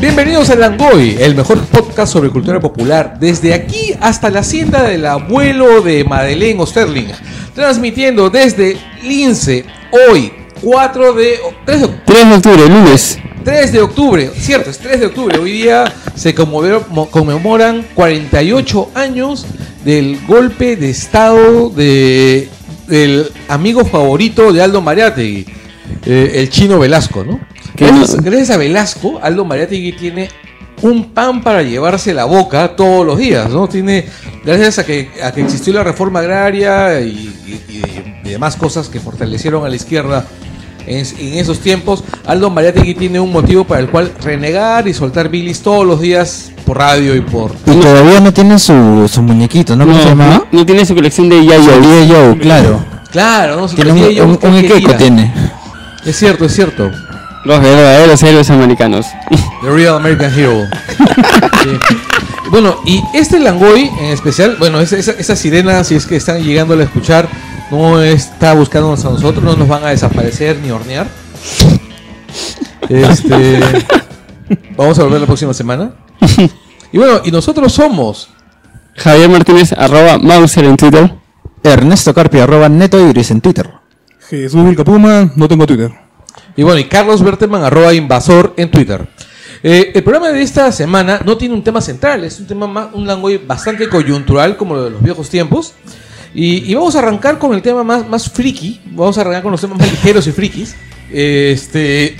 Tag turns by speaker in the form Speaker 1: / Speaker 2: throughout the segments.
Speaker 1: Bienvenidos a Langoy, el mejor podcast sobre cultura popular, desde aquí hasta la hacienda del abuelo de Madeleine Osterling, transmitiendo desde Lince hoy, 4 de, 3 de,
Speaker 2: 3 de octubre, lunes.
Speaker 1: 3 de octubre, cierto, es 3 de octubre, hoy día se conmovieron- mo- conmemoran 48 años del golpe de estado de, del amigo favorito de Aldo Mariategui, eh, el chino Velasco, ¿no?
Speaker 2: Que
Speaker 1: Gracias,
Speaker 2: no-
Speaker 1: gracias a Velasco, Aldo Mariategui tiene un pan para llevarse la boca todos los días, ¿no? Tiene, gracias a que, a que existió la reforma agraria y, y- y demás cosas que fortalecieron a la izquierda en, en esos tiempos, Aldo Mariategui tiene un motivo para el cual renegar y soltar bilis todos los días por radio y por...
Speaker 3: Y todavía no tiene su, su muñequito, ¿no? ¿Cómo se llamaba?
Speaker 2: no tiene su colección de Yayo.
Speaker 3: Solía Joe, claro.
Speaker 1: Claro, no
Speaker 3: Tiene un,
Speaker 1: Sí, yo-
Speaker 3: un,
Speaker 1: yo
Speaker 3: un
Speaker 1: quería.
Speaker 3: equeco tiene.
Speaker 1: Es cierto, es cierto.
Speaker 2: Los verdaderos héroes americanos.
Speaker 1: The Real American Hero. Sí. Bueno, y este Langoy en especial, bueno, esa, esa- esa sirena, si es que están llegando a escuchar, no está buscándonos a nosotros, no nos van a desaparecer ni hornear. Este, vamos a volver la próxima semana. Y bueno, y nosotros somos
Speaker 2: Javier Martínez, arroba Mauser en Twitter.
Speaker 3: Ernesto Carpi, arroba Neto Ibris en Twitter.
Speaker 4: Jesús Vilcapuma, no tengo Twitter.
Speaker 1: Y bueno, y Carlos Berteman, arroba invasor en Twitter. Eh, el programa de esta semana no tiene un tema central, es un tema más, un langoy bastante coyuntural como lo de los viejos tiempos. Y, y vamos a arrancar con el tema más, más friki, vamos a arrancar con los temas más ligeros y frikis. Este,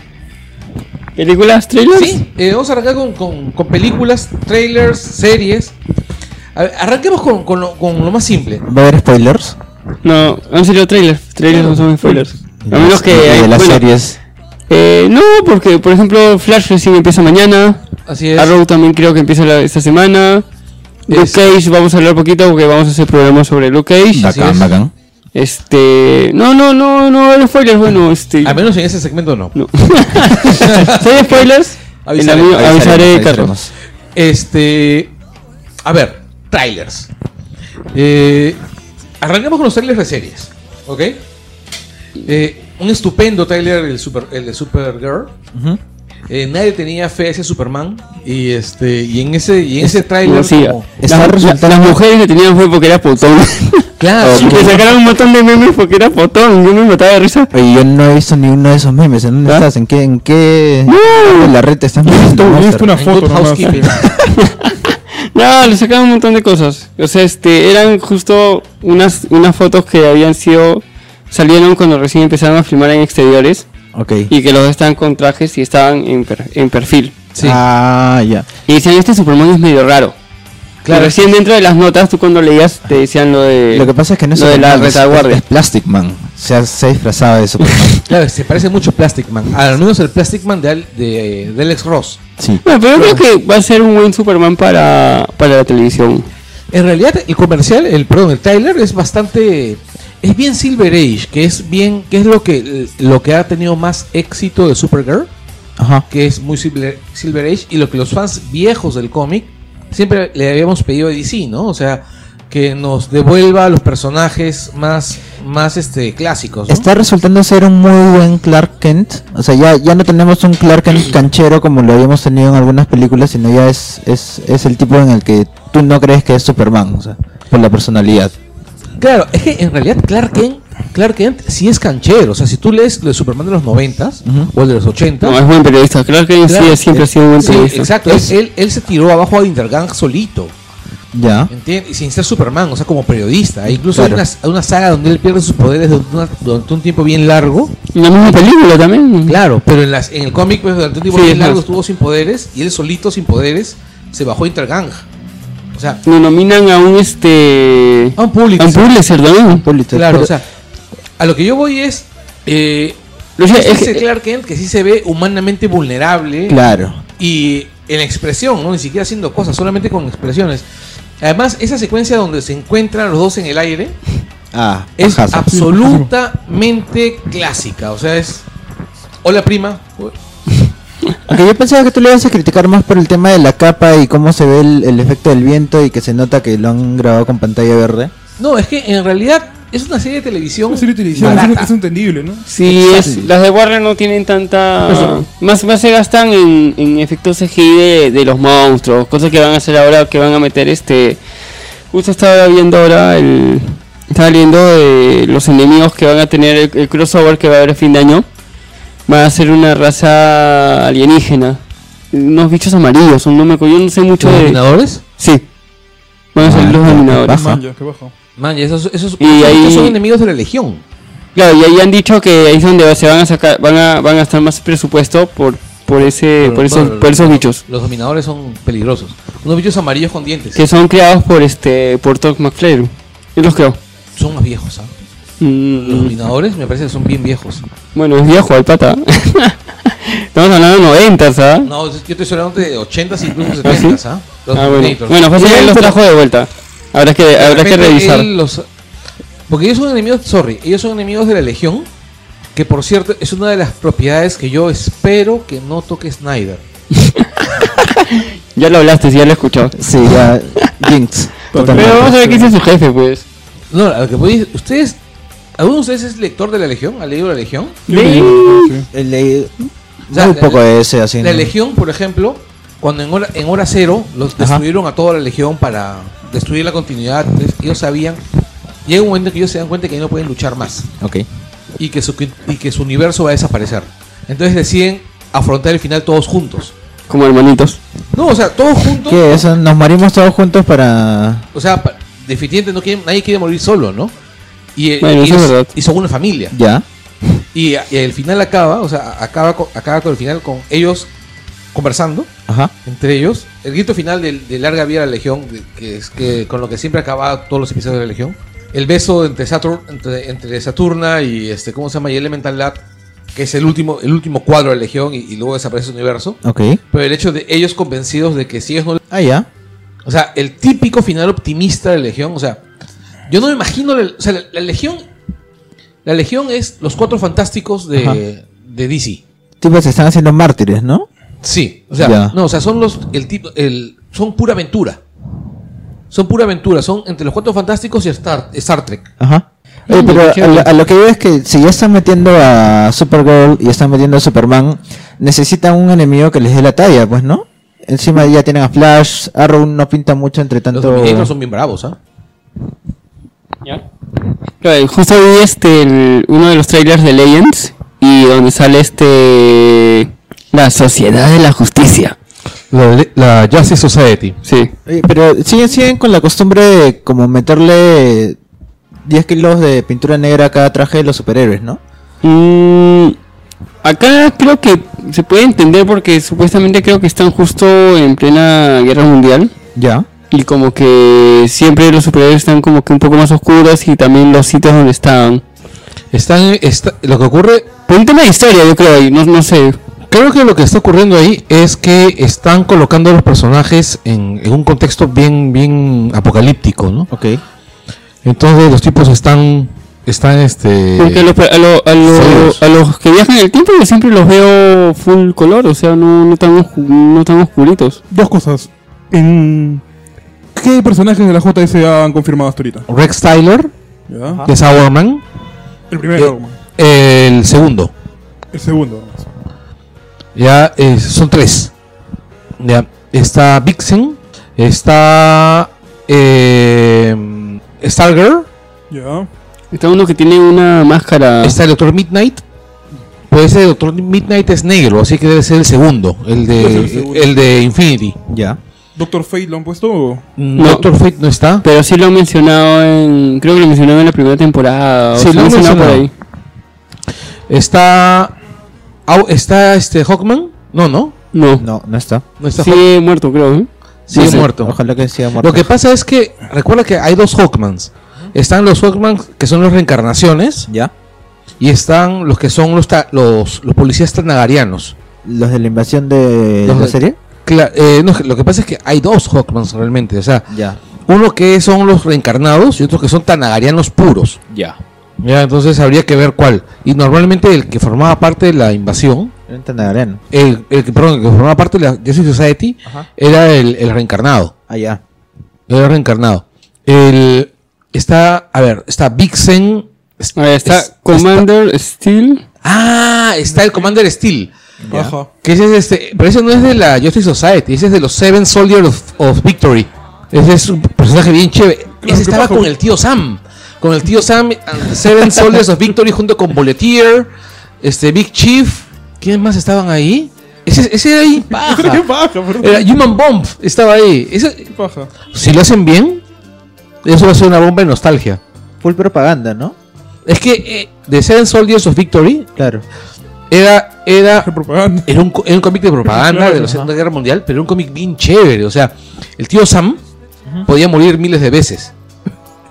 Speaker 2: ¿Películas, trailers?
Speaker 1: sí, eh, vamos a arrancar con, con- con películas, trailers, series. A ver, arranquemos con, con lo, con lo más simple.
Speaker 3: ¿Va a haber spoilers?
Speaker 2: No, han salido trailers. Trailers no son spoilers. A menos que.
Speaker 3: Y de
Speaker 2: hay-
Speaker 3: las
Speaker 2: bueno,
Speaker 3: series.
Speaker 2: eh, no, porque por ejemplo Flash recién empieza mañana.
Speaker 1: Así es.
Speaker 2: Arrow también creo que empieza la- esta semana. Luke
Speaker 1: Es-
Speaker 2: Cage vamos a hablar poquito porque vamos a hacer programas sobre Luke Cage.
Speaker 1: Así
Speaker 3: Bacán,
Speaker 1: es.
Speaker 3: bacán.
Speaker 2: Este, no, no, no, no, va a haber spoilers, bueno, este,
Speaker 1: Al menos en ese segmento no.
Speaker 2: no. Si hay spoilers? El
Speaker 1: Avisaré,
Speaker 2: amigo-
Speaker 3: Avisaremos,
Speaker 2: avisaré, Carlos.
Speaker 3: avisaremos.
Speaker 1: Este. A ver, trailers. Eh, arrancamos con los trailers de series. ¿Ok? Eh, un estupendo trailer, el, super, el de Supergirl. Eh, nadie tenía fe a ese Superman. Y este. Y en ese, y en ese trailer.
Speaker 2: No, sí,
Speaker 1: como-
Speaker 3: Está
Speaker 2: las,
Speaker 3: resultando-
Speaker 2: las mujeres le tenían fue porque era potón.
Speaker 1: claro.
Speaker 2: Y que sacaron un montón de memes porque era potón. Yo me mataba de risa.
Speaker 3: Oye, yo no he visto ni uno de esos memes. ¿En dónde
Speaker 2: ¿Ah?
Speaker 3: estás? ¿En qué? ¿En qué?
Speaker 2: No.
Speaker 3: en la red te estás metiendo?
Speaker 4: He
Speaker 3: Monster?
Speaker 4: visto una
Speaker 1: en
Speaker 4: foto
Speaker 1: Good
Speaker 4: nomás.
Speaker 1: Housekeeping.
Speaker 2: No, le sacaron un montón de cosas. O sea, este, eran justo unas, unas fotos que habían sido. Salieron cuando recién empezaron a filmar en exteriores.
Speaker 3: Ok.
Speaker 2: Y que los estaban con trajes y estaban en, per- en perfil.
Speaker 1: Sí,
Speaker 3: Ah, ya.
Speaker 2: Y decían, este Superman es medio raro. Claro.
Speaker 1: Claro.
Speaker 2: recién dentro de las notas, tú cuando leías, te decían lo de.
Speaker 3: Lo que pasa es que no es
Speaker 2: lo de la
Speaker 3: Superman, es-
Speaker 2: retaguardia.
Speaker 3: Es Plastic Man. Se ha, se ha disfrazado de Superman.
Speaker 1: claro, se parece mucho a Plastic Man. Al menos el Plastic Man de, Al- de, de Alex Ross.
Speaker 3: sí.
Speaker 2: Bueno, pero yo creo que va a ser un buen Superman para, para la televisión.
Speaker 1: En realidad el comercial, el perdón, el trailer es bastante es bien Silver Age, que es bien que es lo que lo que ha tenido más éxito de Supergirl,
Speaker 3: Ajá.
Speaker 1: que es muy Silver, Silver Age y lo que los fans viejos del cómic siempre le habíamos pedido a DC, ¿no? O sea, que nos devuelva los personajes más más este clásicos, ¿no?
Speaker 3: Está resultando ser un muy buen Clark Kent. O sea, ya, ya no tenemos un Clark Kent canchero como lo habíamos tenido en algunas películas, sino ya es, es, es el tipo en el que tú no crees que es Superman, o sea, por la personalidad.
Speaker 1: Claro, es que en realidad Clark Kent Clark Kent sí es canchero, o sea, si tú lees el Superman de los 90s o el de los 80s,
Speaker 2: No, es buen periodista. Claro que
Speaker 1: Claro.
Speaker 2: sí, siempre ha sido un buen
Speaker 1: Sí,
Speaker 2: periodista.
Speaker 1: exacto. Él, él- él se tiró abajo de Intergang solito,
Speaker 3: Ya.
Speaker 1: ¿entiendes? Y sin ser Superman, o sea, como periodista. E incluso
Speaker 3: Claro.
Speaker 1: hay, una, hay una saga donde él pierde sus poderes durante, una- durante un tiempo bien largo.
Speaker 2: Y La misma película también.
Speaker 1: Claro, pero en, las, en el cómic pues, durante un tiempo
Speaker 2: Sí,
Speaker 1: bien
Speaker 2: es
Speaker 1: largo
Speaker 2: más.
Speaker 1: estuvo sin poderes y él solito sin poderes se bajó de Intergang. O sea,
Speaker 2: Lo nominan a un este.
Speaker 1: a un público.
Speaker 2: A un Pulitzer también.
Speaker 3: Pulitzer.
Speaker 1: Claro,
Speaker 3: Pero-
Speaker 1: o sea, a lo que yo voy es... Eh,
Speaker 2: Lo sé,
Speaker 1: es
Speaker 2: es que-
Speaker 1: ese Clark Kent que sí se ve humanamente vulnerable.
Speaker 3: claro.
Speaker 1: y en la expresión, ¿no? Ni siquiera haciendo cosas, solamente con expresiones. Además, esa secuencia donde se encuentran los dos en el aire
Speaker 3: Ah,
Speaker 1: es
Speaker 3: pajazo.
Speaker 1: absolutamente clásica. O sea, es. Hola, prima.
Speaker 3: Ok, yo pensaba que tú le ibas a criticar más por el tema de la capa y cómo se ve el, el efecto del viento y que se nota que lo han grabado con pantalla verde.
Speaker 1: No, es que en realidad es una serie de televisión.
Speaker 4: Una serie de televisión, es,
Speaker 1: barata.
Speaker 4: es entendible, ¿no?
Speaker 2: Sí, es, las de Warner no tienen tanta... Más, más se gastan en, en efectos CGI de, de los monstruos, cosas que van a hacer ahora, que van a meter este... Justo estaba viendo ahora el... Estaba viendo de los enemigos que van a tener el, el crossover que va a haber a fin de año. Va a ser una raza alienígena. Unos bichos amarillos, un número yo no sé mucho
Speaker 1: ¿Los
Speaker 2: de...
Speaker 1: dominadores?
Speaker 2: Sí. Van a ser
Speaker 3: Ah,
Speaker 2: los
Speaker 3: ya,
Speaker 2: dominadores.
Speaker 3: Baja.
Speaker 4: Man, ya, qué bajo.
Speaker 1: Man, y esos, esos,
Speaker 2: Y
Speaker 1: esos
Speaker 2: ahí-
Speaker 1: son enemigos de la legión.
Speaker 2: Claro, y ahí han dicho que ahí es donde se van a sacar, van a, van a gastar más presupuesto por, por ese, por, esos,
Speaker 1: Bueno,
Speaker 2: por esos
Speaker 1: los-
Speaker 2: bichos.
Speaker 1: Los dominadores son peligrosos. Unos bichos amarillos con dientes.
Speaker 2: Que son creados por este, por Todd McFlair. Él los creó.
Speaker 1: Son más viejos, ¿ah? Los
Speaker 2: Mm,
Speaker 1: dominadores me parece que son bien viejos.
Speaker 2: bueno, es viejo el pata. Estamos hablando de ¿ah? 90, ¿sabes?
Speaker 1: No, yo estoy hablando de 80s incluso
Speaker 2: ¿Ah, sí?
Speaker 1: 70s, ¿ah? Los
Speaker 2: ah, bueno.
Speaker 1: Terminators.
Speaker 2: Bueno, fácil, él los trajo de vuelta. Habrá que,
Speaker 1: De
Speaker 2: habrá que
Speaker 1: repente
Speaker 2: revisar.
Speaker 1: él los- porque ellos son enemigos, sorry, ellos son enemigos de la Legión, que por cierto es una de las propiedades que yo espero que no toque Snyder.
Speaker 2: Ya lo hablaste, ya lo escuchó.
Speaker 3: Sí, ya. Jinx.
Speaker 2: Pero vamos a ver qué dice su jefe, pues.
Speaker 1: No, a lo que voy, ustedes, ¿alguno de ustedes es lector de la Legión? ¿Ha leído la Legión?
Speaker 4: Yo
Speaker 2: Sí.
Speaker 4: no, sí.
Speaker 3: Leí
Speaker 1: O sea,
Speaker 3: muy
Speaker 1: la-
Speaker 3: poco de ese, así.
Speaker 1: La
Speaker 3: ¿no?
Speaker 1: Legión, por ejemplo, cuando en hora, en hora cero los
Speaker 3: Ajá.
Speaker 1: destruyeron a toda la Legión para destruir la continuidad, entonces ellos sabían, llega un momento que ellos se dan cuenta que no pueden luchar más.
Speaker 3: Ok.
Speaker 1: y que su, y que su universo va a desaparecer. Entonces deciden afrontar el final todos juntos.
Speaker 2: Como hermanitos.
Speaker 1: No, o sea, todos juntos.
Speaker 3: ¿Qué? Eso, nos morimos todos juntos para.
Speaker 1: O sea, pa- definitivamente no quieren, nadie quiere morir solo, ¿no? Y, eh,
Speaker 2: Bueno,
Speaker 1: y
Speaker 2: eso es
Speaker 1: es-
Speaker 2: verdad.
Speaker 1: y son una familia.
Speaker 3: Ya.
Speaker 1: Y, a- y el final acaba, o sea, acaba con, acaba con el final con ellos conversando
Speaker 3: Ajá.
Speaker 1: entre ellos. El grito final del- de, Larga Vida a la Legión, de- que es que con lo que siempre acaba todos los episodios de la Legión. El beso entre, Satur- entre, entre Saturna y este, ¿cómo se llama? Y Elemental Lab, que es el último, el último cuadro de la Legión y, y luego desaparece el universo.
Speaker 3: Ok.
Speaker 1: Pero el hecho de ellos convencidos de que si ellos no.
Speaker 3: Ah, ya.
Speaker 1: O sea, el típico final optimista de la Legión. O sea, yo no me imagino. la- o sea, la, la Legión. La Legión es los cuatro fantásticos
Speaker 3: Ajá.
Speaker 1: de, de DC.
Speaker 3: Tipo, se están haciendo mártires, ¿no?
Speaker 1: Sí, o sea,
Speaker 3: Ya.
Speaker 1: no, o sea, son los el tipo el son pura aventura. Son pura aventura, son entre los Cuatro Fantásticos y Star, Star Trek.
Speaker 3: Ajá. Oye, pero a lo, a lo que yo es que si ya están metiendo a Supergirl y están metiendo a Superman, necesitan un enemigo que les dé la talla, pues, ¿no? Encima ya tienen a Flash, Arrow no pinta mucho entre
Speaker 1: Los
Speaker 3: tanto.
Speaker 1: Dominators son bien bravos, ¿ah?
Speaker 2: Claro, y justo vi este el- uno de los trailers de Legends y donde sale este la Sociedad de la Justicia.
Speaker 1: La, Justice Society.
Speaker 2: Sí.
Speaker 3: Oye, pero siguen, siguen con la costumbre de como meterle 10 kilos de pintura negra a cada traje de los superhéroes, ¿no?
Speaker 2: Mm, acá creo que se puede entender porque supuestamente creo que están justo en plena guerra mundial
Speaker 3: Ya.
Speaker 2: y como que siempre los superhéroes están como que un poco más oscuros y también los sitios donde estaban.
Speaker 1: Están está- lo que ocurre,
Speaker 2: Por un tema de historia yo creo y no, no sé.
Speaker 1: creo que lo que está ocurriendo ahí es que están colocando a los personajes en, en un contexto bien bien apocalíptico, ¿no?
Speaker 3: Ok.
Speaker 1: Entonces los tipos están están este
Speaker 2: Porque a los, a, lo- a lo-
Speaker 1: Feos.
Speaker 2: a los que viajan en el tiempo yo siempre los veo full color, o sea, no, no, tan, oscu- no tan oscuritos.
Speaker 4: Dos cosas. En... ¿Qué personajes de la JSA han confirmado hasta ahorita?
Speaker 1: Rex Tyler,
Speaker 4: ¿Ya?
Speaker 1: que es Hourman,
Speaker 4: El
Speaker 1: Eh,
Speaker 4: primero, nomás.
Speaker 1: el segundo
Speaker 4: el segundo. nomás.
Speaker 1: Ya, eh, son tres. Ya, está Vixen, está eh, Stargirl,
Speaker 4: ¿Ya?
Speaker 2: Está uno que tiene una máscara.
Speaker 1: está el Doctor Midnight. Puede ser el Doctor Midnight es negro, así que debe ser el segundo, el
Speaker 4: Debe
Speaker 1: de,
Speaker 4: ser
Speaker 1: el
Speaker 4: el segundo.
Speaker 1: de Infinity.
Speaker 3: Ya.
Speaker 4: ¿Doctor Fate lo han puesto? o?
Speaker 2: No.
Speaker 1: Doctor Fate no está.
Speaker 2: Pero sí lo han mencionado en. Creo que lo mencionaron en la primera temporada. o
Speaker 1: Sí,
Speaker 2: se
Speaker 1: lo han mencionado.
Speaker 2: ahí.
Speaker 1: Está au- está este Hawkman. No, no,
Speaker 2: No.
Speaker 3: No, no está.
Speaker 1: no está Hawk-
Speaker 2: Sigue muerto, creo. ¿eh?
Speaker 1: sigue
Speaker 3: No sé,
Speaker 1: muerto.
Speaker 3: Ojalá que siga muerto.
Speaker 1: Lo que pasa es que recuerda que hay dos Hawkmans. Están los Hawkmans que son las reencarnaciones.
Speaker 3: Ya.
Speaker 1: Y están los que son los, ta- los, los policías tanagarianos.
Speaker 3: Los de la invasión de
Speaker 1: Los
Speaker 3: la
Speaker 1: de-
Speaker 3: serie.
Speaker 1: Cla- eh, no, lo que pasa es que hay dos Hawkmans realmente. O sea,
Speaker 3: Ya.
Speaker 1: uno que son los reencarnados y otro que son tanagarianos puros.
Speaker 3: Ya.
Speaker 1: Ya, entonces habría que ver cuál. Y normalmente el que formaba parte de la invasión,
Speaker 3: Entenderán.
Speaker 1: el, el que- perdón, el que formaba parte de la Justice Society,
Speaker 3: Ajá.
Speaker 1: era el, el reencarnado.
Speaker 3: Ah, ya.
Speaker 1: Era reencarnado. El, Está, a ver, está Vixen. es-
Speaker 5: A ver, está
Speaker 1: es-
Speaker 5: Commander Steel.
Speaker 1: ah, está el Commander Steel.
Speaker 4: Baja.
Speaker 1: Que ese es este, pero ese no es de la Justice Society, ese es de los Seven Soldiers of, of Victory. Ese es un personaje bien chévere.
Speaker 4: Claro,
Speaker 1: ese
Speaker 4: qué
Speaker 1: estaba
Speaker 4: paja.
Speaker 1: con el tío Sam. Con el tío Sam, and Seven Soldiers of Victory junto con Bulleteer, este Big Chief. ¿Quién más estaban ahí? Ese, ese era ahí.
Speaker 4: Creo que
Speaker 1: Paja.
Speaker 4: baja, pero
Speaker 1: Era Human Bomb estaba ahí. Eso-
Speaker 4: baja.
Speaker 1: si lo hacen bien, eso va a ser una bomba de nostalgia.
Speaker 3: Full propaganda, ¿no?
Speaker 1: Es que eh, The Seven Soldiers of Victory
Speaker 3: Claro.
Speaker 1: era, era
Speaker 4: Qué propaganda.
Speaker 1: era un, co- era un cómic de propaganda
Speaker 4: Claro,
Speaker 1: de la
Speaker 4: ajá.
Speaker 1: Segunda Guerra Mundial, pero era un cómic bien chévere. O sea, el tío Sam podía morir miles de veces.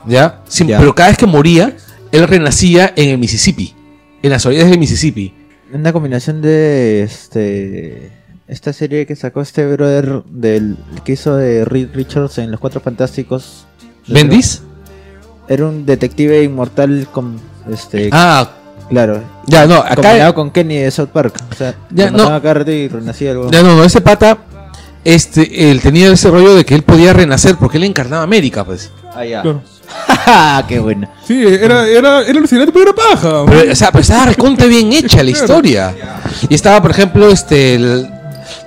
Speaker 1: ¿Ya? Sin-
Speaker 3: Ya.
Speaker 1: Pero cada vez que moría, él renacía en el Mississippi. En las orillas del Mississippi.
Speaker 3: Una combinación de este esta serie que sacó este brother del que hizo de Reed Richards en Los Cuatro Fantásticos.
Speaker 1: ¿Bendis?
Speaker 3: Era un detective inmortal con este
Speaker 1: Ah,
Speaker 3: claro,
Speaker 1: ya, no, acá.
Speaker 3: combinado con Kenny de South Park. O sea,
Speaker 1: Ya,
Speaker 3: lo
Speaker 1: no.
Speaker 3: mataban cada rato y renacía algo.
Speaker 1: Ya, no, no, ese pata. Este, él tenía ese rollo de que él podía renacer porque él encarnaba América, pues.
Speaker 3: Ah, ya.
Speaker 4: Claro.
Speaker 3: Ah, qué bueno.
Speaker 4: Sí, era, era, era alucinante, pero era paja.
Speaker 1: Pero, o sea, pero estaba recontra bien hecha la
Speaker 4: Claro.
Speaker 1: historia. Y estaba, por ejemplo, este, el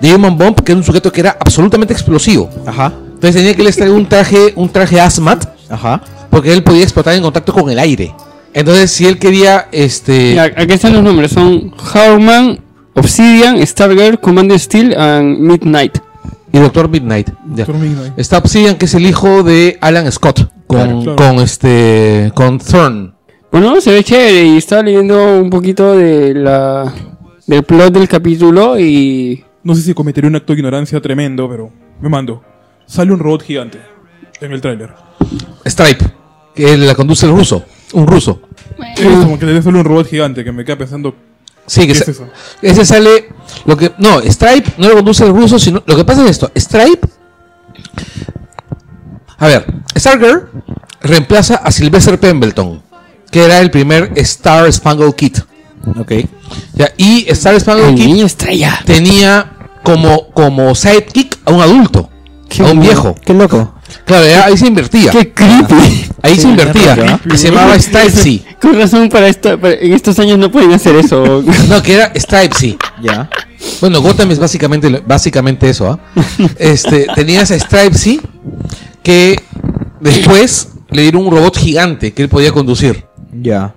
Speaker 1: The Human Bomb, que era un sujeto que era absolutamente explosivo.
Speaker 3: Ajá.
Speaker 1: Entonces tenía que les traer un traje, un traje hazmat,
Speaker 3: Ajá.
Speaker 1: porque él podía explotar en contacto con el aire. Entonces, si él quería, este.
Speaker 5: Ya, aquí están los nombres, son Howman, Obsidian, Stargirl, Commander Steel and Midnight.
Speaker 1: Y Doctor Midnight. ya.
Speaker 4: Por mí no hay.
Speaker 1: Está Obsidian, que es el hijo de Alan Scott. Con,
Speaker 4: Claro, claro.
Speaker 1: con este. Con Thorn.
Speaker 5: Bueno, se ve chévere y estaba leyendo un poquito de la del plot del capítulo y
Speaker 4: No sé si cometeré un acto de ignorancia tremendo, pero me mando. Sale un robot gigante en el tráiler.
Speaker 1: Stripe. Que la conduce el ruso. Un ruso.
Speaker 4: Es
Speaker 1: Mm.
Speaker 4: como que le sale un robot gigante que me queda pensando.
Speaker 1: Sí,
Speaker 4: ¿Qué
Speaker 1: que
Speaker 4: es
Speaker 1: sa-
Speaker 4: eso?
Speaker 1: ese sale. Lo que. No, Stripe no lo conduce el ruso, sino. Lo que pasa es esto. Stripe. A ver, Stargirl reemplaza a Sylvester Pembleton, que era el primer Star Spangled Kid.
Speaker 3: Ok.
Speaker 1: Ya, y Star Spangled
Speaker 5: el
Speaker 1: Kid
Speaker 5: niño estrella.
Speaker 1: tenía como, como sidekick a un adulto, a un viejo.
Speaker 3: Qué loco.
Speaker 1: Claro, ya ahí se invertía.
Speaker 5: Qué creepy.
Speaker 1: Ahí se
Speaker 3: Sí,
Speaker 1: invertía.
Speaker 3: claro.
Speaker 1: Y se llamaba Stripesy.
Speaker 5: Con razón para esto, para- en estos años no pueden hacer eso.
Speaker 1: No, que era Stripesy.
Speaker 3: Ya.
Speaker 1: Bueno, Gotham es básicamente, lo- básicamente eso, ¿ah? Este, tenías a Stripesy que después le dieron un robot gigante que él podía conducir.
Speaker 3: Ya.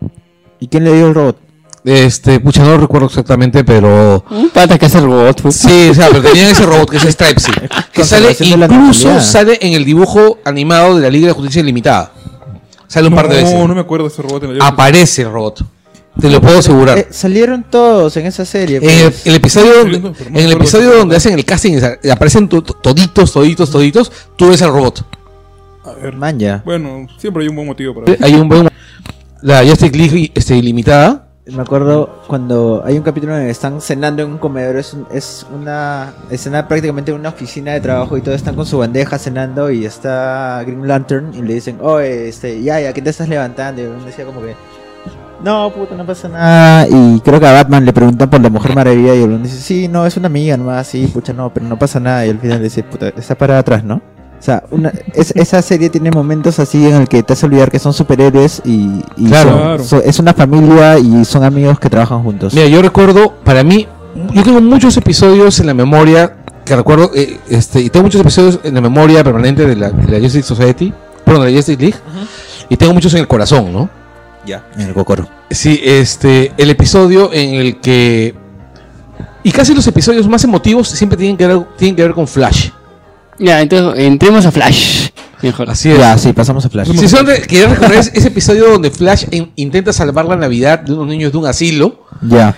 Speaker 3: ¿Y quién le dio el robot?
Speaker 1: Este, pucha, no recuerdo exactamente, pero...
Speaker 5: Un pata que hace robot. pues.
Speaker 1: Sí, o sea, pero tenían ese robot que es Stripesy. Que sale,
Speaker 3: Conservación de la
Speaker 1: incluso
Speaker 3: normalidad.
Speaker 1: sale en el dibujo animado de la Liga de la Justicia Ilimitada. Sale un par de veces. Ah,
Speaker 4: No, no me acuerdo de ese robot en la
Speaker 1: Aparece el robot. Te lo puedo asegurar.
Speaker 3: Eh, salieron todos en esa serie.
Speaker 1: En el,
Speaker 3: pues.
Speaker 1: el episodio
Speaker 4: Sí,
Speaker 1: donde,
Speaker 4: no, pero no
Speaker 1: en el episodio
Speaker 4: recuerdo exactamente.
Speaker 1: donde hacen el casting, o sea, aparecen to- toditos, toditos, toditos, tú ves al robot.
Speaker 4: A ver.
Speaker 3: Man, ya.
Speaker 4: Bueno, siempre hay un buen motivo para.
Speaker 1: Hay un buen la Justice League este, ilimitada.
Speaker 3: Me acuerdo cuando hay un capítulo donde están cenando en un comedor, es, un- es una escena prácticamente de una oficina de trabajo y todos están con su bandeja cenando y está Green Lantern y le dicen, oh, este, ya, ya, ¿qué te estás levantando? Y uno decía como que, no, puta, no pasa nada. Y creo que a Batman le preguntan por la Mujer Maravilla y uno dice, sí, no, es una amiga nomás, sí, pucha, no, pero no pasa nada. Y al final le dice, puta, está parada atrás, ¿no? O sea, una, es- esa serie tiene momentos así en el que te hace olvidar que son superhéroes y, y
Speaker 1: Claro.
Speaker 3: son-
Speaker 4: Claro.
Speaker 3: so- es una familia y son amigos que trabajan juntos.
Speaker 1: Mira, yo recuerdo, para mí, yo tengo muchos episodios en la memoria que recuerdo, eh, este, y tengo muchos episodios en la memoria permanente de la, de la Justice Society, perdón, de la Justice League, y tengo muchos en el corazón, ¿no?
Speaker 3: Ya. En el cocoro.
Speaker 1: Sí, este, el episodio en el que. Y casi los episodios más emotivos siempre tienen que ver, tienen que ver con Flash.
Speaker 5: Ya, entonces entremos a Flash. Mejor.
Speaker 1: Así es.
Speaker 3: Ya, sí, pasamos a Flash.
Speaker 1: Si son de, quería recordar ese ese episodio donde Flash en- intenta salvar la Navidad de unos niños de un asilo
Speaker 3: Ya.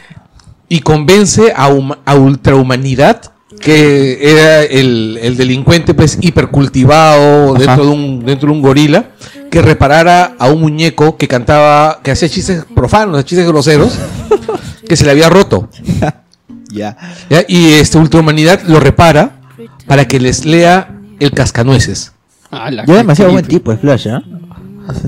Speaker 1: y convence a, huma- a ultrahumanidad que era el, el delincuente pues hipercultivado
Speaker 3: Ajá.
Speaker 1: dentro de un dentro de un gorila que reparara a un muñeco que cantaba que hacía chistes profanos, chistes groseros que se le había roto.
Speaker 3: Ya.
Speaker 1: ¿ya? Y este ultrahumanidad lo repara para que les lea el cascanueces.
Speaker 5: Ah, la
Speaker 3: Ya
Speaker 5: que-
Speaker 3: demasiado buen tipo el Flash, ¿eh?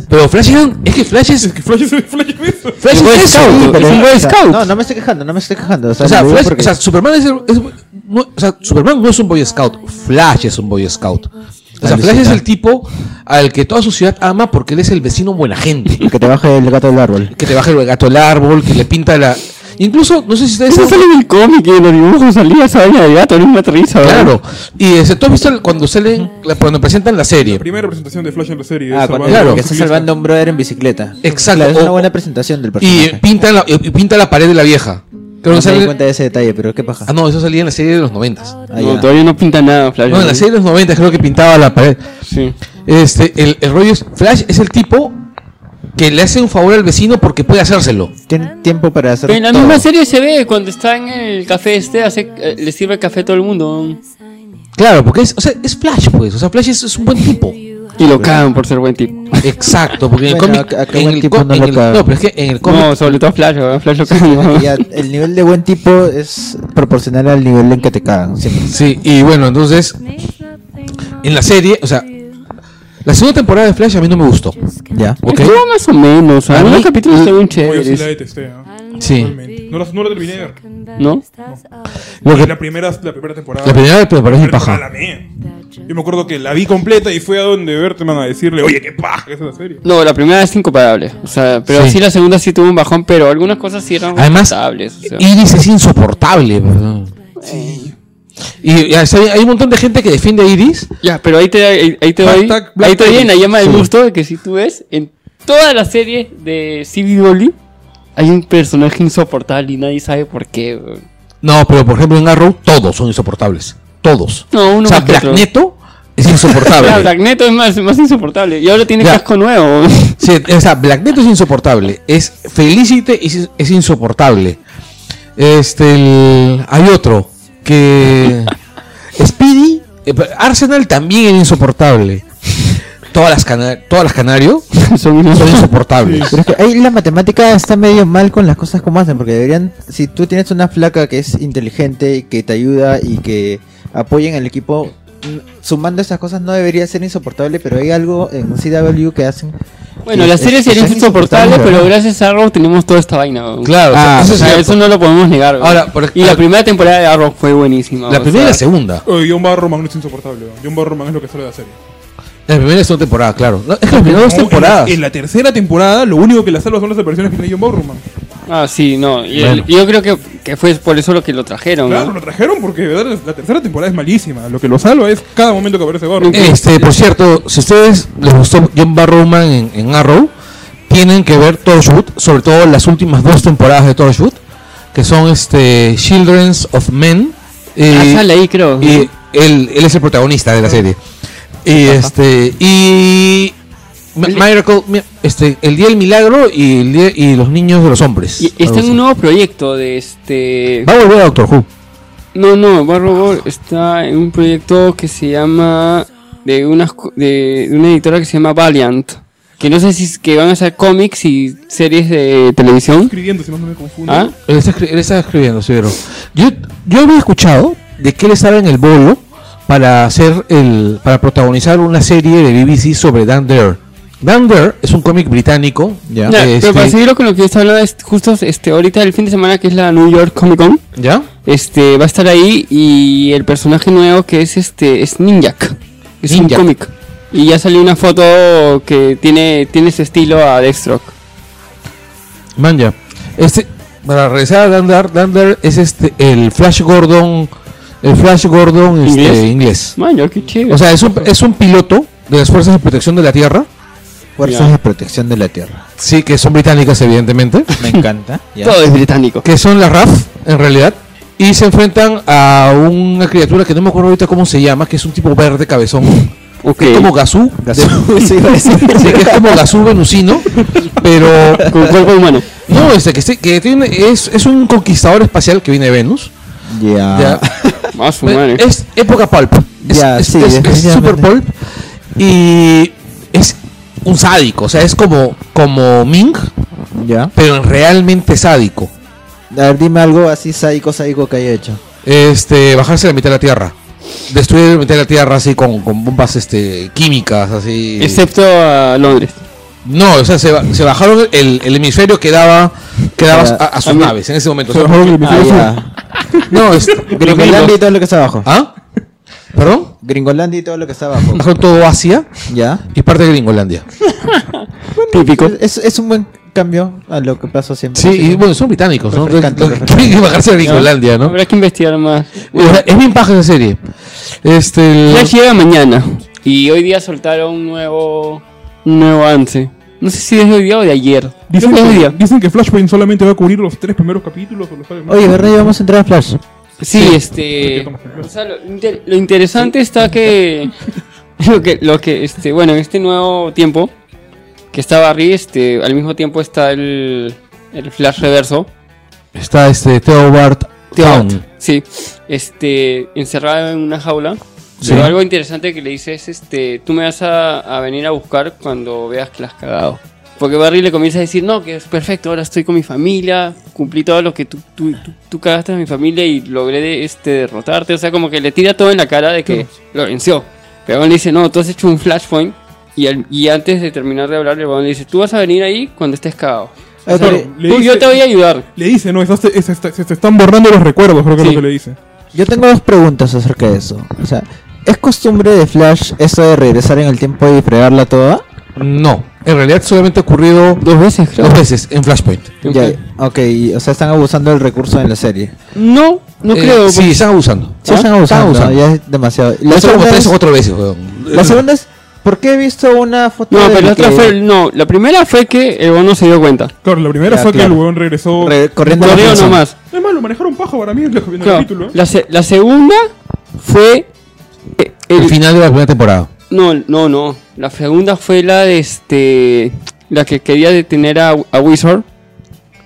Speaker 1: Pero Flash era un- es que Flash es
Speaker 4: Es que Flash es Flash es eso.
Speaker 1: Flash
Speaker 5: Boy
Speaker 1: es eso.
Speaker 5: Scout. Es un Boy
Speaker 3: o sea,
Speaker 5: Scout.
Speaker 3: No, no me estoy quejando, no me estoy quejando. O sea,
Speaker 1: O sea,
Speaker 3: lo digo
Speaker 1: Flash-
Speaker 3: porque-
Speaker 1: o sea, Superman es, el- es- no, o sea, Superman no es un Boy Scout, Flash es un Boy Scout. O sea,
Speaker 3: Al
Speaker 1: Flash es
Speaker 3: visitar.
Speaker 1: el tipo al que toda su ciudad ama porque él es el vecino buena gente.
Speaker 3: Que te baje el gato del árbol.
Speaker 1: que te baja el gato al árbol, que le pinta la. Incluso, no sé si ustedes.
Speaker 2: Eso
Speaker 1: han-
Speaker 2: sale en el cómic y en los dibujos salía esa vaina de gato, no me aterriza.
Speaker 1: Claro. Y este, tú has visto el- cuando salen, la- cuando presentan la serie.
Speaker 4: Primera presentación de Flash en la serie.
Speaker 3: Ah,
Speaker 4: es
Speaker 3: cuando
Speaker 4: salvando a
Speaker 1: claro.
Speaker 4: un
Speaker 3: que está
Speaker 4: ciclista.
Speaker 3: salvando a un brother en bicicleta.
Speaker 1: Exacto.
Speaker 3: Claro, es una
Speaker 1: O-
Speaker 3: buena presentación
Speaker 1: Y
Speaker 3: del personaje.
Speaker 1: pinta la, y pinta la pared de la vieja. Creo
Speaker 3: no
Speaker 1: que
Speaker 3: se di
Speaker 1: sale-
Speaker 3: cuenta de ese detalle, pero qué paja.
Speaker 1: Ah, no, eso salía en la serie de los noventas.
Speaker 3: Ah,
Speaker 2: no,
Speaker 3: ya.
Speaker 2: todavía no pinta nada, Flash.
Speaker 1: No, en la serie de los noventas creo que pintaba la pared.
Speaker 2: Sí.
Speaker 1: Este, el, el rollo es, Flash es el tipo que le hace un favor al vecino porque puede hacérselo.
Speaker 3: Tienen tiempo para hacer
Speaker 2: Pero en la
Speaker 3: todo.
Speaker 2: misma serie se ve cuando está en el café este, hace, eh, le sirve café a todo el mundo.
Speaker 1: Claro, porque es, o sea, es Flash, pues. O sea, Flash es, es un buen tipo.
Speaker 2: Y lo cagan por ser buen tipo.
Speaker 1: Exacto, porque en el
Speaker 3: Bueno,
Speaker 1: cómic.
Speaker 3: acá- acá
Speaker 1: en
Speaker 3: buen
Speaker 1: el
Speaker 3: tipo
Speaker 1: có-
Speaker 3: no
Speaker 1: en
Speaker 3: lo
Speaker 1: el-
Speaker 3: caga.
Speaker 1: No, pero es que en el cómic.
Speaker 2: No, sobre todo Flash, ¿verdad? Flash lo
Speaker 3: Y
Speaker 2: cagan.
Speaker 3: ya, el nivel de buen tipo es proporcional al nivel en que te cagan. siempre.
Speaker 1: Sí, y bueno, entonces, en la serie, o sea, la segunda temporada de Flash a mí no me gustó.
Speaker 3: Ya.
Speaker 1: ¿Ok?
Speaker 2: Estuvo más o menos.
Speaker 1: A
Speaker 2: Algunos
Speaker 1: mí-
Speaker 2: capítulos se ven
Speaker 4: Oh, Yo sí la
Speaker 2: chéveres.
Speaker 4: detesté. ¿ah?
Speaker 1: Sí.
Speaker 4: Totalmente. No, la- no la terminé de ver.
Speaker 2: ¿No?
Speaker 1: Lo que-
Speaker 4: La primera, la primera temporada.
Speaker 1: la primera me parece
Speaker 4: Pero
Speaker 1: paja.
Speaker 4: era la mía. Yo me acuerdo que la vi completa y fue a donde Bertman a decirle, oye, qué paja es la serie.
Speaker 2: No, la primera es incomparable. O sea, pero
Speaker 1: Sí.
Speaker 2: sí. la segunda sí tuvo un bajón, pero algunas cosas sí eran
Speaker 1: Además,
Speaker 2: insoportables, o sea.
Speaker 1: Iris es insoportable. ¿verdad? Y ya, está bien, hay un montón de gente que defiende a Iris.
Speaker 2: Ya, pero ahí te, ahí, ahí te doy.
Speaker 1: Hashtag Black
Speaker 2: Ahí te doy en la llama del
Speaker 1: Sí.
Speaker 2: gusto de que si tú ves, en toda la serie de CB Dolly hay un personaje insoportable y nadie sabe por qué. weón.
Speaker 1: No, pero por ejemplo en Arrow todos son insoportables. Todos.
Speaker 2: No,
Speaker 1: o
Speaker 2: uno
Speaker 1: sea,
Speaker 2: más que
Speaker 1: Black
Speaker 2: otro.
Speaker 1: Neto es insoportable.
Speaker 2: Ya, Black Neto es más, más insoportable. Y ahora tiene
Speaker 1: Ya.
Speaker 2: casco nuevo.
Speaker 1: Sí, o sea, Black Neto es insoportable. Es Felicite es, es insoportable. Este, el- hay otro que Speedy, eh, pero Arsenal también era insoportable. Todas las cana- todas las canario
Speaker 2: Son unos-
Speaker 1: son insoportables.
Speaker 3: Pero es que ahí la matemática está medio mal con las cosas como hacen, porque deberían, si tú tienes una flaca que es inteligente, y que te ayuda y que apoya en el equipo, n- sumando esas cosas no debería ser insoportable, pero hay algo en CW que hacen.
Speaker 2: Bueno,
Speaker 3: que
Speaker 2: la
Speaker 3: es-
Speaker 2: serie sería
Speaker 3: es
Speaker 2: insoportable,
Speaker 3: insoportable,
Speaker 2: pero
Speaker 3: ¿verdad?
Speaker 2: gracias a Arrow tenemos toda esta vaina. weón.
Speaker 1: Claro, o sea,
Speaker 2: Ah,
Speaker 1: eso
Speaker 2: o
Speaker 1: es
Speaker 2: sea, eso,
Speaker 1: cierto.
Speaker 2: no lo podemos negar. weón.
Speaker 1: Ahora, por ej-
Speaker 2: y la
Speaker 1: ahora-
Speaker 2: primera temporada de Arrow fue buenísima.
Speaker 1: La
Speaker 2: o
Speaker 1: primera y
Speaker 2: sea,
Speaker 1: la segunda.
Speaker 4: Oh, John Barrowman es insoportable. ¿no? John Barrowman es lo que sale de la serie.
Speaker 1: La primera y la segunda temporada, claro. No, es que las primeras dos
Speaker 4: No, en la-
Speaker 1: temporadas.
Speaker 4: En, la tercera temporada, lo único que la salva son las apariciones que tiene John Barrowman.
Speaker 2: Ah, sí, no. y
Speaker 1: Bueno.
Speaker 2: el- yo creo que, que fue por eso lo que lo trajeron.
Speaker 4: Claro,
Speaker 2: ¿no?
Speaker 4: lo trajeron porque de verdad, la tercera temporada es malísima. Lo que lo salva es cada momento que aparece Eh, Barrowman.
Speaker 1: Este, por cierto, si a ustedes les gustó John Barrowman en, en Arrow, tienen que ver Torchwood, sobre todo las últimas dos temporadas de Torchwood, que son este Children's of Men.
Speaker 2: Ah,
Speaker 1: eh,
Speaker 2: sale ahí, creo.
Speaker 1: y él, él es el protagonista de la serie. Y este y Mi- Miracle, mi- este, el día del milagro y, el día- y los niños de los hombres.
Speaker 2: Y está
Speaker 1: algo
Speaker 2: en un
Speaker 1: así.
Speaker 2: nuevo proyecto de este.
Speaker 1: Va a volver a Doctor Who.
Speaker 2: No, no, Barro Gor está en un proyecto que se llama. De, unas, co- de, de una editora que se llama Valiant. Que no sé si es que van a hacer cómics y series de televisión.
Speaker 4: Escribiendo, si no no me confundo.
Speaker 2: ¿Ah?
Speaker 1: Él está, escri- él está escribiendo, sí, pero yo, yo había escuchado de que él estaba en el bolo para hacer el para protagonizar una serie de BBC sobre Dan Dare. Dan Dare es un cómic británico.
Speaker 3: Ya.
Speaker 2: Ya,
Speaker 1: este-
Speaker 2: Pero para seguirlo con lo que yo estaba hablando, es justo este, ahorita el fin de semana que es la New York Comic Con,
Speaker 1: ¿Ya?
Speaker 2: este, va a estar ahí y el personaje nuevo que es este es Ninjak. Es
Speaker 1: Ninjak.
Speaker 2: un cómic. Y ya salió una foto que tiene, tiene su estilo a Deathstroke.
Speaker 1: Man, ya. Este, para regresar a Dan Dare, Dan Dare es este, el Flash Gordon, el Flash Gordon este,
Speaker 2: ¿Inglés?
Speaker 1: inglés.
Speaker 2: Maño, qué chévere.
Speaker 1: O sea, es un, es un piloto de las Fuerzas de Protección de la Tierra.
Speaker 3: Fuerzas
Speaker 2: Ya.
Speaker 3: de protección de la tierra.
Speaker 1: Sí, que son británicas, evidentemente.
Speaker 3: Me encanta. ya.
Speaker 2: todo es británico.
Speaker 1: que son las RAF en realidad y se enfrentan a una criatura que no me acuerdo ahorita cómo se llama, que es un tipo verde cabezón,
Speaker 2: Ok.
Speaker 1: que es como Gazú,
Speaker 3: Eso iba a decir.
Speaker 1: de- sí, que es como Gazú venusino, pero
Speaker 2: Con cuerpo humano.
Speaker 1: no, este que, sí- que tiene es, es un conquistador espacial que viene de Venus.
Speaker 3: Ya.
Speaker 1: ya.
Speaker 2: Más
Speaker 1: Bueno,
Speaker 2: humano.
Speaker 1: Es época pulp. Es,
Speaker 3: Ya,
Speaker 1: es-
Speaker 3: sí,
Speaker 1: es- es
Speaker 3: definitivamente.
Speaker 1: super pulp. Y es un sádico, o sea, es como como Ming,
Speaker 3: Ya.
Speaker 1: pero realmente sádico.
Speaker 3: A ver, dime algo así sádico, sádico que haya hecho.
Speaker 1: Este, bajarse a la mitad de la tierra. Destruir la mitad de la tierra así con, con bombas este, químicas, así.
Speaker 2: Excepto a Londres.
Speaker 1: No, o sea, se, ba- se bajaron el, el hemisferio que daba, que daba
Speaker 3: Para-
Speaker 1: a, a sus
Speaker 2: a mí-
Speaker 1: naves en ese momento. O sea,
Speaker 4: Barrowman,
Speaker 3: Ah, ya.
Speaker 1: no, es-
Speaker 3: Gringolandia y todo lo que está abajo.
Speaker 1: ¿Ah? ¿Perdón?
Speaker 3: Gringolandia y todo lo que está abajo.
Speaker 1: Bajo todo Asia
Speaker 3: ¿Ya?
Speaker 1: y parte de Gringolandia.
Speaker 2: Típico.
Speaker 3: Es, es un buen cambio a lo que pasó siempre.
Speaker 1: Sí, y bueno, son británicos, ¿no?
Speaker 3: Refrescante,
Speaker 1: Entonces,
Speaker 3: refrescante.
Speaker 1: Tienen que bajarse a Gringolandia, ¿no?
Speaker 2: Habrá que investigar más.
Speaker 1: Es bien paja esa serie. Este. el-
Speaker 2: Flash llega mañana. Y hoy día soltaron un nuevo. Un nuevo avance. No sé si es de hoy día o de ayer. Creo
Speaker 4: Dicen
Speaker 2: que es de hoy
Speaker 4: que,
Speaker 2: día.
Speaker 4: dicen que Flashpoint solamente va a cubrir los tres primeros capítulos. o los cuales más.
Speaker 3: Oye, ¿verdad? Y vamos a entrar a Flash.
Speaker 2: Sí,
Speaker 1: Sí.
Speaker 2: este. O sea, lo, inter- lo interesante está que lo que lo que este, bueno, en este nuevo tiempo que está Barry, este, al mismo tiempo está el el Flash reverso.
Speaker 1: Está este Theo Bart Town.
Speaker 2: Sí. Este, encerrado en una jaula.
Speaker 1: Sí.
Speaker 2: Pero algo interesante que le dice es este, tú me vas a, a venir a buscar cuando veas que la has cagado. Porque Barry le comienza a decir, no, que es perfecto, ahora estoy con mi familia, cumplí todo lo que tú, tú, tú, tú cagaste a mi familia y logré de- este, derrotarte. O sea, como que le tira todo en la cara de que lo venció. Pero él le dice, no, tú has hecho un flashpoint. Y, al- y antes de terminar de hablar, el huevón le dice, tú vas a venir ahí cuando estés cagado. O sea,
Speaker 4: Claro, le
Speaker 2: tú,
Speaker 4: dice-
Speaker 2: yo te voy a ayudar.
Speaker 4: Le dice, no, estás- es- está- se te están borrando los recuerdos, creo que
Speaker 2: Sí.
Speaker 4: es lo que le dice.
Speaker 3: Yo tengo dos preguntas acerca de eso. O sea, ¿es costumbre de Flash eso de regresar en el tiempo y fregarla toda?
Speaker 1: No, en realidad solamente ha ocurrido
Speaker 2: Dos veces,
Speaker 1: dos veces en Flashpoint.
Speaker 3: Ya, ok, y, o sea, están abusando del recurso en la serie.
Speaker 2: No, no
Speaker 1: Eh,
Speaker 2: creo.
Speaker 1: Sí, están abusando.
Speaker 3: Sí,
Speaker 1: ¿Ah?
Speaker 3: están abusando,
Speaker 1: Están
Speaker 3: ya es demasiado. Y
Speaker 1: Lo
Speaker 3: La
Speaker 1: hizo como
Speaker 3: segunda,
Speaker 1: tres
Speaker 3: es,
Speaker 1: o cuatro veces, weón.
Speaker 3: la segunda es, ¿por qué he visto una foto
Speaker 2: No,
Speaker 3: de
Speaker 2: pero la otra
Speaker 3: que-
Speaker 2: fue. No, la primera fue que el bono se dio cuenta.
Speaker 4: Claro, la primera
Speaker 3: Ya,
Speaker 4: fue que
Speaker 3: claro.
Speaker 4: el huevón regresó.
Speaker 3: re- corriendo a la
Speaker 2: Corrió
Speaker 3: prisión?
Speaker 2: nomás.
Speaker 4: No es malo, manejar un pajo para mí en el en el
Speaker 2: Claro.
Speaker 4: capítulo. ¿eh?
Speaker 2: La, se- la segunda fue. eh, el-
Speaker 1: El final de la primera temporada.
Speaker 2: no, no, no. La segunda fue la de este. La que quería detener a, a Wizard.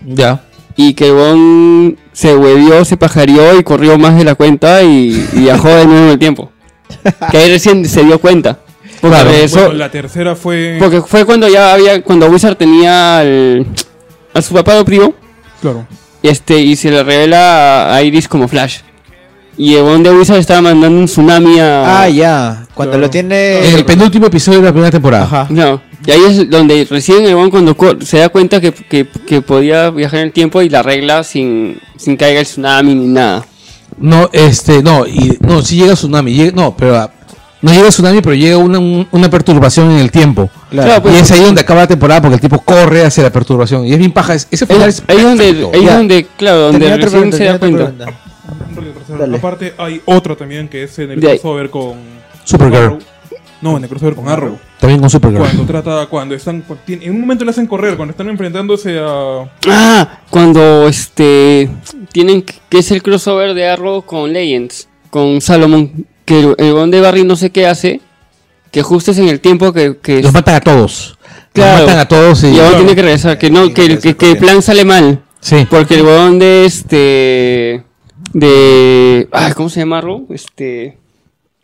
Speaker 1: Ya.
Speaker 2: Y que el huevón se huevió, se pajareó y corrió más de la cuenta y, y viajó de nuevo en el tiempo. Que ahí recién se dio cuenta. Porque,
Speaker 1: Claro.
Speaker 2: regresó-
Speaker 4: Bueno, la tercera fue.
Speaker 2: porque fue cuando ya había. Cuando Wizard tenía al- a su papá adoptivo.
Speaker 4: Claro.
Speaker 2: Este, y se le revela a- a Iris como Flash. Y Ebon de Wizard estaba mandando un tsunami a.
Speaker 3: Ah, ya, cuando
Speaker 4: Claro.
Speaker 3: lo tiene...
Speaker 1: En el penúltimo episodio de la primera temporada.
Speaker 3: Eh, Ajá.
Speaker 2: No. Y ahí es donde recién Ebon cuando co- se da cuenta que, que- que podía viajar en el tiempo y la arregla sin, sin caiga el tsunami ni nada.
Speaker 1: No, este, no, y no, sí llega tsunami, llega- no, pero ah, no llega tsunami, pero llega una, un- una perturbación en el tiempo.
Speaker 3: Claro.
Speaker 2: Claro, pues,
Speaker 1: y es ahí donde acaba la temporada porque el tipo corre hacia la perturbación. Y es bien paja. es- ese
Speaker 2: ahí-
Speaker 1: final es,
Speaker 2: ahí es donde,
Speaker 1: perfecto.
Speaker 2: ahí es
Speaker 3: Ya.
Speaker 2: donde, claro,
Speaker 3: Tenía
Speaker 2: donde
Speaker 3: otra
Speaker 2: recién
Speaker 3: pregunta,
Speaker 2: se da
Speaker 3: tenía otra
Speaker 2: cuenta.
Speaker 3: pregunta.
Speaker 4: Un rato tercero.
Speaker 3: Dale.
Speaker 4: Aparte, hay otra también que es en el
Speaker 2: De ahí.
Speaker 4: crossover con.
Speaker 1: Supergirl.
Speaker 4: Arrow. No, en el crossover con Arrow.
Speaker 1: También con Supergirl.
Speaker 4: Cuando trata. Cuando están. cu- tien- En un momento le hacen correr, cuando están enfrentándose a.
Speaker 2: Ah, cuando este. Tienen que que es el crossover de Arrow con Legends. Con Salomon. Que el el Ebon de Barry no sé qué hace. Que justo es en el tiempo que. que
Speaker 1: Los matan a todos.
Speaker 2: Claro.
Speaker 1: Los matan a todos y.
Speaker 2: Y ahora
Speaker 4: Claro.
Speaker 2: tiene que regresar, que no, que, el- que, que el plan sale mal.
Speaker 1: Sí.
Speaker 2: Porque el huevón de este. De. Ay, ¿cómo se llama Ro? Este.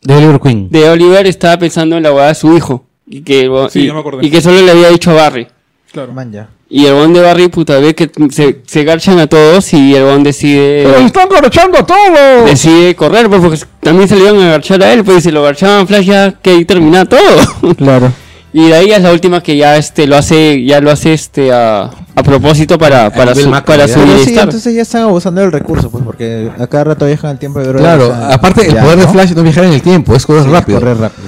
Speaker 1: De Oliver Queen.
Speaker 2: De Oliver estaba pensando en la boda de su hijo. Y que, el huevón-
Speaker 4: Sí,
Speaker 2: y,
Speaker 4: ya me acordé.
Speaker 2: y que solo le había dicho a Barry.
Speaker 4: Claro.
Speaker 3: Man, ya.
Speaker 2: Y el huevón de Barry, puta, ve que se, se garchan a todos y el huevón decide.
Speaker 1: están aprovechando a todos!
Speaker 2: Decide correr, pues, porque también se le iban a garchar a él, pues, y se lo garchaban Flash ya que ahí terminaba todo.
Speaker 3: Claro.
Speaker 2: Y de ahí es la última que ya este lo hace, ya lo hace este a, a propósito para, para
Speaker 1: nivel
Speaker 2: su,
Speaker 1: macro,
Speaker 2: para
Speaker 1: ya.
Speaker 2: su
Speaker 1: Pero
Speaker 3: Pero sí,
Speaker 2: bienestar.
Speaker 3: entonces ya están abusando del recurso, pues, porque a cada rato viajan el tiempo de verdad.
Speaker 1: Claro,
Speaker 3: o sea,
Speaker 1: aparte el
Speaker 3: ya,
Speaker 1: poder de
Speaker 3: ¿no?
Speaker 1: Flash es no viajar en el tiempo, es correr
Speaker 3: Sí,
Speaker 1: rápido.
Speaker 3: correr rápido.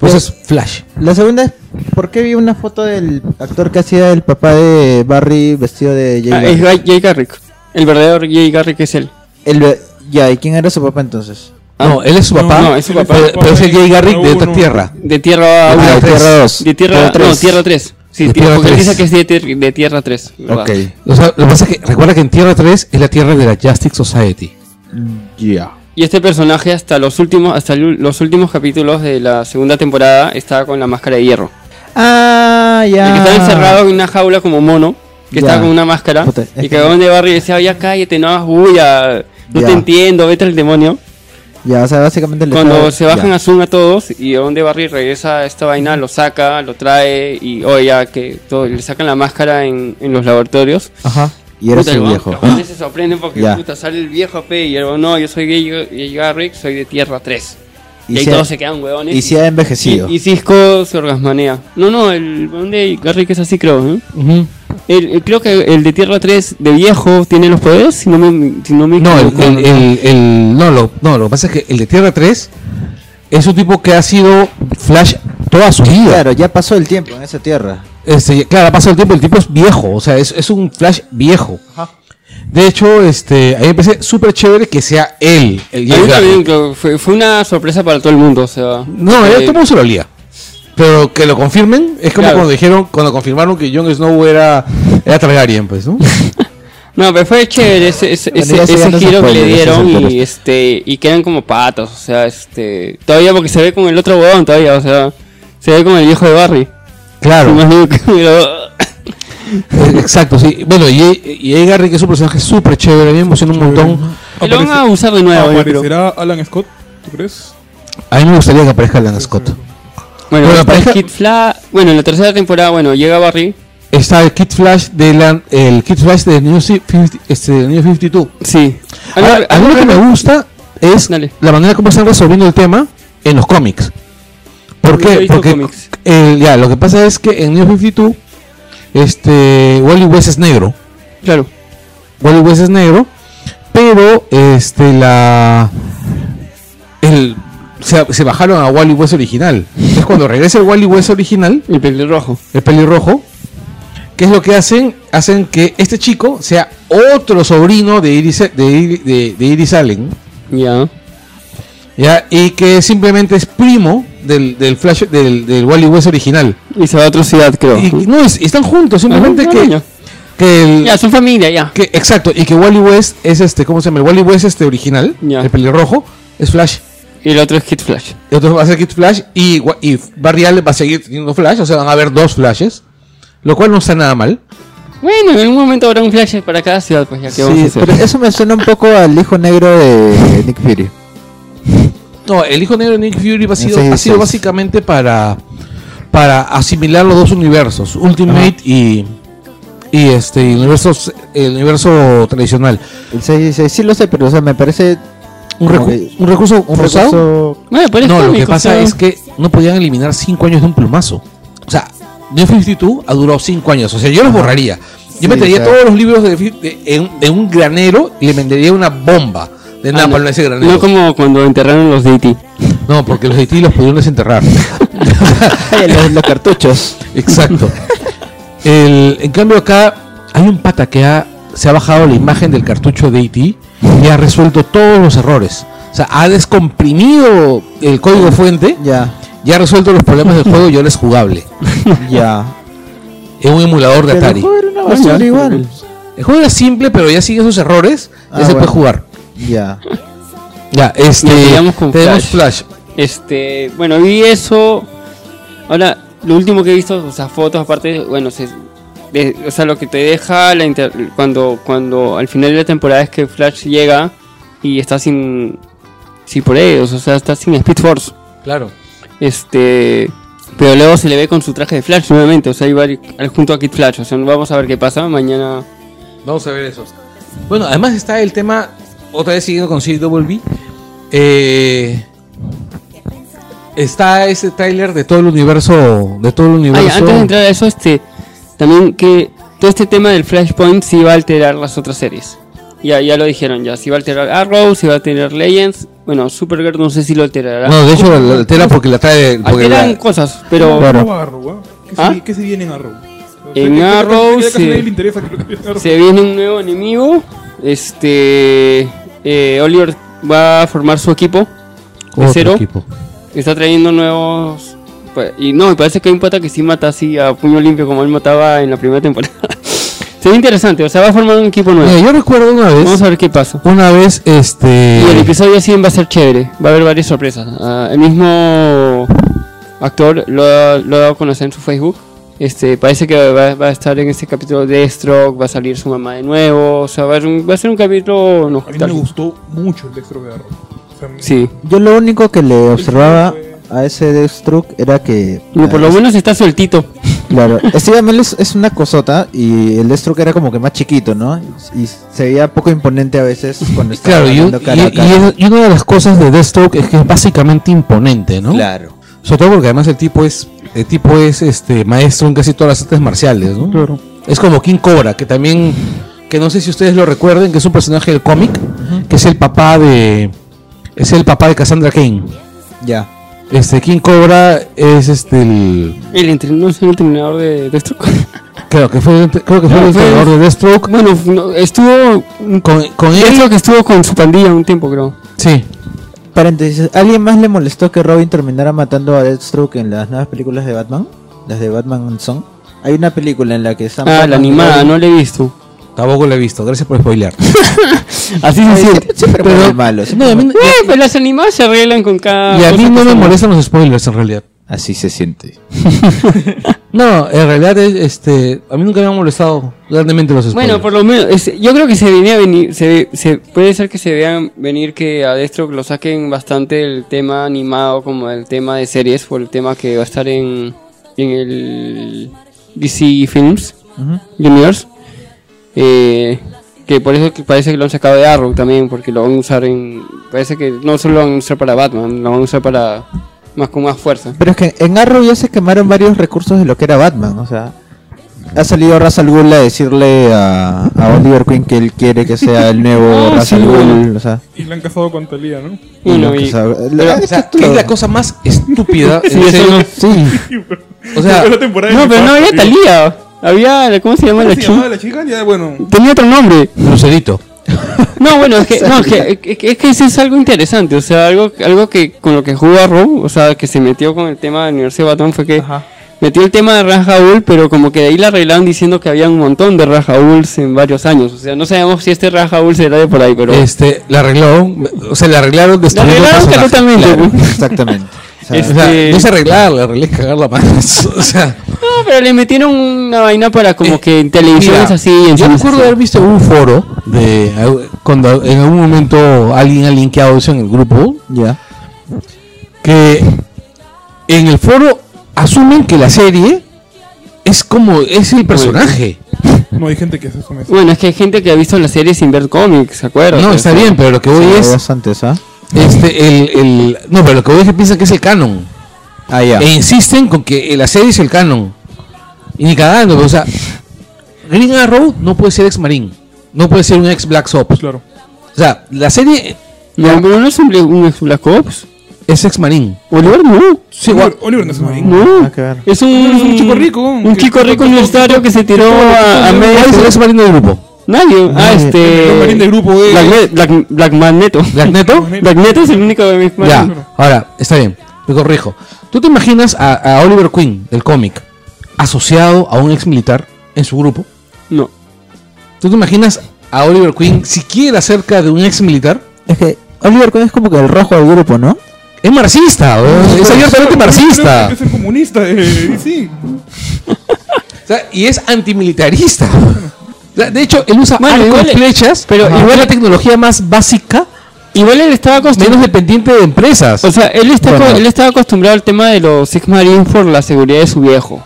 Speaker 1: Pues es Flash.
Speaker 3: La segunda es, ¿por qué vi una foto del actor que hacía el papá de Barry vestido de Jay
Speaker 2: Ah, es Guy- Jay Garrick. El verdadero Jay Garrick es él.
Speaker 3: El ve- ya, ¿y quién era su papá entonces?
Speaker 2: Ah.
Speaker 1: No, él es su
Speaker 4: No,
Speaker 1: papá.
Speaker 2: no, es su
Speaker 4: él
Speaker 2: papá.
Speaker 1: Pero, pero es el Jay Garrick de otra
Speaker 4: Uno.
Speaker 1: tierra.
Speaker 2: De tierra
Speaker 1: Ah,
Speaker 2: uno.
Speaker 1: tres.
Speaker 3: Tierra 2.
Speaker 2: De tierra no, tierra 3. Sí,
Speaker 1: De
Speaker 2: tierra,
Speaker 1: Tierra
Speaker 2: porque él
Speaker 1: tres.
Speaker 2: dice que es de, tier- de tierra 3.
Speaker 3: Ok.
Speaker 1: O sea, lo que pasa es que recuerda que en Tierra 3 es la tierra de la Justice Society.
Speaker 2: Y este personaje hasta los últimos hasta el ul- los últimos capítulos de la segunda temporada estaba con la máscara de hierro.
Speaker 3: Ah, ya.
Speaker 2: El que estaba encerrado en una jaula como mono, que
Speaker 3: Ya.
Speaker 2: estaba con una máscara,
Speaker 3: Puta, es
Speaker 2: y
Speaker 3: que-
Speaker 2: que de Barry decía, ya cállate, no hagas bulla, no
Speaker 3: Ya.
Speaker 2: te entiendo, vete al demonio.
Speaker 3: Ya, o sea, básicamente le
Speaker 2: Cuando
Speaker 3: estaba-
Speaker 2: se bajan
Speaker 3: ya.
Speaker 2: a Zoom a todos y donde Barry regresa a esta vaina, lo saca, lo trae y oye, ya que todo, le sacan la máscara en, en los laboratorios.
Speaker 3: Ajá. Y era
Speaker 2: Puta,
Speaker 3: su
Speaker 2: el
Speaker 3: viejo. Ah.
Speaker 2: Los jóvenes se sorprenden porque
Speaker 3: Ya.
Speaker 2: puta, sale el viejo P y el huevón, no, yo soy gay, gay Garrick, soy de Tierra 3. Y,
Speaker 3: Y
Speaker 2: ahí
Speaker 3: se-
Speaker 2: todos se quedan huevones.
Speaker 3: Y si ha envejecido.
Speaker 2: y- y Cisco se orgasmanea. No, no, el huevón de Garrick es así, creo. ¿no? El- el- creo que el de Tierra 3 de viejo tiene los poderes, si no me, si no me
Speaker 1: No, el,
Speaker 2: equivoco.
Speaker 1: el- el- el- no, lo, no, lo que pasa es que el de Tierra 3 es un tipo que ha sido Flash toda su vida.
Speaker 3: Claro, ya pasó el tiempo en esa tierra.
Speaker 1: Este, claro, pasa el tiempo, el tipo es viejo, o sea, es, es un Flash viejo. De hecho, este, ahí empecé súper chévere que sea él, el
Speaker 5: A
Speaker 1: Jay
Speaker 5: mí también,
Speaker 1: Garrick.
Speaker 5: creo, fue, fue una sorpresa para todo el mundo, o sea.
Speaker 1: No,
Speaker 5: eh,
Speaker 1: él todo el mundo se lo olía. Pero que lo confirmen, es como
Speaker 5: Claro.
Speaker 1: cuando dijeron, cuando confirmaron que Jon Snow era, era Targaryen, pues, ¿no?
Speaker 5: No, pero fue chévere ese, ese,
Speaker 3: Bueno,
Speaker 5: ese-
Speaker 3: ya
Speaker 5: ese
Speaker 3: siguiendo
Speaker 5: giro que le
Speaker 3: spoilers,
Speaker 5: dieron
Speaker 3: esos
Speaker 5: y
Speaker 3: spoilers.
Speaker 5: este y quedan como patas, o sea, este todavía porque se ve con el otro huevón todavía, o sea, se ve con el viejo de Barry.
Speaker 1: Claro.
Speaker 5: Más bien que- pero-
Speaker 1: Eh, Exacto, sí. Bueno, y, y Jay Garrick es un personaje súper chévere, a mí me emociona un montón.
Speaker 5: Y lo van a usar de
Speaker 1: Ah,
Speaker 5: nuevo, yo creo.
Speaker 4: ¿Aparecerá Alan Scott? ¿Tú crees?
Speaker 1: A mí me gustaría que aparezca Alan Scott.
Speaker 5: Bueno,
Speaker 1: Bueno,
Speaker 5: está
Speaker 1: pareja-
Speaker 5: Kid Fla- bueno, en la tercera temporada, bueno, llega Barry.
Speaker 1: Está el Kid Flash de la, el Kid Flash de New, Ci- 50 este, de New 52.
Speaker 5: Sí.
Speaker 1: Ahora,
Speaker 5: ah,
Speaker 1: a mí lo que me gusta es
Speaker 5: Dale.
Speaker 1: la manera como están resolviendo el tema en los cómics. ¿Por
Speaker 5: No he
Speaker 1: qué?
Speaker 5: visto
Speaker 1: Porque
Speaker 5: cómics.
Speaker 1: el- ya, lo que pasa es que en New 52 este, Wally West es negro.
Speaker 5: Claro.
Speaker 1: Wally West es negro, pero este la el se, se bajaron a Wally West original. Es cuando regresa el Wally West original,
Speaker 5: El pelirrojo.
Speaker 1: el pelirrojo, ¿qué es lo que hacen? Hacen que este chico sea otro sobrino de Iris de, Iri- de- de Iris Allen.
Speaker 5: Ya.
Speaker 1: ¿ya? Y que simplemente es primo del, del Flash del, del Wally West original.
Speaker 5: Y se va a otra ciudad, creo.
Speaker 1: Y no es- están juntos, simplemente
Speaker 5: Ajá,
Speaker 1: que,
Speaker 5: cariño.
Speaker 1: que el-
Speaker 5: Ya, son familia, ya.
Speaker 1: que- exacto, y que Wally West es este, ¿cómo se llama? El Wally West este original,
Speaker 5: Ya.
Speaker 1: el pelirrojo, es Flash.
Speaker 5: Y el otro es Kid Flash.
Speaker 1: El otro va a ser Kid Flash y, Wa- y Barry Allen va a seguir teniendo Flash, o sea, van a haber dos Flashes, lo cual no está nada mal.
Speaker 5: Bueno, en algún momento habrá un Flash para cada ciudad, pues ya que vamos a
Speaker 3: Sí,
Speaker 5: hacer.
Speaker 3: pero eso me suena un poco al hijo negro de Nick Fury.
Speaker 1: No, el hijo negro de Nick Fury ha sido,
Speaker 3: Sí,
Speaker 1: ha
Speaker 3: sí,
Speaker 1: sido
Speaker 3: sí.
Speaker 1: básicamente para, para asimilar los dos universos, Ultimate y, y este y el universo, el universo tradicional.
Speaker 3: El 666, sí lo sé, pero o sea, me parece
Speaker 1: Un, recu-
Speaker 3: como que-
Speaker 1: un recurso
Speaker 3: un
Speaker 1: forzado.
Speaker 3: recurso-
Speaker 5: Bueno, pero es
Speaker 1: No, lo
Speaker 5: cómico,
Speaker 1: que
Speaker 5: o
Speaker 1: pasa
Speaker 5: sea,
Speaker 1: es que no podían eliminar 5 años de un plumazo. O sea, New 52 ha durado 5 años. O sea, yo los borraría. Yo
Speaker 3: Sí,
Speaker 1: metería
Speaker 3: ya.
Speaker 1: todos los libros de, fi- de- en, en un granero y le vendería una bomba de
Speaker 5: ah,
Speaker 1: nada
Speaker 5: no,
Speaker 1: en ese granero.
Speaker 5: no
Speaker 1: No,
Speaker 5: como cuando enterraron los DT.
Speaker 1: porque los haití los pudieron desenterrar.
Speaker 3: Ay, los, los cartuchos.
Speaker 1: Exacto. El- en cambio, acá hay un pata que ha- se ha bajado la imagen del cartucho de IT y ha resuelto todos los errores. O sea, ha descomprimido el código fuente
Speaker 3: Ya,
Speaker 1: y ha resuelto los problemas del juego y ahora es jugable.
Speaker 3: ya.
Speaker 1: Es un emulador de
Speaker 3: Pero el
Speaker 1: Atari.
Speaker 3: juego era una basura igual.
Speaker 1: El juego era simple, pero ya sigue sus errores.
Speaker 3: Ah,
Speaker 1: ya se puede
Speaker 3: bueno.
Speaker 1: jugar.
Speaker 3: Ya.
Speaker 1: Ya, este.
Speaker 5: Nos pillamos con
Speaker 1: tenemos
Speaker 5: Flash.
Speaker 1: Flash.
Speaker 5: Este, bueno, vi eso. Ahora, lo último que he visto, o sea, fotos aparte, bueno, se- de- o sea, lo que te deja la inter- cuando, cuando al final de la temporada es que Flash llega y está sin, sin por ellos, o sea, está sin Speed Force.
Speaker 1: Claro.
Speaker 5: Este, pero luego se le ve con su traje de Flash nuevamente, o sea, iba al- al- junto a Kid Flash, o sea, vamos a ver qué pasa mañana.
Speaker 1: Vamos a ver eso. Bueno, además está el tema. Otra vez siguiendo con CW. Eh, está ese tráiler de todo el universo. De todo el
Speaker 5: Ah,
Speaker 1: universo.
Speaker 5: ya, antes de entrar a eso, este, también que todo este tema del Flashpoint sí va a alterar las otras series. Ya, ya lo dijeron, ya, si va a alterar Arrow, si va a alterar Legends, bueno, Supergirl no sé si lo alterará.
Speaker 1: no, de hecho, la altera porque la trae. Porque
Speaker 5: Alteran
Speaker 1: la-
Speaker 5: cosas, pero
Speaker 3: Claro.
Speaker 4: ¿Cómo va Arrow, ah? ¿Qué,
Speaker 5: ¿Ah?
Speaker 4: se, ¿Qué se viene en Arrow?
Speaker 5: En
Speaker 4: ¿Qué- qué-
Speaker 5: Arrow
Speaker 4: qué- qué- casi
Speaker 5: se-
Speaker 4: nadie le interesa que lo que viene en Arrow.
Speaker 5: se viene un nuevo enemigo, este, eh, Oliver va a formar su equipo de
Speaker 1: Otro
Speaker 5: cero,
Speaker 1: equipo.
Speaker 5: está trayendo nuevos... pa- Y no, me parece que hay un pata que sí mata así a puño limpio como él mataba en la primera temporada. Se ve interesante, o sea, va a formar un equipo nuevo.
Speaker 1: Mira, yo recuerdo una vez.
Speaker 5: Vamos a ver qué pasa.
Speaker 1: Una vez, este.
Speaker 5: Y el episodio 100 va a ser chévere, va a haber varias sorpresas. Ah, el mismo actor lo ha, lo ha dado a conocer en su Facebook. Este, parece que va, va a estar en este capítulo de Stroke, va a salir su mamá de nuevo, o sea, va a, ser un, va a ser un capítulo
Speaker 4: A mí me
Speaker 5: nostálgico.
Speaker 4: gustó mucho el texto de Arrow. O sea, me-
Speaker 5: Sí.
Speaker 3: Yo lo único que le observaba a ese Deathstroke era que. eh,
Speaker 5: Bueno, por lo menos está sueltito.
Speaker 3: Claro, Steve Amell es, es una cosota y el Deathstroke era como que más chiquito, ¿no? Y, y se veía poco imponente a veces cuando estaba
Speaker 1: Claro, y,
Speaker 3: hablando cara a
Speaker 1: y-
Speaker 3: cara.
Speaker 1: y es- y una de las cosas de Deathstroke es que es básicamente imponente, ¿no?
Speaker 3: Claro.
Speaker 1: Sobre todo porque además el tipo es, el tipo es este maestro en casi todas las artes marciales, ¿no? Claro. Es como King Cobra, que también, que no sé si ustedes lo recuerden, que es un personaje del cómic, que es el papá de, es el papá de Cassandra Kane.
Speaker 3: Ya.
Speaker 1: Este King Cobra es este el
Speaker 5: El entre- no es el entrenador de Deathstroke.
Speaker 1: creo que fue creo que fue
Speaker 5: No,
Speaker 1: el
Speaker 5: fue-
Speaker 1: entrenador de Deathstroke
Speaker 5: Bueno, f- no, estuvo.
Speaker 1: con, con él.
Speaker 5: Deathstroke estuvo con su pandilla un tiempo, creo.
Speaker 1: Sí.
Speaker 3: Paréntesis, ¿alguien más le molestó que Robin terminara matando a Deathstroke en las nuevas películas de Batman? Las de Batman and Son. Hay una película en la que Sam
Speaker 5: Ah,
Speaker 3: Batman
Speaker 5: la animada,
Speaker 3: y Robin-
Speaker 5: no la he visto.
Speaker 1: Tampoco lo he visto. Gracias por spoilear.
Speaker 5: Así se
Speaker 3: Ay,
Speaker 5: siente.
Speaker 3: siempre- siempre
Speaker 5: Pero-
Speaker 3: muere el malo. siempre
Speaker 1: No, a mí
Speaker 3: muere-
Speaker 1: no-
Speaker 5: Eh, pero las animadas se arreglan con cada.
Speaker 1: y a
Speaker 5: Ah, cosa
Speaker 1: mí
Speaker 5: que
Speaker 1: no me
Speaker 5: se-
Speaker 1: molestan los spoilers en realidad.
Speaker 3: Así se siente.
Speaker 1: No, en realidad es, este a mí nunca me han molestado grandemente los spoilers.
Speaker 5: Bueno, por lo menos, este, yo creo que se venía a venir, se, se- puede ser que se vean venir que a Deathstroke lo saquen bastante el tema animado como el tema de series por el tema que va a estar en, en el DC Films Universe. Eh, que por eso que parece que lo han sacado de Arrow también, porque lo van a usar en... Parece que no solo lo van a usar para Batman, lo van a usar para... Más con más fuerza.
Speaker 3: Pero es que en Arrow ya se quemaron varios recursos de lo que era Batman, o sea. Ha salido Ra's al Ghul a decirle a, a Oliver Queen que él quiere que sea el nuevo
Speaker 5: Ah,
Speaker 3: Ra's
Speaker 5: sí,
Speaker 3: al Ghul,
Speaker 5: bueno.
Speaker 3: o sea.
Speaker 4: Y la han casado con Talía, ¿no?
Speaker 5: Bueno,
Speaker 3: lo que
Speaker 5: y-
Speaker 3: sea.
Speaker 1: Pero,
Speaker 5: Ah,
Speaker 3: Es
Speaker 1: o sea,
Speaker 3: que
Speaker 1: ¿qué es
Speaker 3: todo.
Speaker 1: la cosa más estúpida? en
Speaker 5: Sí, eso
Speaker 1: serio?
Speaker 5: no-
Speaker 3: Sí.
Speaker 1: O sea,
Speaker 4: Fue la temporada de
Speaker 5: No, pero no había
Speaker 4: Infancia, tío.
Speaker 5: Talía. Había... ¿Cómo se llama
Speaker 4: ¿Cómo
Speaker 5: la
Speaker 4: se
Speaker 5: chica?
Speaker 4: llamaba la chica? Ya, bueno.
Speaker 5: Tenía otro nombre.
Speaker 1: Lucerito.
Speaker 5: No, bueno, es que, no, es que, es que- es que eso es algo interesante. O sea, algo, algo que con lo que jugó Arrow, o sea, que se metió con el tema de Universidad de Batman fue que metió el tema de Rajaul, pero como que de ahí la arreglaron diciendo que había un montón de Rajauls en varios años. O sea, no sabemos si este Rajaul será de por ahí, pero.
Speaker 1: Este, la arreglaron, o sea, la arreglaron
Speaker 5: la
Speaker 1: destruyendo el
Speaker 5: arreglaron
Speaker 1: personaje.
Speaker 5: completamente.
Speaker 1: Claro.
Speaker 5: pues.
Speaker 3: Exactamente. O sea,
Speaker 5: Es-
Speaker 1: O sea,
Speaker 5: Este-
Speaker 1: no se arreglar, la arreglé cagar la mano. o sea,
Speaker 5: No, pero le metieron una vaina para como
Speaker 1: Eh,
Speaker 5: que en televisiones
Speaker 1: Mira,
Speaker 5: así. En
Speaker 1: yo me
Speaker 5: cines
Speaker 1: acuerdo
Speaker 5: así.
Speaker 1: haber visto un foro de eh, cuando en algún momento alguien ha linkeado eso en el grupo
Speaker 3: ya.
Speaker 1: que en el foro asumen que la serie es como es el personaje.
Speaker 4: No hay gente que hace eso. me hace.
Speaker 5: Bueno, es que hay gente que ha visto la serie sin ver cómics, ¿se acuerdan?
Speaker 1: No, está bien, pero lo que voy
Speaker 3: Sí,
Speaker 1: es
Speaker 3: bastantes, ¿ah?
Speaker 1: este el, el no, pero lo que voy es que piensan que es el canon.
Speaker 3: Ah, ya.
Speaker 1: E insisten con que la serie es el canon. Y ni cagando, o sea, Green Arrow no puede ser ex marín, no puede ser un ex Black Ops.
Speaker 4: Claro.
Speaker 1: O sea, la serie
Speaker 5: No, pero no es un, Bla- un Black Ops.
Speaker 1: es ex marín.
Speaker 5: Oliver no.
Speaker 1: Sí,
Speaker 4: Oliver, Oliver no es marín.
Speaker 5: No.
Speaker 3: Ah, qué ver.
Speaker 5: Es un,
Speaker 4: Es un chico rico,
Speaker 5: Un
Speaker 4: que-
Speaker 5: chico rico universitario que se tiró a, a media.
Speaker 1: ¿Cuál es el ex marín del grupo?
Speaker 5: Nadie. Ah,
Speaker 3: Nadie.
Speaker 5: este.
Speaker 4: El marín del grupo es-
Speaker 5: Black, Ne- Black, Black Magneto.
Speaker 1: ¿Black Neto?
Speaker 5: Black Magneto es el único de mis
Speaker 1: Ya, ahora, está bien, te corrijo. ¿Tú te imaginas a, a Oliver Queen, del cómic, asociado a un ex militar en su grupo?
Speaker 5: No.
Speaker 1: ¿Tú te imaginas a Oliver Queen siquiera cerca de un ex militar?
Speaker 3: Es que Oliver Queen es como que el rojo del grupo, ¿no?
Speaker 1: Es marxista, weón, es abiertamente marxista.
Speaker 4: Es el comunista, eh, y sí.
Speaker 1: O sea, y es antimilitarista. O sea, De hecho, él usa
Speaker 5: Bueno,
Speaker 1: armas,
Speaker 5: igual-
Speaker 1: flechas,
Speaker 5: pero
Speaker 1: pero igual
Speaker 5: igual-
Speaker 1: la tecnología más básica,
Speaker 5: Igual él estaba
Speaker 1: menos
Speaker 5: acostumbrado.
Speaker 1: dependiente de empresas.
Speaker 5: O sea, él, está
Speaker 1: Bueno.
Speaker 5: co- él estaba acostumbrado al tema de los Six Marines por la seguridad de su viejo.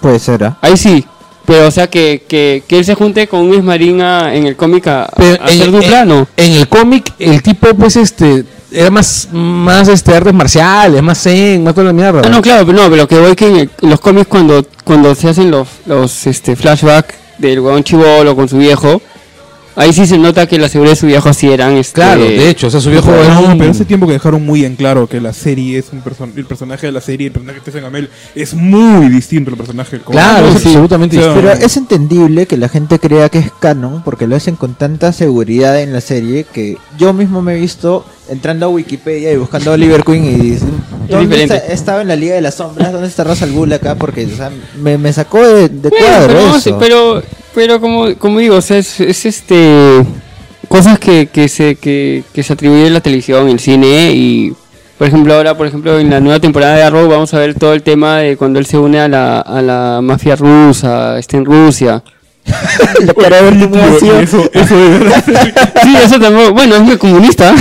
Speaker 3: Puede ser, ¿ah?
Speaker 5: Ahí sí. Pero, o sea, que, que, que él se junte con un ex marina en el cómic a, a
Speaker 1: Pero eh,
Speaker 5: hacer duplano.
Speaker 1: en el cómic, el tipo, pues, este, era más, más este, artes marciales, más zen, más toda la mierda.
Speaker 5: Ah, no, claro, pero no, pero lo que voy es que en el- en los cómics cuando, cuando se hacen los, los este, flashbacks del huevón chivolo con su viejo, ahí sí se nota que la seguridad de su viejo así eran este,
Speaker 1: Claro, de hecho, o sea, su viejo era
Speaker 4: No,
Speaker 1: un-
Speaker 4: pero hace tiempo que dejaron muy en claro que la serie es un personaje, el personaje de la serie, el personaje de Stephen Amell es muy distinto al personaje del cómic.
Speaker 1: Claro, es
Speaker 4: Sí.
Speaker 1: absolutamente
Speaker 4: Sí.
Speaker 1: distinto.
Speaker 3: Pero es entendible que la gente crea que es canon porque lo hacen con tanta seguridad en la serie que yo mismo me he visto entrando a Wikipedia y buscando a Oliver Queen y diciendo, ¿dónde
Speaker 5: diferente.
Speaker 3: está- estaba en la Liga de las Sombras? ¿Dónde está Ra's al Ghul acá? Porque o sea, me, me sacó de, de
Speaker 5: Bueno,
Speaker 3: cuadro
Speaker 5: pero, no,
Speaker 3: eso.
Speaker 5: sí, pero, pero como, como digo, o sea, es, es, este cosas que, que se que, que se atribuyen a la televisión, el cine y por ejemplo ahora, por ejemplo, en la nueva temporada de Arrow vamos a ver todo el tema de cuando él se une a la, a la mafia rusa, está en Rusia.
Speaker 3: La cara de Bernie me ha sido-
Speaker 4: Eso, eso de verdad.
Speaker 5: Sí, eso tampoco, bueno, es muy comunista.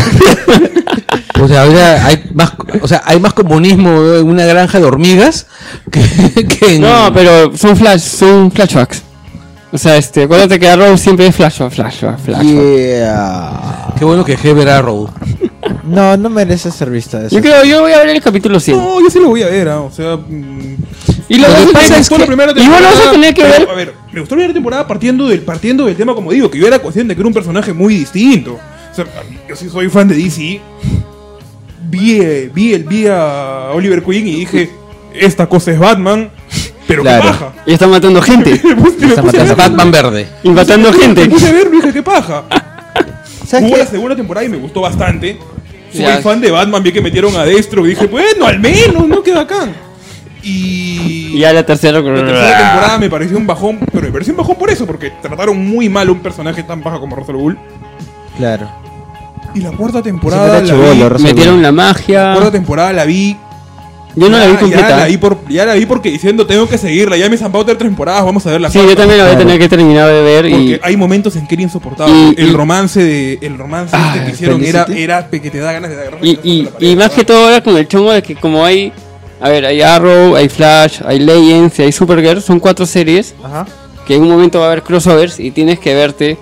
Speaker 1: O sea, ahora hay más, o sea, hay más comunismo en una granja de hormigas que, que en...
Speaker 5: No, pero son flash, son flashbacks. O sea, este, acuérdate que Arrow siempre es flashback, flashback, flashback.
Speaker 3: Yeah.
Speaker 1: Qué bueno que Heber Arrow.
Speaker 3: ah, No, no merece ser vista eso.
Speaker 5: Yo creo, yo voy a ver el capítulo 100.
Speaker 4: No, yo sí lo voy a ver, ah, o sea. mm,
Speaker 5: Y lo,
Speaker 1: Lo que
Speaker 5: vas a
Speaker 1: pasa
Speaker 5: tener-
Speaker 1: es
Speaker 4: gustó la primera
Speaker 5: y vos lo vas a tener que
Speaker 4: pero,
Speaker 5: ver.
Speaker 4: A ver, me gustó la primera temporada partiendo del, partiendo del tema, como digo, que yo era consciente que era un personaje muy distinto. O sea, a mí- yo sí soy fan de DC. vi, eh, vi, el, vi a Oliver Queen y dije, esta cosa es Batman, pero
Speaker 3: Claro.
Speaker 4: qué paja.
Speaker 5: Y está matando gente.
Speaker 4: Me puse- me
Speaker 3: Está
Speaker 4: puse a
Speaker 3: matando
Speaker 4: ver-
Speaker 1: Batman verde.
Speaker 5: Y matando gente.
Speaker 4: me puse a verlo y dije, qué paja.
Speaker 3: ¿Sabes
Speaker 4: Hubo
Speaker 3: qué?
Speaker 4: la segunda temporada y me gustó bastante. Soy
Speaker 5: Ya.
Speaker 4: fan de Batman, vi que metieron a Destro y dije, bueno, al menos, no queda bacán. Y...
Speaker 5: Y ya la tercera.
Speaker 4: La tercera temporada me pareció un bajón, pero me pareció un bajón por eso, porque trataron muy mal a un personaje tan bajo como Russell Bull.
Speaker 3: Claro.
Speaker 4: Y la cuarta
Speaker 3: Siempre
Speaker 4: temporada
Speaker 3: era
Speaker 4: la
Speaker 3: chibolo,
Speaker 4: vi,
Speaker 3: Russell Bull.
Speaker 5: Metieron la
Speaker 4: la
Speaker 5: magia.
Speaker 4: cuarta temporada la vi.
Speaker 5: Yo no la vi
Speaker 4: ya- Ya la
Speaker 5: completa.
Speaker 4: vi, por- ya la vi porque diciendo tengo que seguirla, ya me he zampado tres temporadas, vamos a ver la
Speaker 5: Sí,
Speaker 4: cuarta.
Speaker 5: yo también la voy a
Speaker 3: Claro.
Speaker 5: tener que terminar de ver.
Speaker 4: Porque
Speaker 5: Y
Speaker 4: hay momentos en que era insoportable.
Speaker 5: Y- y-
Speaker 4: el romance de el romance este
Speaker 5: Ah,
Speaker 4: que hicieron era,
Speaker 3: Felicity.
Speaker 4: era pe- que te da ganas de agarrar
Speaker 5: Y, y- y más que todo ahora con el chongo de que como hay, a ver, hay Arrow, hay Flash, hay Legends, y hay Supergirl, son cuatro series
Speaker 4: Ajá.
Speaker 5: que en un momento va a haber crossovers y tienes que verte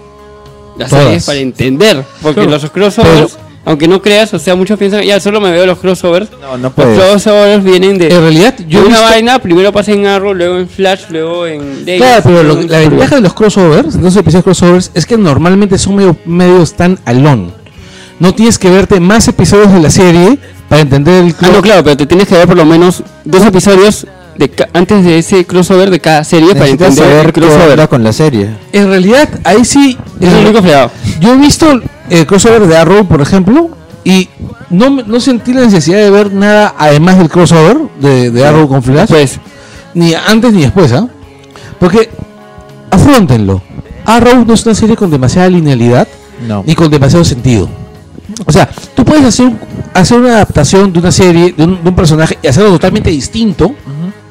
Speaker 5: las
Speaker 3: Todas.
Speaker 5: series para entender, porque los crossovers, aunque no creas, o sea, muchos piensan, ya solo me veo los crossovers.
Speaker 3: No, no
Speaker 5: Los
Speaker 4: Pues.
Speaker 3: puedes.
Speaker 5: crossovers vienen de,
Speaker 1: En realidad,
Speaker 5: de
Speaker 1: yo he
Speaker 5: una
Speaker 1: visto-
Speaker 5: vaina, primero pasa en Arrow, luego en Flash, luego en Legends.
Speaker 1: Eh, Claro, pero lo-
Speaker 5: luego
Speaker 1: la
Speaker 5: en Supergirl.
Speaker 1: ventaja de los crossovers, de los episodios crossovers, es que normalmente son medio, medios tan alone. No tienes que verte más episodios de la serie para entender el
Speaker 5: Ah, no, claro, pero te tienes que ver por lo menos dos episodios de ca- antes de ese crossover de cada serie para
Speaker 3: Necesitas
Speaker 5: entender el
Speaker 3: saber qué
Speaker 5: crossover.
Speaker 3: onda con la serie.
Speaker 1: En realidad, ahí sí. eh,
Speaker 5: Es el único fregado.
Speaker 1: Yo he visto el crossover de Arrow, por ejemplo, y no, me- no sentí la necesidad de ver nada además del crossover de, de Arrow con Flash.
Speaker 5: Pues,
Speaker 1: Ni antes ni después, ¿ah? Porque, afrontenlo. Arrow no es una serie con demasiada linealidad
Speaker 3: No.
Speaker 1: ni con demasiado sentido. O sea, tú puedes hacer, un- hacer una adaptación de una serie, de un, de un personaje, y hacerlo totalmente distinto,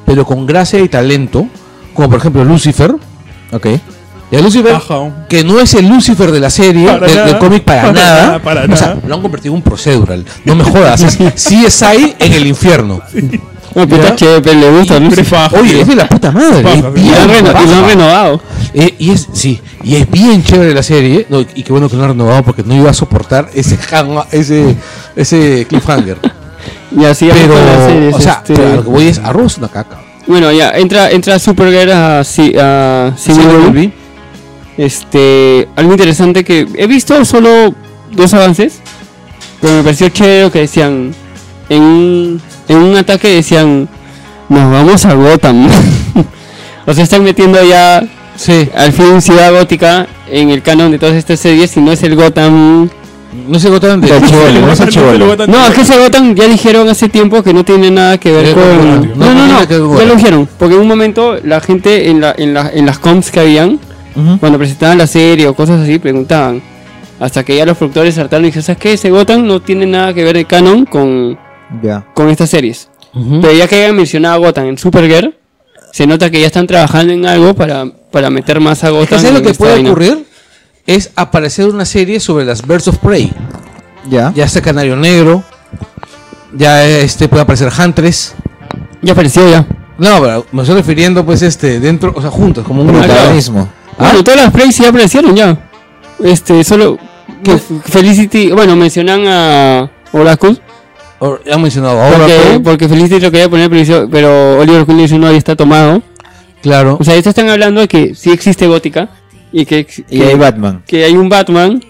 Speaker 1: pero con gracia y talento, como por ejemplo Lucifer.
Speaker 3: Ok.
Speaker 1: Y a Lucifer,
Speaker 4: Ajá.
Speaker 1: que no es el Lucifer de la serie,
Speaker 4: Para
Speaker 1: del, del
Speaker 4: nada,
Speaker 1: cómic para,
Speaker 4: para
Speaker 1: nada.
Speaker 4: nada, para
Speaker 1: O sea,
Speaker 4: nada.
Speaker 1: lo han convertido en un procedural. No me jodas, es CSI en el infierno.
Speaker 5: no, puta
Speaker 1: Ya.
Speaker 5: chévere, le gusta a Lucy.
Speaker 1: Oye, es de la puta madre.
Speaker 4: Paja,
Speaker 1: es
Speaker 4: sí.
Speaker 5: Y
Speaker 1: bien
Speaker 5: lo han reno- y lo han
Speaker 1: paja.
Speaker 5: renovado.
Speaker 1: Eh, y es, sí, y es bien chévere la serie, no, y qué bueno que no la han renovado porque no iba a soportar ese hang- ese, ese cliffhanger.
Speaker 5: Y así
Speaker 1: Pero,
Speaker 5: con las series,
Speaker 1: o sea,
Speaker 5: este-
Speaker 1: pero a lo que voy es arroz una caca.
Speaker 5: Bueno, ya, entra, entra Supergirl a, si, a Civil War. Este, algo interesante que he visto solo dos avances, pero me pareció chévere que decían en un, en un ataque decían nos vamos a Gotham. o sea, están metiendo ya
Speaker 1: Sí,
Speaker 5: al fin Ciudad Gótica en el canon de todas estas series y no es el Gotham.
Speaker 1: no se agotan de
Speaker 3: De chivolo, no es el chivolo.
Speaker 5: No, es que ese Gotham ya dijeron hace tiempo que no tiene nada que ver
Speaker 1: Eh,
Speaker 5: con
Speaker 1: no, no
Speaker 5: No, no,
Speaker 1: tiene
Speaker 5: no,
Speaker 1: que ver con
Speaker 5: ya lo
Speaker 1: Gotham.
Speaker 5: dijeron, porque en un momento la gente en la en la- en las comps que habían
Speaker 3: Ujú.
Speaker 5: cuando presentaban la serie o cosas así, preguntaban. Hasta que ya los productores saltaron y dijeron, ¿sabes qué? Ese Gotham no tiene nada que ver el canon con,
Speaker 3: Ya.
Speaker 5: con estas series.
Speaker 1: Ujú.
Speaker 5: Pero ya que hayan mencionado a Gotham en Supergirl, se nota que ya están trabajando en algo para, para meter más a Gotham.
Speaker 1: Es que ¿sabes
Speaker 5: en
Speaker 1: lo que
Speaker 5: esta
Speaker 1: puede
Speaker 5: vaina.
Speaker 1: ocurrir es aparecer una serie sobre las Birds of Prey.
Speaker 3: Ya.
Speaker 1: Ya está Canario Negro, ya este puede aparecer Huntress.
Speaker 5: Ya apareció ya.
Speaker 1: No, pero me estoy refiriendo pues este dentro, o sea, juntos como un
Speaker 5: Ah,
Speaker 1: grupo.
Speaker 3: Protagonismo.
Speaker 5: Bueno, todas las plays ya aparecieron ya. Este, solo que F- Felicity, bueno, mencionan a Oracle.
Speaker 1: O- Ya han mencionado ahora.
Speaker 5: Porque, porque Felicity lo quería poner, pero hizo- pero Oliver Queen le dice, no, ahí está tomado.
Speaker 1: Claro.
Speaker 5: O sea, estos están hablando de que sí existe Gótica y que, ex-
Speaker 3: Y
Speaker 5: que-
Speaker 3: hay Batman.
Speaker 5: que hay un Batman.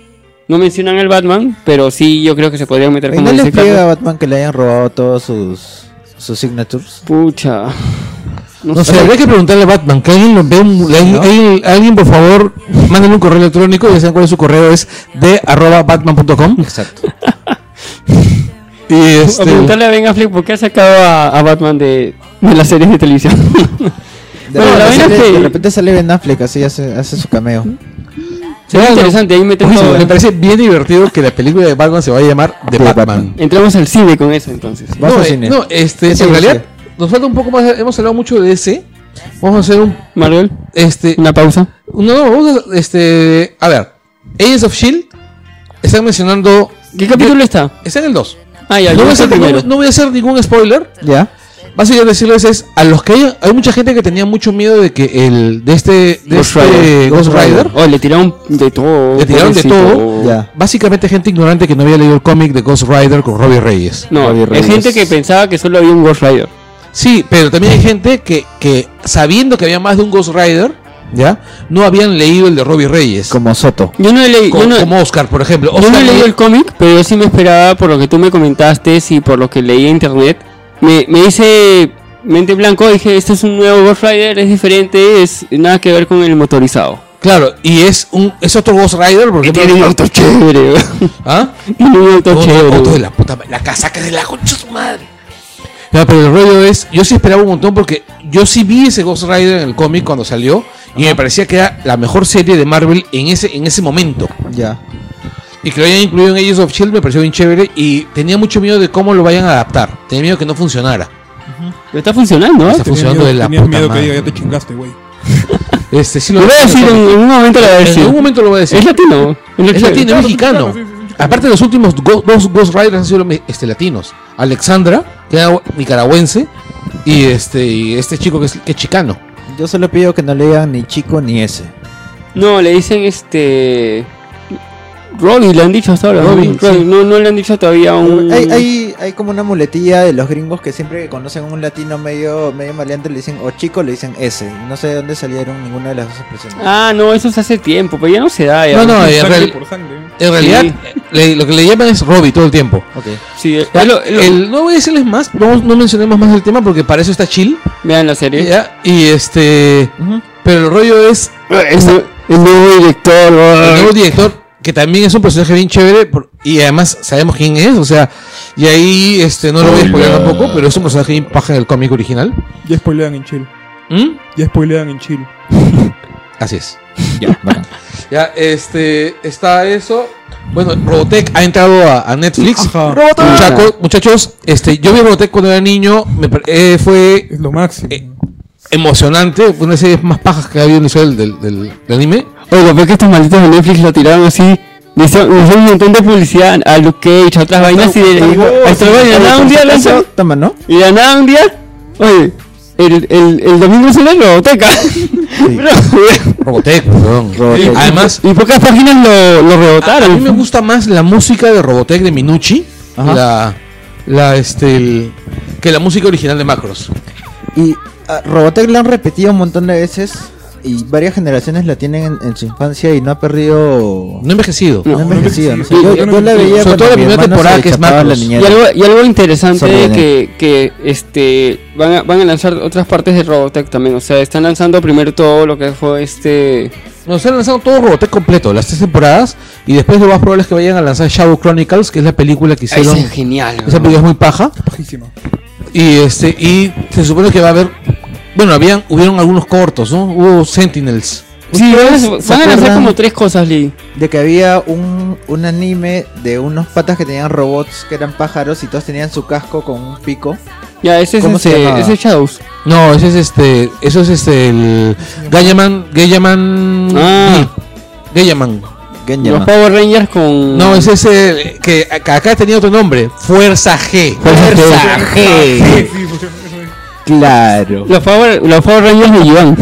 Speaker 5: No mencionan el Batman, pero sí yo creo que se podrían meter
Speaker 3: ¿Y
Speaker 5: como
Speaker 3: no
Speaker 5: en
Speaker 3: les
Speaker 5: ese
Speaker 3: pega a
Speaker 5: caso.
Speaker 3: Batman que le hayan robado todos sus, sus signatures?
Speaker 5: Pucha. No,
Speaker 1: No sé,
Speaker 5: sé.
Speaker 1: habría que preguntarle a Batman, que alguien lo vea, un- le-
Speaker 3: ¿no?
Speaker 1: alguien, alguien, por favor, mándenle un correo electrónico, ya saben cuál es su correo, es de arroba batman.com.
Speaker 3: Exacto.
Speaker 1: Y
Speaker 5: O
Speaker 1: este,
Speaker 5: preguntarle a Ben Affleck por qué ha sacado a, a Batman de, de las series de televisión.
Speaker 3: De,
Speaker 5: Bueno, la
Speaker 3: repente
Speaker 5: vaina es
Speaker 3: sale-
Speaker 5: que-
Speaker 3: de repente sale Ben Affleck, así hace, hace su cameo.
Speaker 5: Sería interesante, ahí meter
Speaker 1: buenísimo,
Speaker 5: todo.
Speaker 1: me parece bien divertido que la película de Batman se va a llamar The
Speaker 3: The
Speaker 1: Batman.
Speaker 3: Batman.
Speaker 5: Entramos al cine con eso entonces.
Speaker 3: Vas
Speaker 1: No,
Speaker 3: al
Speaker 1: eh,
Speaker 3: cine.
Speaker 1: no, este,
Speaker 3: ¿Qué te
Speaker 1: en
Speaker 3: gusta?
Speaker 1: realidad, nos falta un poco más, hemos hablado mucho de ese. Vamos a hacer un,
Speaker 5: Marvel,
Speaker 1: este,
Speaker 5: una pausa.
Speaker 1: no, no, vamos a, este, a ver, Agents of S.H.I.E.L.D. E están mencionando,
Speaker 5: ¿Qué capítulo está?
Speaker 1: está en el 2.
Speaker 5: Ah, ya,
Speaker 1: No voy a
Speaker 5: yo vi el
Speaker 1: hacer
Speaker 5: primero.
Speaker 1: ningún- no voy a hacer ningún spoiler,
Speaker 3: ¿Ya?
Speaker 1: Básicamente decirles es a los que hay, hay mucha gente que tenía mucho miedo de que el de este de
Speaker 5: Ghost
Speaker 1: este
Speaker 5: Rider.
Speaker 1: Ghost Rider,
Speaker 5: Oh, le tiraron de todo.
Speaker 1: Le tiraron de
Speaker 5: pobrecito.
Speaker 1: todo.
Speaker 3: Ya.
Speaker 1: básicamente gente ignorante que no había leído el cómic de Ghost Rider con Robbie Reyes.
Speaker 5: No,
Speaker 3: Javier
Speaker 5: hay
Speaker 3: Reyes.
Speaker 5: gente que pensaba que solo había un Ghost Rider.
Speaker 1: Sí, pero también hay gente que, que sabiendo que había más de un Ghost Rider ¿ya? No habían leído el de Robbie Reyes. Como,
Speaker 3: Como Soto.
Speaker 5: Yo no he leído. yo no-
Speaker 1: como Oscar, por ejemplo.
Speaker 5: Yo no
Speaker 1: Oscar
Speaker 5: he leído
Speaker 1: le-
Speaker 5: el cómic, pero yo sí me esperaba por lo que tú me comentaste y por lo que leí en internet. Me, me hice mente en blanco, dije, este es un nuevo Ghost Rider, es diferente, es nada que ver con el motorizado.
Speaker 1: Claro, y es un es otro Ghost Rider, porque
Speaker 5: Que tiene un auto chévere, weón.
Speaker 1: ¿Ah?
Speaker 5: Tiene un auto
Speaker 1: No, no,
Speaker 5: chévere.
Speaker 1: auto de
Speaker 5: weón.
Speaker 1: la puta ma- la casaca de la concha de su madre. Ya, pero el rollo es, yo sí esperaba un montón porque yo sí vi ese Ghost Rider en el cómic cuando salió y me parecía que era la mejor serie de Marvel en ese en ese momento.
Speaker 3: Ya.
Speaker 1: Y que lo hayan incluido en Agents of Shield E me pareció bien chévere y tenía mucho miedo de cómo lo vayan a adaptar. Tenía miedo que no funcionara.
Speaker 5: Pero está funcionando, ¿ah?
Speaker 1: Está
Speaker 4: Tenías
Speaker 1: funcionando
Speaker 4: miedo-
Speaker 1: de la
Speaker 4: tenías
Speaker 1: puta
Speaker 4: miedo
Speaker 1: madre.
Speaker 4: que diga, ya te chingaste, güey.
Speaker 1: Este sí
Speaker 5: Lo
Speaker 1: lo
Speaker 5: voy a decir en, en un momento, lo voy a
Speaker 1: en
Speaker 5: decir.
Speaker 1: algún momento lo voy a decir.
Speaker 5: Es latino.
Speaker 1: Es latino, es
Speaker 4: Claro,
Speaker 1: mexicano.
Speaker 4: claro, sí, sí, sí, chico.
Speaker 1: Aparte, los últimos go- dos Ghost Riders han sido me- este, latinos. Alexandra, que era nicaragüense, y este, y este chico que es, que es chicano.
Speaker 3: Yo solo pido que no le digan ni chico ni ese.
Speaker 5: No, le dicen este. Robbie, le han dicho hasta ahora.
Speaker 1: Robbie,
Speaker 5: Robbie, Robbie.
Speaker 1: sí.
Speaker 5: No, no le han dicho todavía un.
Speaker 3: Hay, hay, hay como una muletilla de los gringos que siempre que conocen a un latino medio, medio maleante le dicen o chico le dicen ese. Y no sé de dónde salieron ninguna de las dos expresiones.
Speaker 5: Ah, no, eso es hace tiempo, pero ya no se da. Ya.
Speaker 1: No, no, en,
Speaker 4: Sangre
Speaker 1: real-
Speaker 4: por sangre.
Speaker 1: en realidad, le- lo que le llaman es Robbie todo el tiempo.
Speaker 3: Ok.
Speaker 5: Sí, es
Speaker 1: Ya,
Speaker 5: lo- lo-
Speaker 1: el- no voy a decirles más, no, no mencionemos más el tema porque para eso está chill.
Speaker 5: Vean la serie.
Speaker 1: ya, Y este. Pero el rollo es
Speaker 5: Es el nuevo director.
Speaker 1: el nuevo director, que también es un personaje bien chévere, por- y además sabemos quién es, o sea, y ahí este no lo voy a spoiler tampoco, pero es un personaje bien paja del cómic original.
Speaker 4: Ya spoilean en Chile.
Speaker 1: ¿Mm?
Speaker 4: Ya spoilean en Chile.
Speaker 1: Así es. Ya, este, está eso. Bueno, Robotech ha entrado a, a Netflix.
Speaker 4: Ajá.
Speaker 1: Muchaco- muchachos, este, yo vi Robotech cuando era niño, me pare- eh, fue
Speaker 4: Es lo máximo.
Speaker 1: Eh, emocionante, fue una serie más pajas que ha habido en la historia del, del- del anime.
Speaker 5: Oiga, pero que estos malditos de Netflix lo tiraron así. Le hicieron, le hicieron un montón de publicidad a Luke Cage, a otras vainas y de, a Star Wars, y de nada un día lanzan.
Speaker 3: Toma, ¿no?
Speaker 5: Y de nada un día. Oye, el, el, el domingo se la roboteca.
Speaker 1: Robotech, perdón.
Speaker 3: Robotech.
Speaker 1: Además,
Speaker 5: y pocas páginas lo, lo
Speaker 1: A
Speaker 5: rebotaron.
Speaker 1: mí me gusta más la música de Robotech de Minucci
Speaker 3: Ajá.
Speaker 1: la, la, este, el- que la música original de Macros.
Speaker 3: Y a Robotech la han repetido un montón de veces y varias generaciones la tienen en, en su infancia y no ha perdido...
Speaker 1: No he envejecido.
Speaker 3: No, ha
Speaker 4: no
Speaker 3: envejecido.
Speaker 4: envejecido.
Speaker 3: no sé, yo,
Speaker 4: Yo no
Speaker 3: yo la
Speaker 4: envejecido.
Speaker 1: Sobre
Speaker 3: veía cuando
Speaker 1: todo la
Speaker 3: mi
Speaker 1: primera
Speaker 3: hermano se
Speaker 1: temporada,
Speaker 3: le
Speaker 1: que es
Speaker 3: chapaba la
Speaker 1: Macros.
Speaker 3: niñera.
Speaker 5: Y algo, y algo interesante
Speaker 3: Sorry,
Speaker 5: de
Speaker 3: Daniel.
Speaker 5: que, que este van a, van a lanzar otras partes de Robotech también. O sea, están lanzando primero todo lo que fue este.
Speaker 1: Nos han lanzado todo Robotech completo, las tres temporadas, y después lo más probable es que vayan a lanzar Shadow Chronicles, que es la película que
Speaker 5: Ese
Speaker 1: hicieron.
Speaker 5: es genial.
Speaker 1: Esa
Speaker 5: ¿no?
Speaker 1: película es muy paja.
Speaker 4: Pajísima.
Speaker 1: Y este, y se supone que va a haber. Bueno, habían, hubieron algunos cortos, ¿no? Hubo Sentinels.
Speaker 5: Sí, van a-
Speaker 3: ¿se
Speaker 5: van a lanzar
Speaker 3: acuerdan?
Speaker 5: como tres cosas, Lee.
Speaker 3: De que había un, un anime de unos patas que tenían robots que eran pájaros y todos tenían su casco con un pico.
Speaker 5: Ya, ese es,
Speaker 3: ¿Cómo se
Speaker 5: este-
Speaker 3: llamaba?
Speaker 5: ese es Shadows.
Speaker 1: No, ese es este. Eso es este el. Gayaman. Gayaman.
Speaker 5: Ah.
Speaker 1: Gayaman.
Speaker 5: Los Power Rangers con.
Speaker 1: No, ese es el que acá acá tenía otro nombre, Fuerza G.
Speaker 3: Fuerza eh,
Speaker 1: G.
Speaker 4: Sí, pues, eso es.
Speaker 3: Claro.
Speaker 5: Los Power, los Power Rangers de Givan.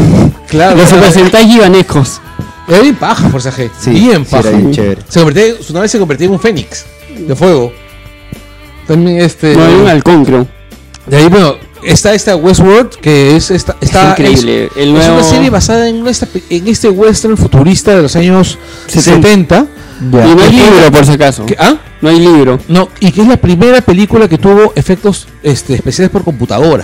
Speaker 1: Claro,
Speaker 5: los
Speaker 1: claro.
Speaker 5: representantes givanescos.
Speaker 1: Era bien paja Fuerza G.
Speaker 3: Sí,
Speaker 1: bien
Speaker 3: sí, era
Speaker 1: paja.
Speaker 3: bien chévere.
Speaker 1: se convertía, su nave se convertía en un fénix de fuego. También este
Speaker 5: no, hay un halcón, creo.
Speaker 1: de ahí bueno, está esta Westworld que es esta está
Speaker 5: es increíble.
Speaker 1: es
Speaker 5: el nuevo...
Speaker 1: una serie basada en, esta- en este western futurista de los años 70.
Speaker 5: Y no hay libro, por si
Speaker 3: Oh.
Speaker 5: acaso.
Speaker 1: que- ¿Ah?
Speaker 5: No hay libro.
Speaker 1: No, y que es la primera película que tuvo efectos este, especiales por computadora.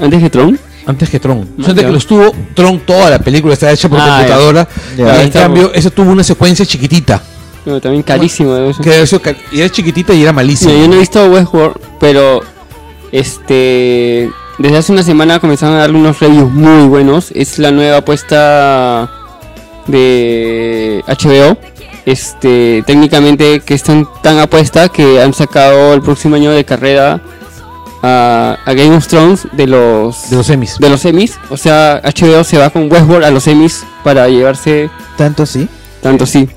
Speaker 5: Antes que Tron.
Speaker 1: Antes que Tron.
Speaker 5: Ah,
Speaker 1: O sea, antes
Speaker 5: ya.
Speaker 1: que los tuvo, Tron toda la película está hecha por
Speaker 5: Ah,
Speaker 1: computadora.
Speaker 3: ya.
Speaker 1: Y
Speaker 5: Ya,
Speaker 1: en
Speaker 5: está
Speaker 1: cambio, eso tuvo una secuencia chiquitita.
Speaker 5: Pero también carísimo. debe ser.
Speaker 1: Que era eso que- y era chiquitita y era malísima.
Speaker 5: Mira, yo no he visto Westworld, pero este desde hace una semana comenzaron a darle unos reviews muy buenos. Es la nueva apuesta de HBO. Este, técnicamente que están tan apuesta que han sacado el próximo año de carrera a, a Game of Thrones de los
Speaker 1: De los semis.
Speaker 5: de los Emmys. O sea, HBO se va con Westworld a los Emmys para llevarse
Speaker 3: Tanto sí.
Speaker 5: tanto sí.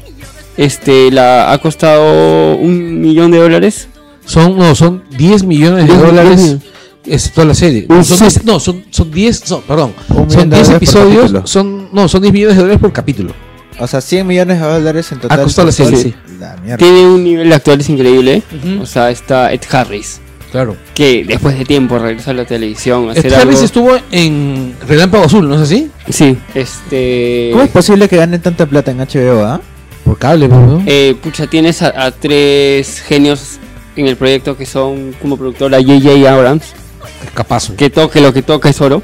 Speaker 5: Este, la ha costado un millón de dólares
Speaker 1: Son, no, son 10 millones de
Speaker 5: Diez
Speaker 1: dólares.
Speaker 5: millones.
Speaker 1: Es toda la serie.
Speaker 5: Un
Speaker 1: Son
Speaker 5: sub-
Speaker 1: diez- no, son, son 10, no, perdón.
Speaker 3: Un millón
Speaker 1: Son
Speaker 3: de
Speaker 1: 10
Speaker 3: dólares por
Speaker 1: episodios.
Speaker 3: capítulo.
Speaker 1: Son, no, son 10 millones de dólares por capítulo.
Speaker 3: O sea, 100 millones de dólares en total.
Speaker 1: Ha costado la serie,
Speaker 3: La mierda.
Speaker 5: Tiene un nivel de actores increíble. O sea, está Ed Harris.
Speaker 1: Claro.
Speaker 5: que después de tiempo regresa a la televisión a hacer
Speaker 1: Travis
Speaker 5: algo.
Speaker 1: estuvo en Relámpago Azul, ¿no es así?
Speaker 5: Sí, este.
Speaker 3: ¿Cómo es posible que ganen tanta plata en HBO, ah?
Speaker 1: Por cable, pues, ¿no?
Speaker 5: Eh, pucha, tienes a, a tres genios en el proyecto que son como productora J.J. Abrams,
Speaker 1: Capazo.
Speaker 5: que toque lo que toca es oro.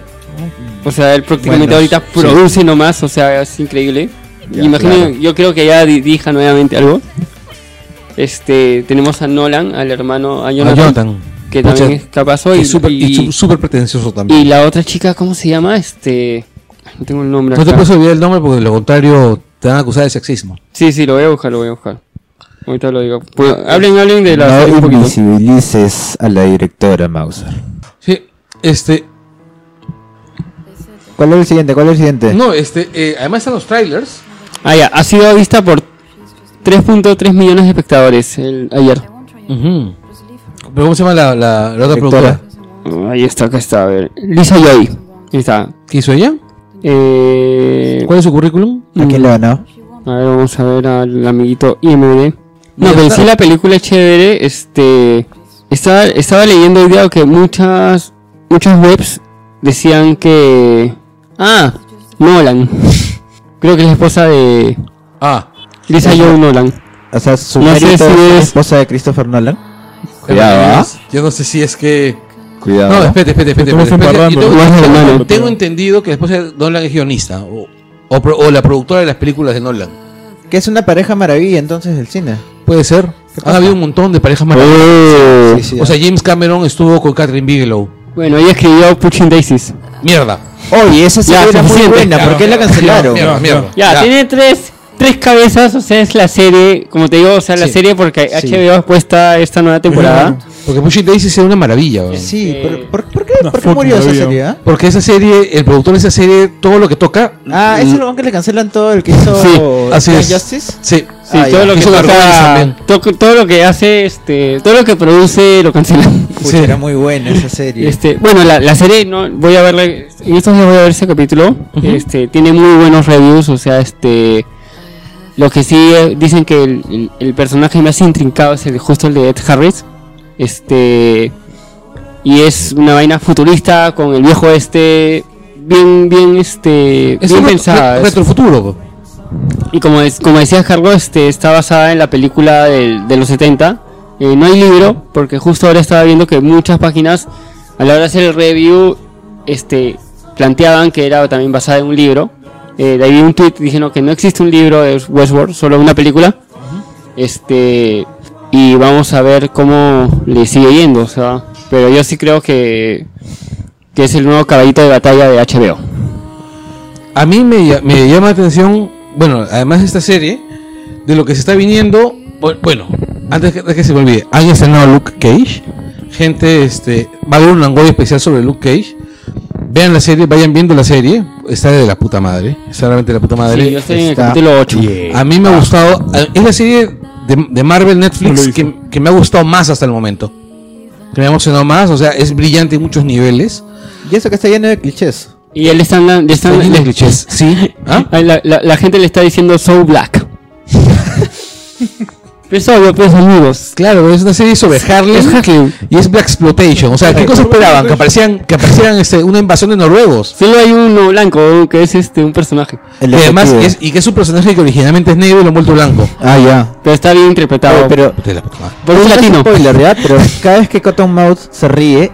Speaker 5: O sea, él prácticamente
Speaker 1: Mm. Bueno,
Speaker 5: ahorita
Speaker 1: sí.
Speaker 5: produce nomás, o sea, es increíble.
Speaker 1: Ya,
Speaker 5: Imagino,
Speaker 1: claro.
Speaker 5: yo creo que ya dirija nuevamente algo. Este, tenemos a Nolan, al hermano, a Jonathan,
Speaker 1: Ah, Jonathan.
Speaker 5: que
Speaker 1: Pucha,
Speaker 5: también es capaz
Speaker 1: Que
Speaker 5: hoy.
Speaker 1: es súper-
Speaker 5: y,
Speaker 1: Y su- súper pretencioso también.
Speaker 5: y la otra chica, ¿cómo se llama? Este, no tengo el nombre.
Speaker 1: No te
Speaker 5: acá.
Speaker 1: puedes olvidar el nombre porque de lo contrario te van a acusar de sexismo.
Speaker 5: Sí, sí, lo voy a buscar, lo voy a buscar. Ahorita lo digo. Pues,
Speaker 1: Ah,
Speaker 5: hablen, hablen de la serie
Speaker 3: No
Speaker 5: un poquito.
Speaker 3: invisibilices a la directora Mauser.
Speaker 1: Sí, este.
Speaker 3: ¿Cuál es el siguiente? ¿Cuál es el siguiente?
Speaker 1: No, este. eh, además están los trailers.
Speaker 5: Ah, ya, ha sido vista por 3.3 millones de espectadores el, ayer.
Speaker 1: Pero ¿Cómo se llama la, la- la otra
Speaker 3: Directora.
Speaker 1: productora?
Speaker 5: Oh, ahí está, acá está, a ver. Lisa Joy. Ahí está.
Speaker 1: ¿Qué hizo ella?
Speaker 5: Eh,
Speaker 1: ¿Cuál es su currículum?
Speaker 3: ¿A quién le ganó?
Speaker 5: a ver, vamos a ver al amiguito IMD. No,
Speaker 1: Mira,
Speaker 5: pero en sí
Speaker 1: está-
Speaker 5: la película es chévere. Este, estaba, estaba leyendo hoy día que muchas, muchas webs decían que... Ah, Nolan. Creo que es la esposa de...
Speaker 1: Ah,
Speaker 5: Lisa Joy Nolan.
Speaker 3: O sea, su
Speaker 5: No sé
Speaker 3: mérito
Speaker 5: si
Speaker 3: es la
Speaker 5: es-
Speaker 3: esposa de Christopher Nolan.
Speaker 1: ya
Speaker 3: Cuidado, ¿ah?
Speaker 1: Yo no sé si es que.
Speaker 3: Cuidado.
Speaker 1: No, espérate, espérate, espérate.
Speaker 4: Estamos
Speaker 1: espérate.
Speaker 4: embarrando.
Speaker 1: Yo
Speaker 5: Más
Speaker 1: tengo,
Speaker 5: hermano.
Speaker 1: tengo entendido que después de Nolan es guionista o, o pro- o la productora de las películas de Nolan.
Speaker 3: Que es una pareja maravilla entonces del cine.
Speaker 1: Puede ser. Han habido un montón de parejas maravillosas.
Speaker 5: Oh.
Speaker 3: Sí, sí,
Speaker 1: O sea, James Cameron estuvo con Catherine Bigelow.
Speaker 5: Bueno, ella escribió Pushing Daisies.
Speaker 1: Mierda.
Speaker 3: Oye, esa sí
Speaker 5: Ya,
Speaker 3: era muy
Speaker 5: suficiente.
Speaker 3: buena. ¿Por
Speaker 1: Claro.
Speaker 3: qué la cancelaron?
Speaker 1: Mierda,
Speaker 4: Ya,
Speaker 1: mierda.
Speaker 5: Ya, tiene tres, tres cabezas, o sea, es la serie, como te digo, o sea, la
Speaker 1: Sí,
Speaker 5: serie porque
Speaker 3: sí.
Speaker 5: HBO puesta esta nueva temporada.
Speaker 1: Porque Pushing Daisy es una maravilla, weón.
Speaker 3: Sí,
Speaker 5: Eh,
Speaker 3: pero ¿por, por qué,
Speaker 4: una
Speaker 3: por qué
Speaker 4: fucking
Speaker 3: murió esa
Speaker 4: maravilla.
Speaker 3: serie? ah?
Speaker 1: Porque esa serie, el productor de esa serie, todo lo que toca.
Speaker 3: Ah, ese es el que le cancelan todo el que hizo
Speaker 1: Sí, así
Speaker 3: Young
Speaker 1: es.
Speaker 3: Justice.
Speaker 1: Sí.
Speaker 5: Sí,
Speaker 3: Ah,
Speaker 5: Oh, todo
Speaker 3: ya.
Speaker 5: lo que
Speaker 1: Hizo Gargoyles
Speaker 5: toca,
Speaker 1: también.
Speaker 5: to- todo lo que hace, este, todo lo que produce lo cancelan.
Speaker 3: Pucha, era muy buena esa serie.
Speaker 5: Este, bueno, la, la serie no voy a verla en estos días voy a ver ese capítulo. Este, tiene muy buenos reviews, o sea, este lo que sí eh, dicen que el, el- el personaje más intrincado es el justo el de Ed Harris. Este y es una vaina futurista con el viejo este bien bien este
Speaker 1: Es
Speaker 5: bien
Speaker 1: un
Speaker 5: pensada.
Speaker 1: re-
Speaker 5: es-
Speaker 1: retrofuturo. weón.
Speaker 5: y como, es- como decía Carlos, este, está basada en la película del- de los 70. Eh, no hay libro, porque justo ahora estaba viendo que muchas páginas, a la hora de hacer el review, este, planteaban que era también basada en un libro. Eh, de ahí vi un tweet diciendo que no existe un libro de Westworld, solo una película. Este, y vamos a ver cómo le sigue yendo, o sea, pero yo sí creo que, que es el nuevo caballito de batalla de HBO.
Speaker 1: A mí me, ll- me llama la atención, bueno, además de esta serie, de lo que se está viniendo. bu- Bueno, antes que, de que se me olvide, han estrenado a Luke Cage. Gente, este, va a haber un angoy especial sobre Luke Cage. Vean la serie, vayan viendo la serie. Está de la puta madre. Está realmente de la puta madre.
Speaker 5: Sí, yo estoy en el
Speaker 3: está
Speaker 5: capítulo 8.
Speaker 1: A mí me ha gustado. a- Es la serie de, de Marvel
Speaker 4: No
Speaker 1: Netflix
Speaker 4: lo
Speaker 1: que, que me ha gustado más hasta el momento. Que me ha emocionado más. O sea, es brillante en muchos niveles.
Speaker 3: Y eso que está lleno de clichés.
Speaker 5: Y él están, le están,
Speaker 1: Oye,
Speaker 5: le-
Speaker 1: clichés, Sí. ¿Ah?
Speaker 5: Ay, La, la- la gente le está diciendo So Black. Pero es obvio, pues amigos.
Speaker 1: Claro, es una serie sobre Harlem.
Speaker 5: Es Harlem.
Speaker 1: Y es Black Exploitation. O sea, ¿qué cosa esperaban? Que aparecieran, que aparecieran este, una invasión de noruegos.
Speaker 5: Solo hay uno blanco que es este un personaje.
Speaker 3: El
Speaker 1: Y además,
Speaker 3: detective.
Speaker 1: es, y que es un personaje que originalmente es negro y lo han vuelto blanco.
Speaker 3: Ah, ya.
Speaker 5: Pero está bien interpretado.
Speaker 3: Oye, pero
Speaker 1: Puta de la puta madre.
Speaker 5: por un
Speaker 3: Eso no es
Speaker 5: latino.
Speaker 3: spoiler, ¿ya? Pero cada vez que Cottonmouth se ríe,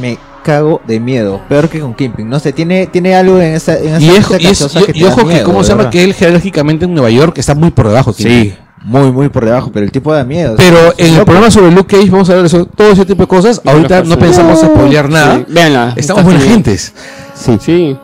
Speaker 3: me cago de miedo. Peor que con Kimping. No sé, tiene, tiene algo en esa. En esa
Speaker 1: Y, es-
Speaker 3: esa
Speaker 1: y es-
Speaker 3: cachosa
Speaker 1: y-
Speaker 3: te
Speaker 1: y
Speaker 3: da
Speaker 1: ojo que,
Speaker 3: miedo,
Speaker 1: ¿cómo
Speaker 3: de
Speaker 1: se llama?
Speaker 3: verdad.
Speaker 1: Que él jerárquicamente en Nueva York está muy por debajo.
Speaker 3: Sí, muy, muy por debajo, pero el tipo da miedo.
Speaker 1: Pero en el
Speaker 3: Loco.
Speaker 1: programa sobre Luke Cage vamos a hablar de eso- todo ese tipo de cosas.
Speaker 5: otras
Speaker 1: Ahorita no
Speaker 5: cosas.
Speaker 1: pensamos spoilear nada.
Speaker 5: Sí, véanla.
Speaker 1: Estamos
Speaker 5: Está
Speaker 1: buenas
Speaker 5: genial.
Speaker 1: gentes.
Speaker 3: Sí.
Speaker 5: Sí.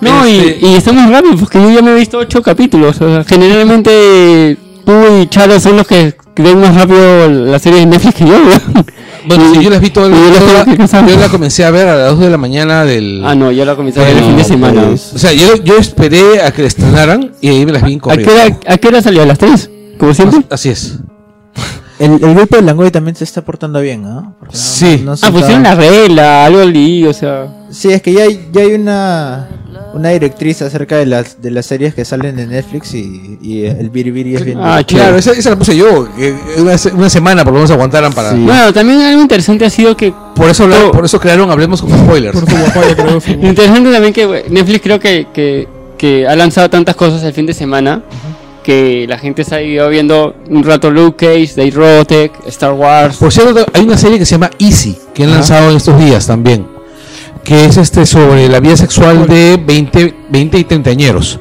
Speaker 5: No,
Speaker 1: Este-
Speaker 5: y, y estamos rápidos porque yo ya me he visto ocho capítulos. o sea, generalmente tú y Charo son los que ven más rápido la serie de Netflix que yo. ¿no?
Speaker 1: Bueno,
Speaker 5: Y-
Speaker 1: sí, yo las vi todas.
Speaker 5: y yo las tengo que
Speaker 1: Yo,
Speaker 5: casar.
Speaker 1: la comencé a ver a las 2 de la mañana del.
Speaker 5: Ah, no, yo la comencé a ver el
Speaker 1: No,
Speaker 5: fin de semana.
Speaker 3: pues.
Speaker 1: O sea, yo, yo esperé a que la estrenaran y ahí me las vi en
Speaker 5: ¿A qué,
Speaker 1: corrido.
Speaker 5: hora, ¿A qué hora salió? ¿A las tres? Como siempre.
Speaker 1: Así es.
Speaker 3: El, el grupo de Langoy también se está portando bien, ¿ah? Porque no-
Speaker 1: Sí.
Speaker 3: no- no se
Speaker 5: Ah,
Speaker 3: está-
Speaker 5: pusieron la regla, algo leí, o sea.
Speaker 3: Sí, es que ya hay, ya hay una, una directriz acerca de las, de las series que salen de Netflix y, y el biribiri es bien...
Speaker 5: Ah,
Speaker 1: Claro,
Speaker 5: chévere.
Speaker 1: esa, esa la puse yo. que Una, se- una semana por lo menos aguantaran para.
Speaker 3: Sí.
Speaker 5: Bueno, también algo interesante ha sido que
Speaker 1: Por eso, hablaron-
Speaker 5: Todo-
Speaker 1: por eso crearon Hablemos con Spoilers.
Speaker 4: Por su guapaya, creo. su-
Speaker 5: Lo interesante también que we- Netflix creo que, que, que ha lanzado tantas cosas el fin de semana que la gente se ha ido viendo un rato Luke Cage, Day Rotec, Star Wars.
Speaker 1: Por cierto, hay una serie que se llama Easy, que han lanzado en estos días también, que es este sobre la vida sexual de 20, 20 y treintañeros.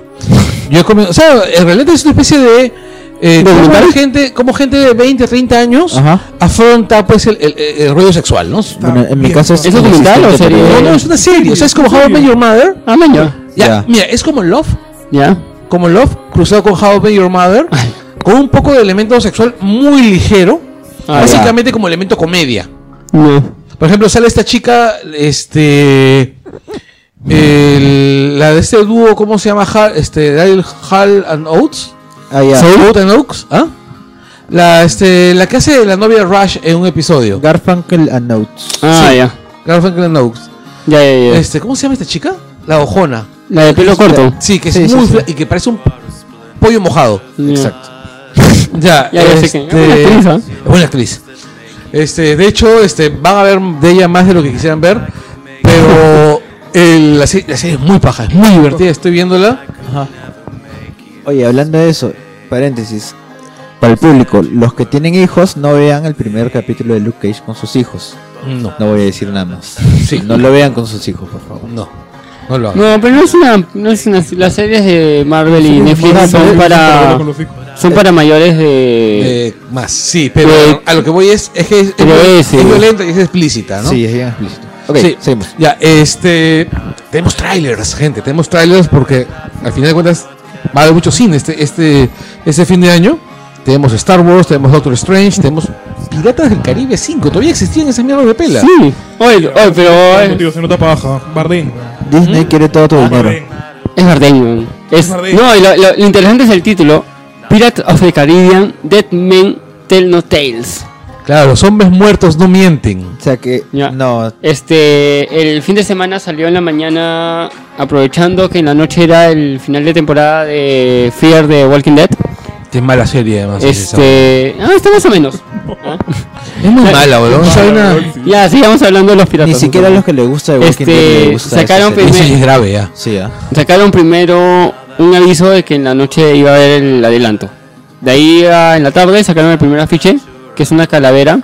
Speaker 1: Yo he comen- o sea, en realidad es una especie de eh, cómo gente, como gente de 20 a 30 años
Speaker 3: Ajá.
Speaker 1: afronta pues el, el, el- el rollo sexual, ¿no?
Speaker 3: Bueno, en mi
Speaker 4: Bien.
Speaker 3: caso
Speaker 5: ¿Es documental o
Speaker 3: inexistente,
Speaker 5: serie?
Speaker 3: pero-
Speaker 1: No, no, es una serie, o sea, es como How I Met Your Mother.
Speaker 5: Ah, mañana.
Speaker 1: Ya,
Speaker 3: Ya.
Speaker 1: mira, es como Love,
Speaker 5: Ya.
Speaker 1: como Love, cruzado con How I Met Your Mother, con un poco de elemento sexual muy ligero,
Speaker 5: Ah, ya.
Speaker 1: básicamente como elemento comedia.
Speaker 5: No.
Speaker 1: Por ejemplo, sale esta chica, este. el- la de este dúo, ¿cómo se llama? Hall, este, Daryl Hall and Oates.
Speaker 3: Ah, ya.
Speaker 1: Oates and Oaks, ¿ah? La, este, la que hace de la novia de Rush en un episodio.
Speaker 3: Garfunkel and Notes.
Speaker 5: Ah,
Speaker 1: Sí.
Speaker 5: ya.
Speaker 1: Garfunkel and Oates.
Speaker 5: Ya, ya, ya.
Speaker 1: Este, ¿Cómo se llama esta chica? La ojona.
Speaker 5: La de pelo corto.
Speaker 1: Sí, que es
Speaker 3: Sí, sí,
Speaker 1: muy
Speaker 3: sí.
Speaker 1: fla- y que parece un pollo mojado.
Speaker 5: Ya.
Speaker 1: Ya,
Speaker 5: Ya, ya sé
Speaker 1: este,
Speaker 5: quién. Es buena actriz, ¿ah?
Speaker 1: es buena actriz. Este, de hecho, este, van a ver de ella más de lo que quisieran ver, pero el- la, se- la serie es muy paja, es muy divertida, estoy viéndola.
Speaker 3: Oye, hablando de eso, paréntesis. Para el público, los que tienen hijos no vean el primer capítulo de Luke Cage con sus hijos.
Speaker 1: No,
Speaker 3: No voy a decir nada más.
Speaker 1: Sí.
Speaker 3: No lo vean con sus hijos, por favor.
Speaker 1: no, no lo hago.
Speaker 5: No, pero no es una, no es una las series de Marvel y Netflix son para
Speaker 4: con los hijos.
Speaker 5: son para mayores de
Speaker 1: Eh, más, sí, pero
Speaker 5: Eh,
Speaker 1: a lo que voy es, es que es,
Speaker 5: pero
Speaker 1: es
Speaker 5: ese.
Speaker 1: violenta y es explícita, ¿no?
Speaker 3: Sí, es bien explícito. Ok,
Speaker 1: Sí.
Speaker 3: seguimos.
Speaker 1: Ya, este. Tenemos trailers, gente. Tenemos trailers porque al final de cuentas va a haber mucho cine este, este, este fin de año. Tenemos Star Wars, tenemos Doctor Strange, tenemos Piratas del Caribe 5. Todavía existían esas mierdas de pela.
Speaker 5: Sí. Oye, oye, pero
Speaker 4: Por
Speaker 5: oye,
Speaker 4: motivo, se nota paja. Bardín.
Speaker 5: Mm.
Speaker 3: Disney quiere todo
Speaker 5: Ah,
Speaker 3: tu dinero.
Speaker 4: Bardín.
Speaker 5: Es Bardem, weón. Es,
Speaker 4: Es Bardem.
Speaker 5: no, y lo, lo- lo interesante es el título: Pirates of the Caribbean, Dead Men Tell No Tales.
Speaker 1: Claro, los hombres muertos no mienten.
Speaker 3: O sea que,
Speaker 5: Ya.
Speaker 3: no,
Speaker 5: Este, el fin de semana salió en la mañana, aprovechando que en la noche era el final de temporada de Fear de Walking Dead.
Speaker 1: Qué mala serie, además. es esa.
Speaker 5: este, ah, está más o menos. Ah.
Speaker 1: Es muy mala, boludo. Esa vaina-
Speaker 4: Bardín, sí.
Speaker 5: Ya, sigamos hablando de los piratas.
Speaker 3: ni siquiera a
Speaker 5: entonces.
Speaker 3: los que le gusta de Walking
Speaker 5: Este,
Speaker 3: Dead le gusta esa
Speaker 5: sacaron
Speaker 3: serie.
Speaker 1: Eso
Speaker 5: primer-
Speaker 1: ya es grave, ya.
Speaker 3: Sí, ah.
Speaker 5: Sacaron primero un aviso de que en la noche iba a haber el adelanto. De ahí a- en la tarde sacaron el primer afiche, que es una calavera.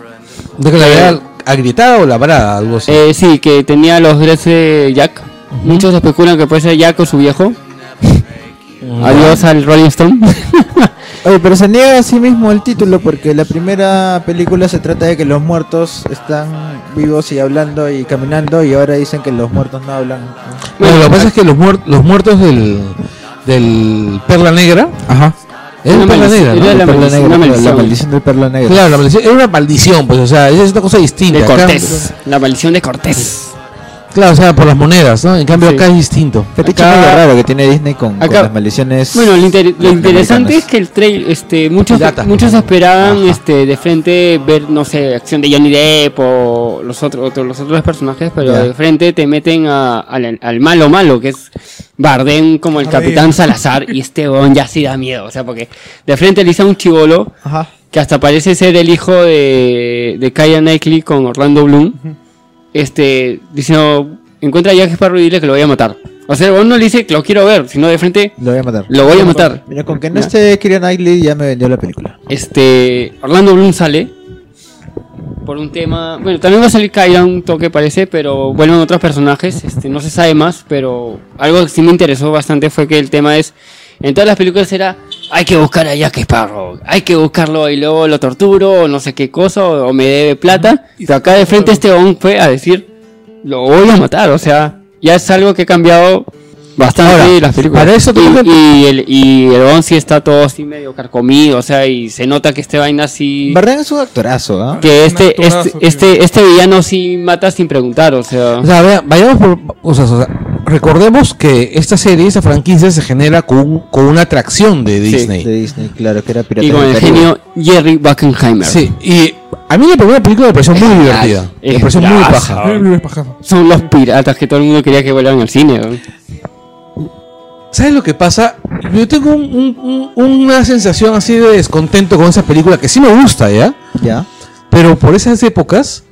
Speaker 1: ¿De que la vea agrietada o labrada? Algo así.
Speaker 5: Eh, sí, que tenía los dreads de Jack. Muchos especulan que puede ser Jack o su viejo. Adiós al Rolling Stone.
Speaker 3: Oye, pero se niega a sí mismo el título porque la primera película se trata de que los muertos están vivos y hablando y caminando y ahora dicen que los muertos no hablan.
Speaker 1: Bueno, lo que pasa es que los, muer- los muertos del, del Perla Negra.
Speaker 3: Ajá.
Speaker 1: Es
Speaker 5: Una
Speaker 1: Perla
Speaker 5: maldic-
Speaker 1: Negra, ¿no?
Speaker 5: era la
Speaker 3: La perla
Speaker 5: maldic-
Speaker 3: negra,
Speaker 5: una
Speaker 3: la- la
Speaker 5: maldición.
Speaker 3: maldición del perla negra.
Speaker 1: Claro, la maldición era una maldición, pues, o sea, es una cosa distinta.
Speaker 5: De
Speaker 1: Acá-
Speaker 5: Cortés. La maldición de Cortés.
Speaker 1: claro, o sea, por las monedas, ¿no? En cambio,
Speaker 5: Sí.
Speaker 1: acá es distinto.
Speaker 3: Fetiche
Speaker 5: Acá-
Speaker 3: medio raro que tiene Disney con, con
Speaker 5: acá-
Speaker 3: las maldiciones.
Speaker 5: Bueno, lo, inter- lo
Speaker 3: norteamericanas.
Speaker 5: interesante es que el trail, este, muchos,
Speaker 1: Pirata.
Speaker 5: muchos esperaban
Speaker 1: Ajá.
Speaker 5: este, de frente ver, no sé, acción de Johnny Depp o los otros, otros- los otros personajes, pero
Speaker 3: Ya.
Speaker 5: de frente te meten a- al, al malo malo, que es Bardem como el
Speaker 4: Bardem.
Speaker 5: capitán Salazar, y este weón ya sí da miedo, o sea, porque de frente le hizo un chivolo
Speaker 3: Ajá.
Speaker 5: que hasta parece ser el hijo de, de Kaya Knightley con Orlando Bloom, este, diciendo, encuentra a Jack Sparrow y dile que lo voy a matar. O sea, vos no le dice que lo quiero ver, sino de frente
Speaker 3: Lo voy a matar.
Speaker 5: lo voy a matar.
Speaker 3: Mira, con que no
Speaker 5: Ya.
Speaker 3: esté Kieran Knightley ya me vendió la película.
Speaker 5: Este, Orlando Bloom sale por un tema, bueno, también va a salir Kyra un toque parece, pero vuelven otros personajes, este, no se sabe más, pero algo que sí me interesó bastante fue que el tema es en todas las películas era hay que buscar a Jack Sparrow, hay que buscarlo y luego lo torturo o no sé qué cosa o, o me debe plata, pero acá de frente este hombre fue a decir lo voy a matar, o sea, ya es algo que ha cambiado bastante
Speaker 1: Ahora,
Speaker 5: las películas.
Speaker 1: para eso tengo que-
Speaker 5: y, y el y el Onsi está todo así medio carcomido, o sea, y se nota que este vaina sí
Speaker 3: Bardem es un actorazo, ¿ah?
Speaker 5: que
Speaker 4: Es un
Speaker 5: este este
Speaker 4: actorazo,
Speaker 5: este este villano sí mata sin preguntar, o sea,
Speaker 1: O sea, vea, vayamos por cosas, o sea, recordemos que esta serie, esta franquicia se genera con, un- con una atracción de
Speaker 5: Sí.
Speaker 1: Disney.
Speaker 3: De Disney, claro, que era pirata.
Speaker 5: y con
Speaker 3: del
Speaker 5: el
Speaker 3: Caribe.
Speaker 5: genio Jerry Buckenheimer.
Speaker 1: Sí, y
Speaker 2: A mí la primera película me pareció muy divertida.
Speaker 5: Es
Speaker 2: Me pareció muy
Speaker 5: clase.
Speaker 1: Ah.
Speaker 2: paja.
Speaker 4: Ay, me pajazo.
Speaker 5: Son los piratas que todo el mundo quería que volaran al cine. weón.
Speaker 1: ¿Sabes lo que pasa? Yo tengo un- un- un- una sensación así de descontento con esa película que sí me gusta, ¿ya?
Speaker 3: Ya.
Speaker 1: Pero por esas épocas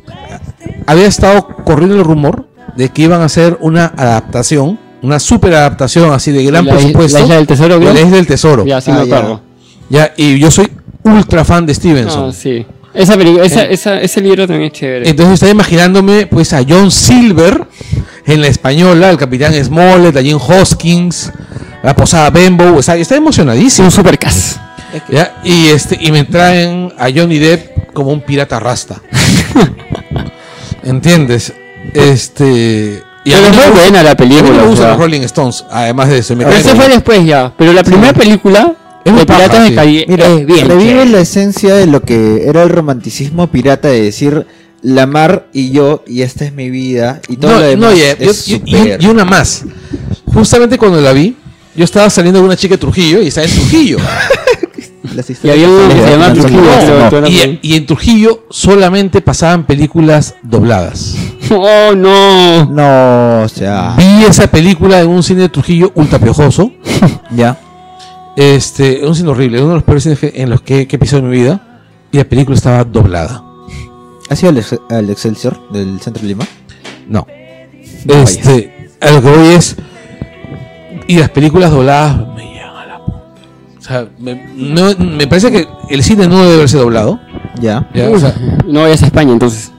Speaker 1: había estado corriendo el rumor de que iban a hacer una adaptación, una super adaptación así de gran
Speaker 5: La-
Speaker 1: presupuesto.
Speaker 5: la Isla del Tesoro,
Speaker 1: de
Speaker 5: creo.
Speaker 1: La Isla del Tesoro.
Speaker 5: Ya, sí
Speaker 3: Ah,
Speaker 5: me
Speaker 3: ya.
Speaker 5: acuerdo.
Speaker 1: Ya, y yo soy ultra fan de Stevenson.
Speaker 5: Ah, sí. Esa película, esa,
Speaker 1: Eh.
Speaker 5: esa- ese libro también es chévere.
Speaker 1: Entonces estaba imaginándome pues a John Silver en la española, al capitán Smollett, a Jim Hoskins, la posada Bembo, o sea, yo estaba emocionadísimo.
Speaker 5: un supercast.
Speaker 1: ¿ya? Y este, y me traen a Johnny Depp como un pirata rasta. ¿Entiendes? Este. Y a
Speaker 5: Pero
Speaker 1: mí no
Speaker 5: es muy
Speaker 1: me gusta-
Speaker 5: buena la
Speaker 1: a mí
Speaker 5: película.
Speaker 1: no me
Speaker 5: o
Speaker 1: gustan
Speaker 5: sea.
Speaker 1: los Rolling Stones, además de eso. y me
Speaker 5: Pero
Speaker 1: traen-
Speaker 5: eso fue después ya. Pero la primera película,
Speaker 1: Es muy
Speaker 5: de
Speaker 1: paja,
Speaker 5: Piratas
Speaker 1: sí.
Speaker 5: de Caribe,
Speaker 3: Mira,
Speaker 5: es bien.
Speaker 3: revive
Speaker 5: chévere.
Speaker 3: la esencia de lo que era el romanticismo pirata de decir la mar y yo y esta es mi vida y todo
Speaker 1: No,
Speaker 3: lo demás
Speaker 1: no, y,
Speaker 3: es
Speaker 1: y- y-
Speaker 3: super.
Speaker 1: y una más. Justamente cuando la vi, yo estaba saliendo con una chica de Trujillo y estaba en Trujillo.
Speaker 3: Las
Speaker 5: Y
Speaker 3: historias
Speaker 5: había
Speaker 1: eh,
Speaker 5: uno que se llamaba
Speaker 3: son
Speaker 5: Trujillo.
Speaker 3: buenas.
Speaker 5: creo,
Speaker 3: No,
Speaker 5: tú eras
Speaker 1: y,
Speaker 5: muy-
Speaker 1: y en Trujillo solamente pasaban películas dobladas.
Speaker 5: Oh, no.
Speaker 3: No, o
Speaker 5: Ah.
Speaker 3: sea,
Speaker 1: Vi esa película en un cine de Trujillo ultra piojoso.
Speaker 3: ya.
Speaker 1: Este, un cine horrible, uno de los peores cines que- en los que, que he pisado en mi vida. Y la película estaba doblada.
Speaker 3: ¿Ha sido el, ex- el Excelsior del centro de Lima?
Speaker 1: No. Este, a lo que voy es. Y las películas dobladas me llegan a la. pu- O sea, me, no- me parece que el cine no debe haberse doblado.
Speaker 3: Ya.
Speaker 1: ¿ya? O sea,
Speaker 5: No vayas a España entonces.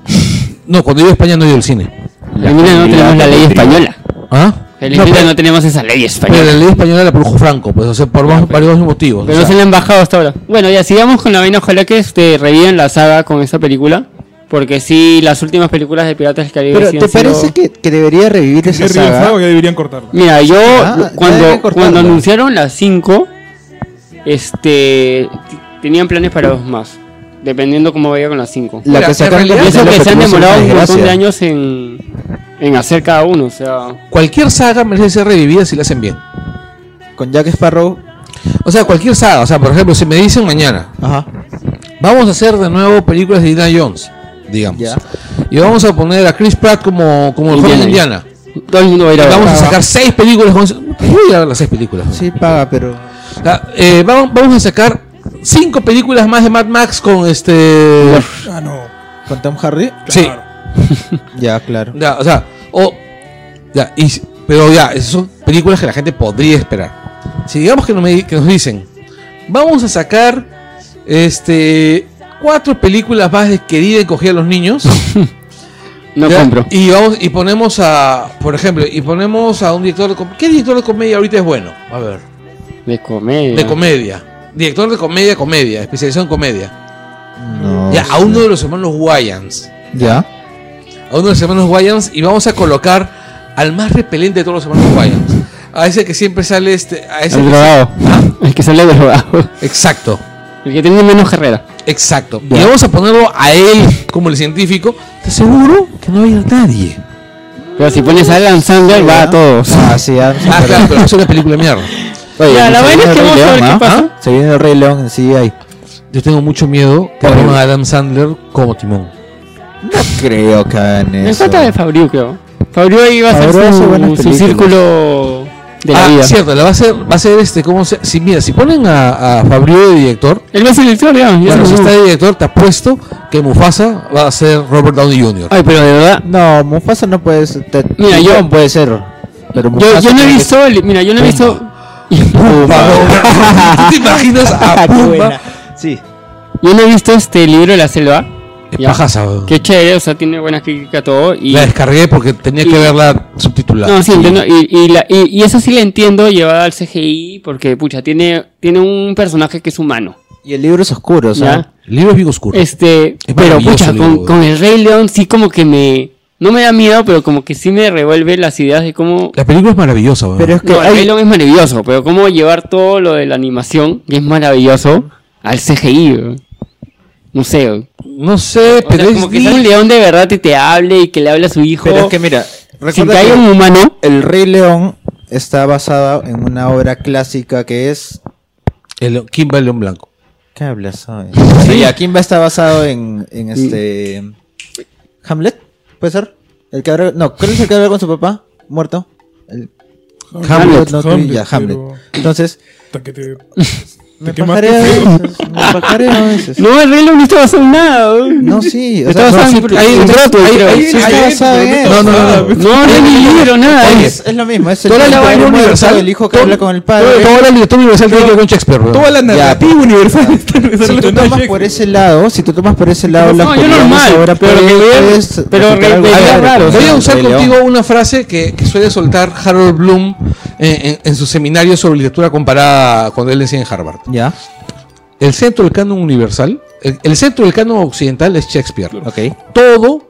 Speaker 1: no, cuando yo a España no he ido al cine.
Speaker 5: En Lima no tenemos la ley española.
Speaker 1: ¿Ah?
Speaker 5: En
Speaker 1: No,
Speaker 5: Lima
Speaker 1: pero,
Speaker 5: no tenemos esa ley
Speaker 1: pero la
Speaker 5: española.
Speaker 1: ley española la produjo Franco, pues, o sea, por más- varios motivos. o
Speaker 5: Pero no
Speaker 1: sea.
Speaker 5: se la han bajado hasta ahora. Bueno, ya sigamos con la vaina. Ojalá que este, revivan la saga con esta película. Porque sí, las últimas películas de Piratas del Caribe
Speaker 3: Pero
Speaker 5: sí han
Speaker 3: ¿te
Speaker 5: sido-
Speaker 3: parece que, que debería revivir
Speaker 4: Ya
Speaker 3: esa
Speaker 4: regresaba,
Speaker 3: saga?
Speaker 4: ya deberían cortarla.
Speaker 5: Mira, yo
Speaker 3: Ya, ya
Speaker 5: cuando,
Speaker 3: debe cortarla.
Speaker 5: cuando anunciaron las 5, este, t- tenían planes para dos más, dependiendo cómo vaya con las 5.
Speaker 3: La
Speaker 1: Mira,
Speaker 3: que
Speaker 1: en
Speaker 3: sacaron
Speaker 1: realidad-
Speaker 5: Y
Speaker 3: con
Speaker 5: eso
Speaker 3: Gonzalo
Speaker 5: que se han
Speaker 3: Petrus es una
Speaker 5: demorado un montón
Speaker 3: desgracia.
Speaker 5: de años en, en hacer cada uno, o sea...
Speaker 1: Cualquier saga merece ser revivida si la hacen bien.
Speaker 3: Con Jack Sparrow.
Speaker 1: O sea, cualquier saga. O sea, por ejemplo, si me dicen mañana,
Speaker 3: Ajá.
Speaker 1: vamos a hacer de nuevo películas de Indiana Jones, digamos.
Speaker 3: Ya.
Speaker 1: Y vamos a poner a Chris Pratt como, como el joven
Speaker 5: Indiana.
Speaker 1: Indiana.
Speaker 5: Todo el mundo va a ir a
Speaker 1: vamos
Speaker 5: ver.
Speaker 1: a sacar seis películas. Con... Voy a ver las seis películas.
Speaker 3: Sí, paga, pero.
Speaker 1: O sea, eh, vamos, vamos a sacar cinco películas más de Mad Max con este.
Speaker 4: Ah, no.
Speaker 3: ¿Con Tom Hardy?
Speaker 1: Sí.
Speaker 4: Claro.
Speaker 3: Ya, claro.
Speaker 1: Ya, o sea, o. Ya, y, pero ya, esas son películas que la gente podría esperar. Si digamos que, no me, que nos dicen, vamos a sacar este cuatro películas más de querida y cogida a los niños.
Speaker 5: No
Speaker 1: ya,
Speaker 5: compro.
Speaker 1: Y vamos, y ponemos a, por ejemplo, y ponemos a un director de com- ¿Qué director de comedia ahorita es bueno? A ver.
Speaker 5: De comedia.
Speaker 1: De comedia. Director de comedia, comedia, especialización en comedia.
Speaker 3: No.
Speaker 1: Ya, a uno de los hermanos Wayans.
Speaker 3: Ya.
Speaker 1: a uno de los hermanos Wayans y vamos a colocar al más repelente de todos los hermanos Wayans. A ese que siempre sale este. A ese
Speaker 5: El
Speaker 1: que-
Speaker 5: drogado. El que sale drogado.
Speaker 1: Exacto,
Speaker 5: El que tiene menos carrera.
Speaker 1: exacto. Y vamos a ponerlo a él como el científico. Te aseguro que no va a ir nadie.
Speaker 5: Pero si pones a Alan Sandler, va a todos.
Speaker 3: Ah, sí, ya.
Speaker 1: Ah, claro, pero es una película mierda.
Speaker 3: Oye,
Speaker 5: Ya, la
Speaker 3: se viene
Speaker 5: vaina es que
Speaker 3: el Rey
Speaker 5: vamos a
Speaker 3: León,
Speaker 5: ver qué
Speaker 3: ¿ah?
Speaker 5: pasa.
Speaker 3: Se viene el Rey León en CGI.
Speaker 1: Yo tengo mucho miedo que pongan a Adam Sandler como timón.
Speaker 3: No creo que hagan
Speaker 5: Me
Speaker 3: eso.
Speaker 5: encanta de Fabriu, creo. Fabriu ahí va a hacer
Speaker 3: Fabriu hace
Speaker 5: su,
Speaker 3: buenas
Speaker 5: su
Speaker 3: películas.
Speaker 5: círculo de la
Speaker 1: ah,
Speaker 5: vida.
Speaker 1: cierto, la va a ser, va a ser este, ¿cómo se? Si mira, si ponen a, a Fabrio de director,
Speaker 5: Él va a ser el actor, ya. ya
Speaker 1: bueno,
Speaker 5: se
Speaker 1: si
Speaker 5: lo
Speaker 1: está
Speaker 5: digo.
Speaker 1: de director, te apuesto que Mufasa va a ser Robert Downey Jr.
Speaker 5: Ay, pero de verdad.
Speaker 3: No, Mufasa no puede ser. te-
Speaker 5: Mira,
Speaker 3: Timón
Speaker 5: yo-
Speaker 3: puede ser. Pero
Speaker 5: Yo,
Speaker 3: Mufasa
Speaker 5: yo no he
Speaker 3: tiene que-
Speaker 5: visto. el- Mira, yo no he visto.
Speaker 1: Pumba. ¿Tú te imaginas a
Speaker 3: Qué
Speaker 1: Pumba?
Speaker 3: buena. Sí.
Speaker 5: Yo no he visto este libro de la selva.
Speaker 1: Es
Speaker 5: Ya.
Speaker 1: pajasa, weón.
Speaker 5: Qué chévere, o sea, tiene buenas críticas todo. Y,
Speaker 1: La descargué porque tenía
Speaker 5: y-
Speaker 1: que verla subtitulada.
Speaker 5: no, sí, entiendo. Y, y, la, y, y esa sí la entiendo llevada al CGI. Porque, pucha, tiene, tiene un personaje que es humano.
Speaker 3: Y el libro es oscuro, o sea.
Speaker 5: ¿ya?
Speaker 1: El libro es bien oscuro.
Speaker 5: Este,
Speaker 1: Es
Speaker 5: pero
Speaker 1: maravilloso
Speaker 5: pucha,
Speaker 1: el
Speaker 5: con,
Speaker 1: libro.
Speaker 5: con el Rey León sí como que me... No me da miedo, pero como que sí me revuelve las ideas de cómo...
Speaker 1: La película es maravillosa, weón.
Speaker 3: Pero es que
Speaker 5: No, el
Speaker 3: hay-
Speaker 5: Rey León es maravilloso, pero cómo llevar todo lo de la animación, que es maravilloso, al CGI. weón. No sé. weón.
Speaker 1: No sé,
Speaker 5: O
Speaker 1: pero
Speaker 5: sea,
Speaker 1: es
Speaker 5: como que
Speaker 1: di-
Speaker 5: sea un león de verdad y te hable y que le hable a su hijo.
Speaker 3: Pero es que mira,
Speaker 5: sin
Speaker 3: recuerda
Speaker 5: que haya
Speaker 3: que
Speaker 5: un humano...
Speaker 3: El Rey León está basada en una obra clásica que es
Speaker 1: el Kimba el León Blanco.
Speaker 3: ¿Qué hablas? ¿sabes? Sí, ¿a quién va a estar basado en, en este. Hamlet? ¿Puede ser? El que habla- No, ¿cuál es el que habla con su papá? Muerto. El-
Speaker 4: Hamlet,
Speaker 3: no, tú-
Speaker 4: Hamlet,
Speaker 3: ya, Hamlet.
Speaker 4: pero-
Speaker 3: Entonces,
Speaker 4: Hasta que te-
Speaker 3: me
Speaker 4: qué más
Speaker 3: pajaré a veces. Me pajaré a veces.
Speaker 5: No, el Rey León no está basado en nada. weón.
Speaker 3: No, sí. o
Speaker 5: Está
Speaker 3: sea,
Speaker 5: basado
Speaker 3: no,
Speaker 5: en-
Speaker 3: sí,
Speaker 5: hay un
Speaker 3: sí,
Speaker 5: trato,
Speaker 3: sí,
Speaker 5: creo.
Speaker 3: sí,
Speaker 1: Hay-
Speaker 3: sí,
Speaker 1: hay-
Speaker 3: está basado en
Speaker 1: no,
Speaker 3: eso.
Speaker 1: no, no, no.
Speaker 5: No, no hay ni libro, nada.
Speaker 1: Oye,
Speaker 3: Es, es lo mismo, es el,
Speaker 1: Toda la
Speaker 3: el
Speaker 1: vaina
Speaker 3: padre muerto,
Speaker 1: universal,
Speaker 3: el hijo que
Speaker 1: todo-
Speaker 3: habla con el padre.
Speaker 2: Toda
Speaker 5: eh,
Speaker 2: la literatura universal tiene que ver con Shakespeare, weón.
Speaker 4: Toda la narrativa universal está
Speaker 3: si tú
Speaker 4: relacionada a
Speaker 3: tomas por
Speaker 4: Shakespeare.
Speaker 3: ese lado, si tú tomas por ese lado
Speaker 5: No,
Speaker 3: las
Speaker 5: yo
Speaker 3: películas
Speaker 5: normal,
Speaker 3: ahora
Speaker 5: pero lo que
Speaker 3: puedes-
Speaker 5: veo-
Speaker 3: puedes
Speaker 5: pero
Speaker 3: resultar algo
Speaker 5: re-
Speaker 1: A
Speaker 5: Qué
Speaker 1: ver,
Speaker 3: raro,
Speaker 5: raro,
Speaker 1: voy a
Speaker 3: ¿no?
Speaker 1: usar
Speaker 3: Rey León.
Speaker 1: contigo una frase que, que suele soltar Harold Bloom en, en- en su seminario sobre literatura comparada cuando él decía en Harvard.
Speaker 3: Ya,
Speaker 1: El centro del canon universal, el, el centro del canon occidental es Shakespeare.
Speaker 3: ok.
Speaker 1: Todo,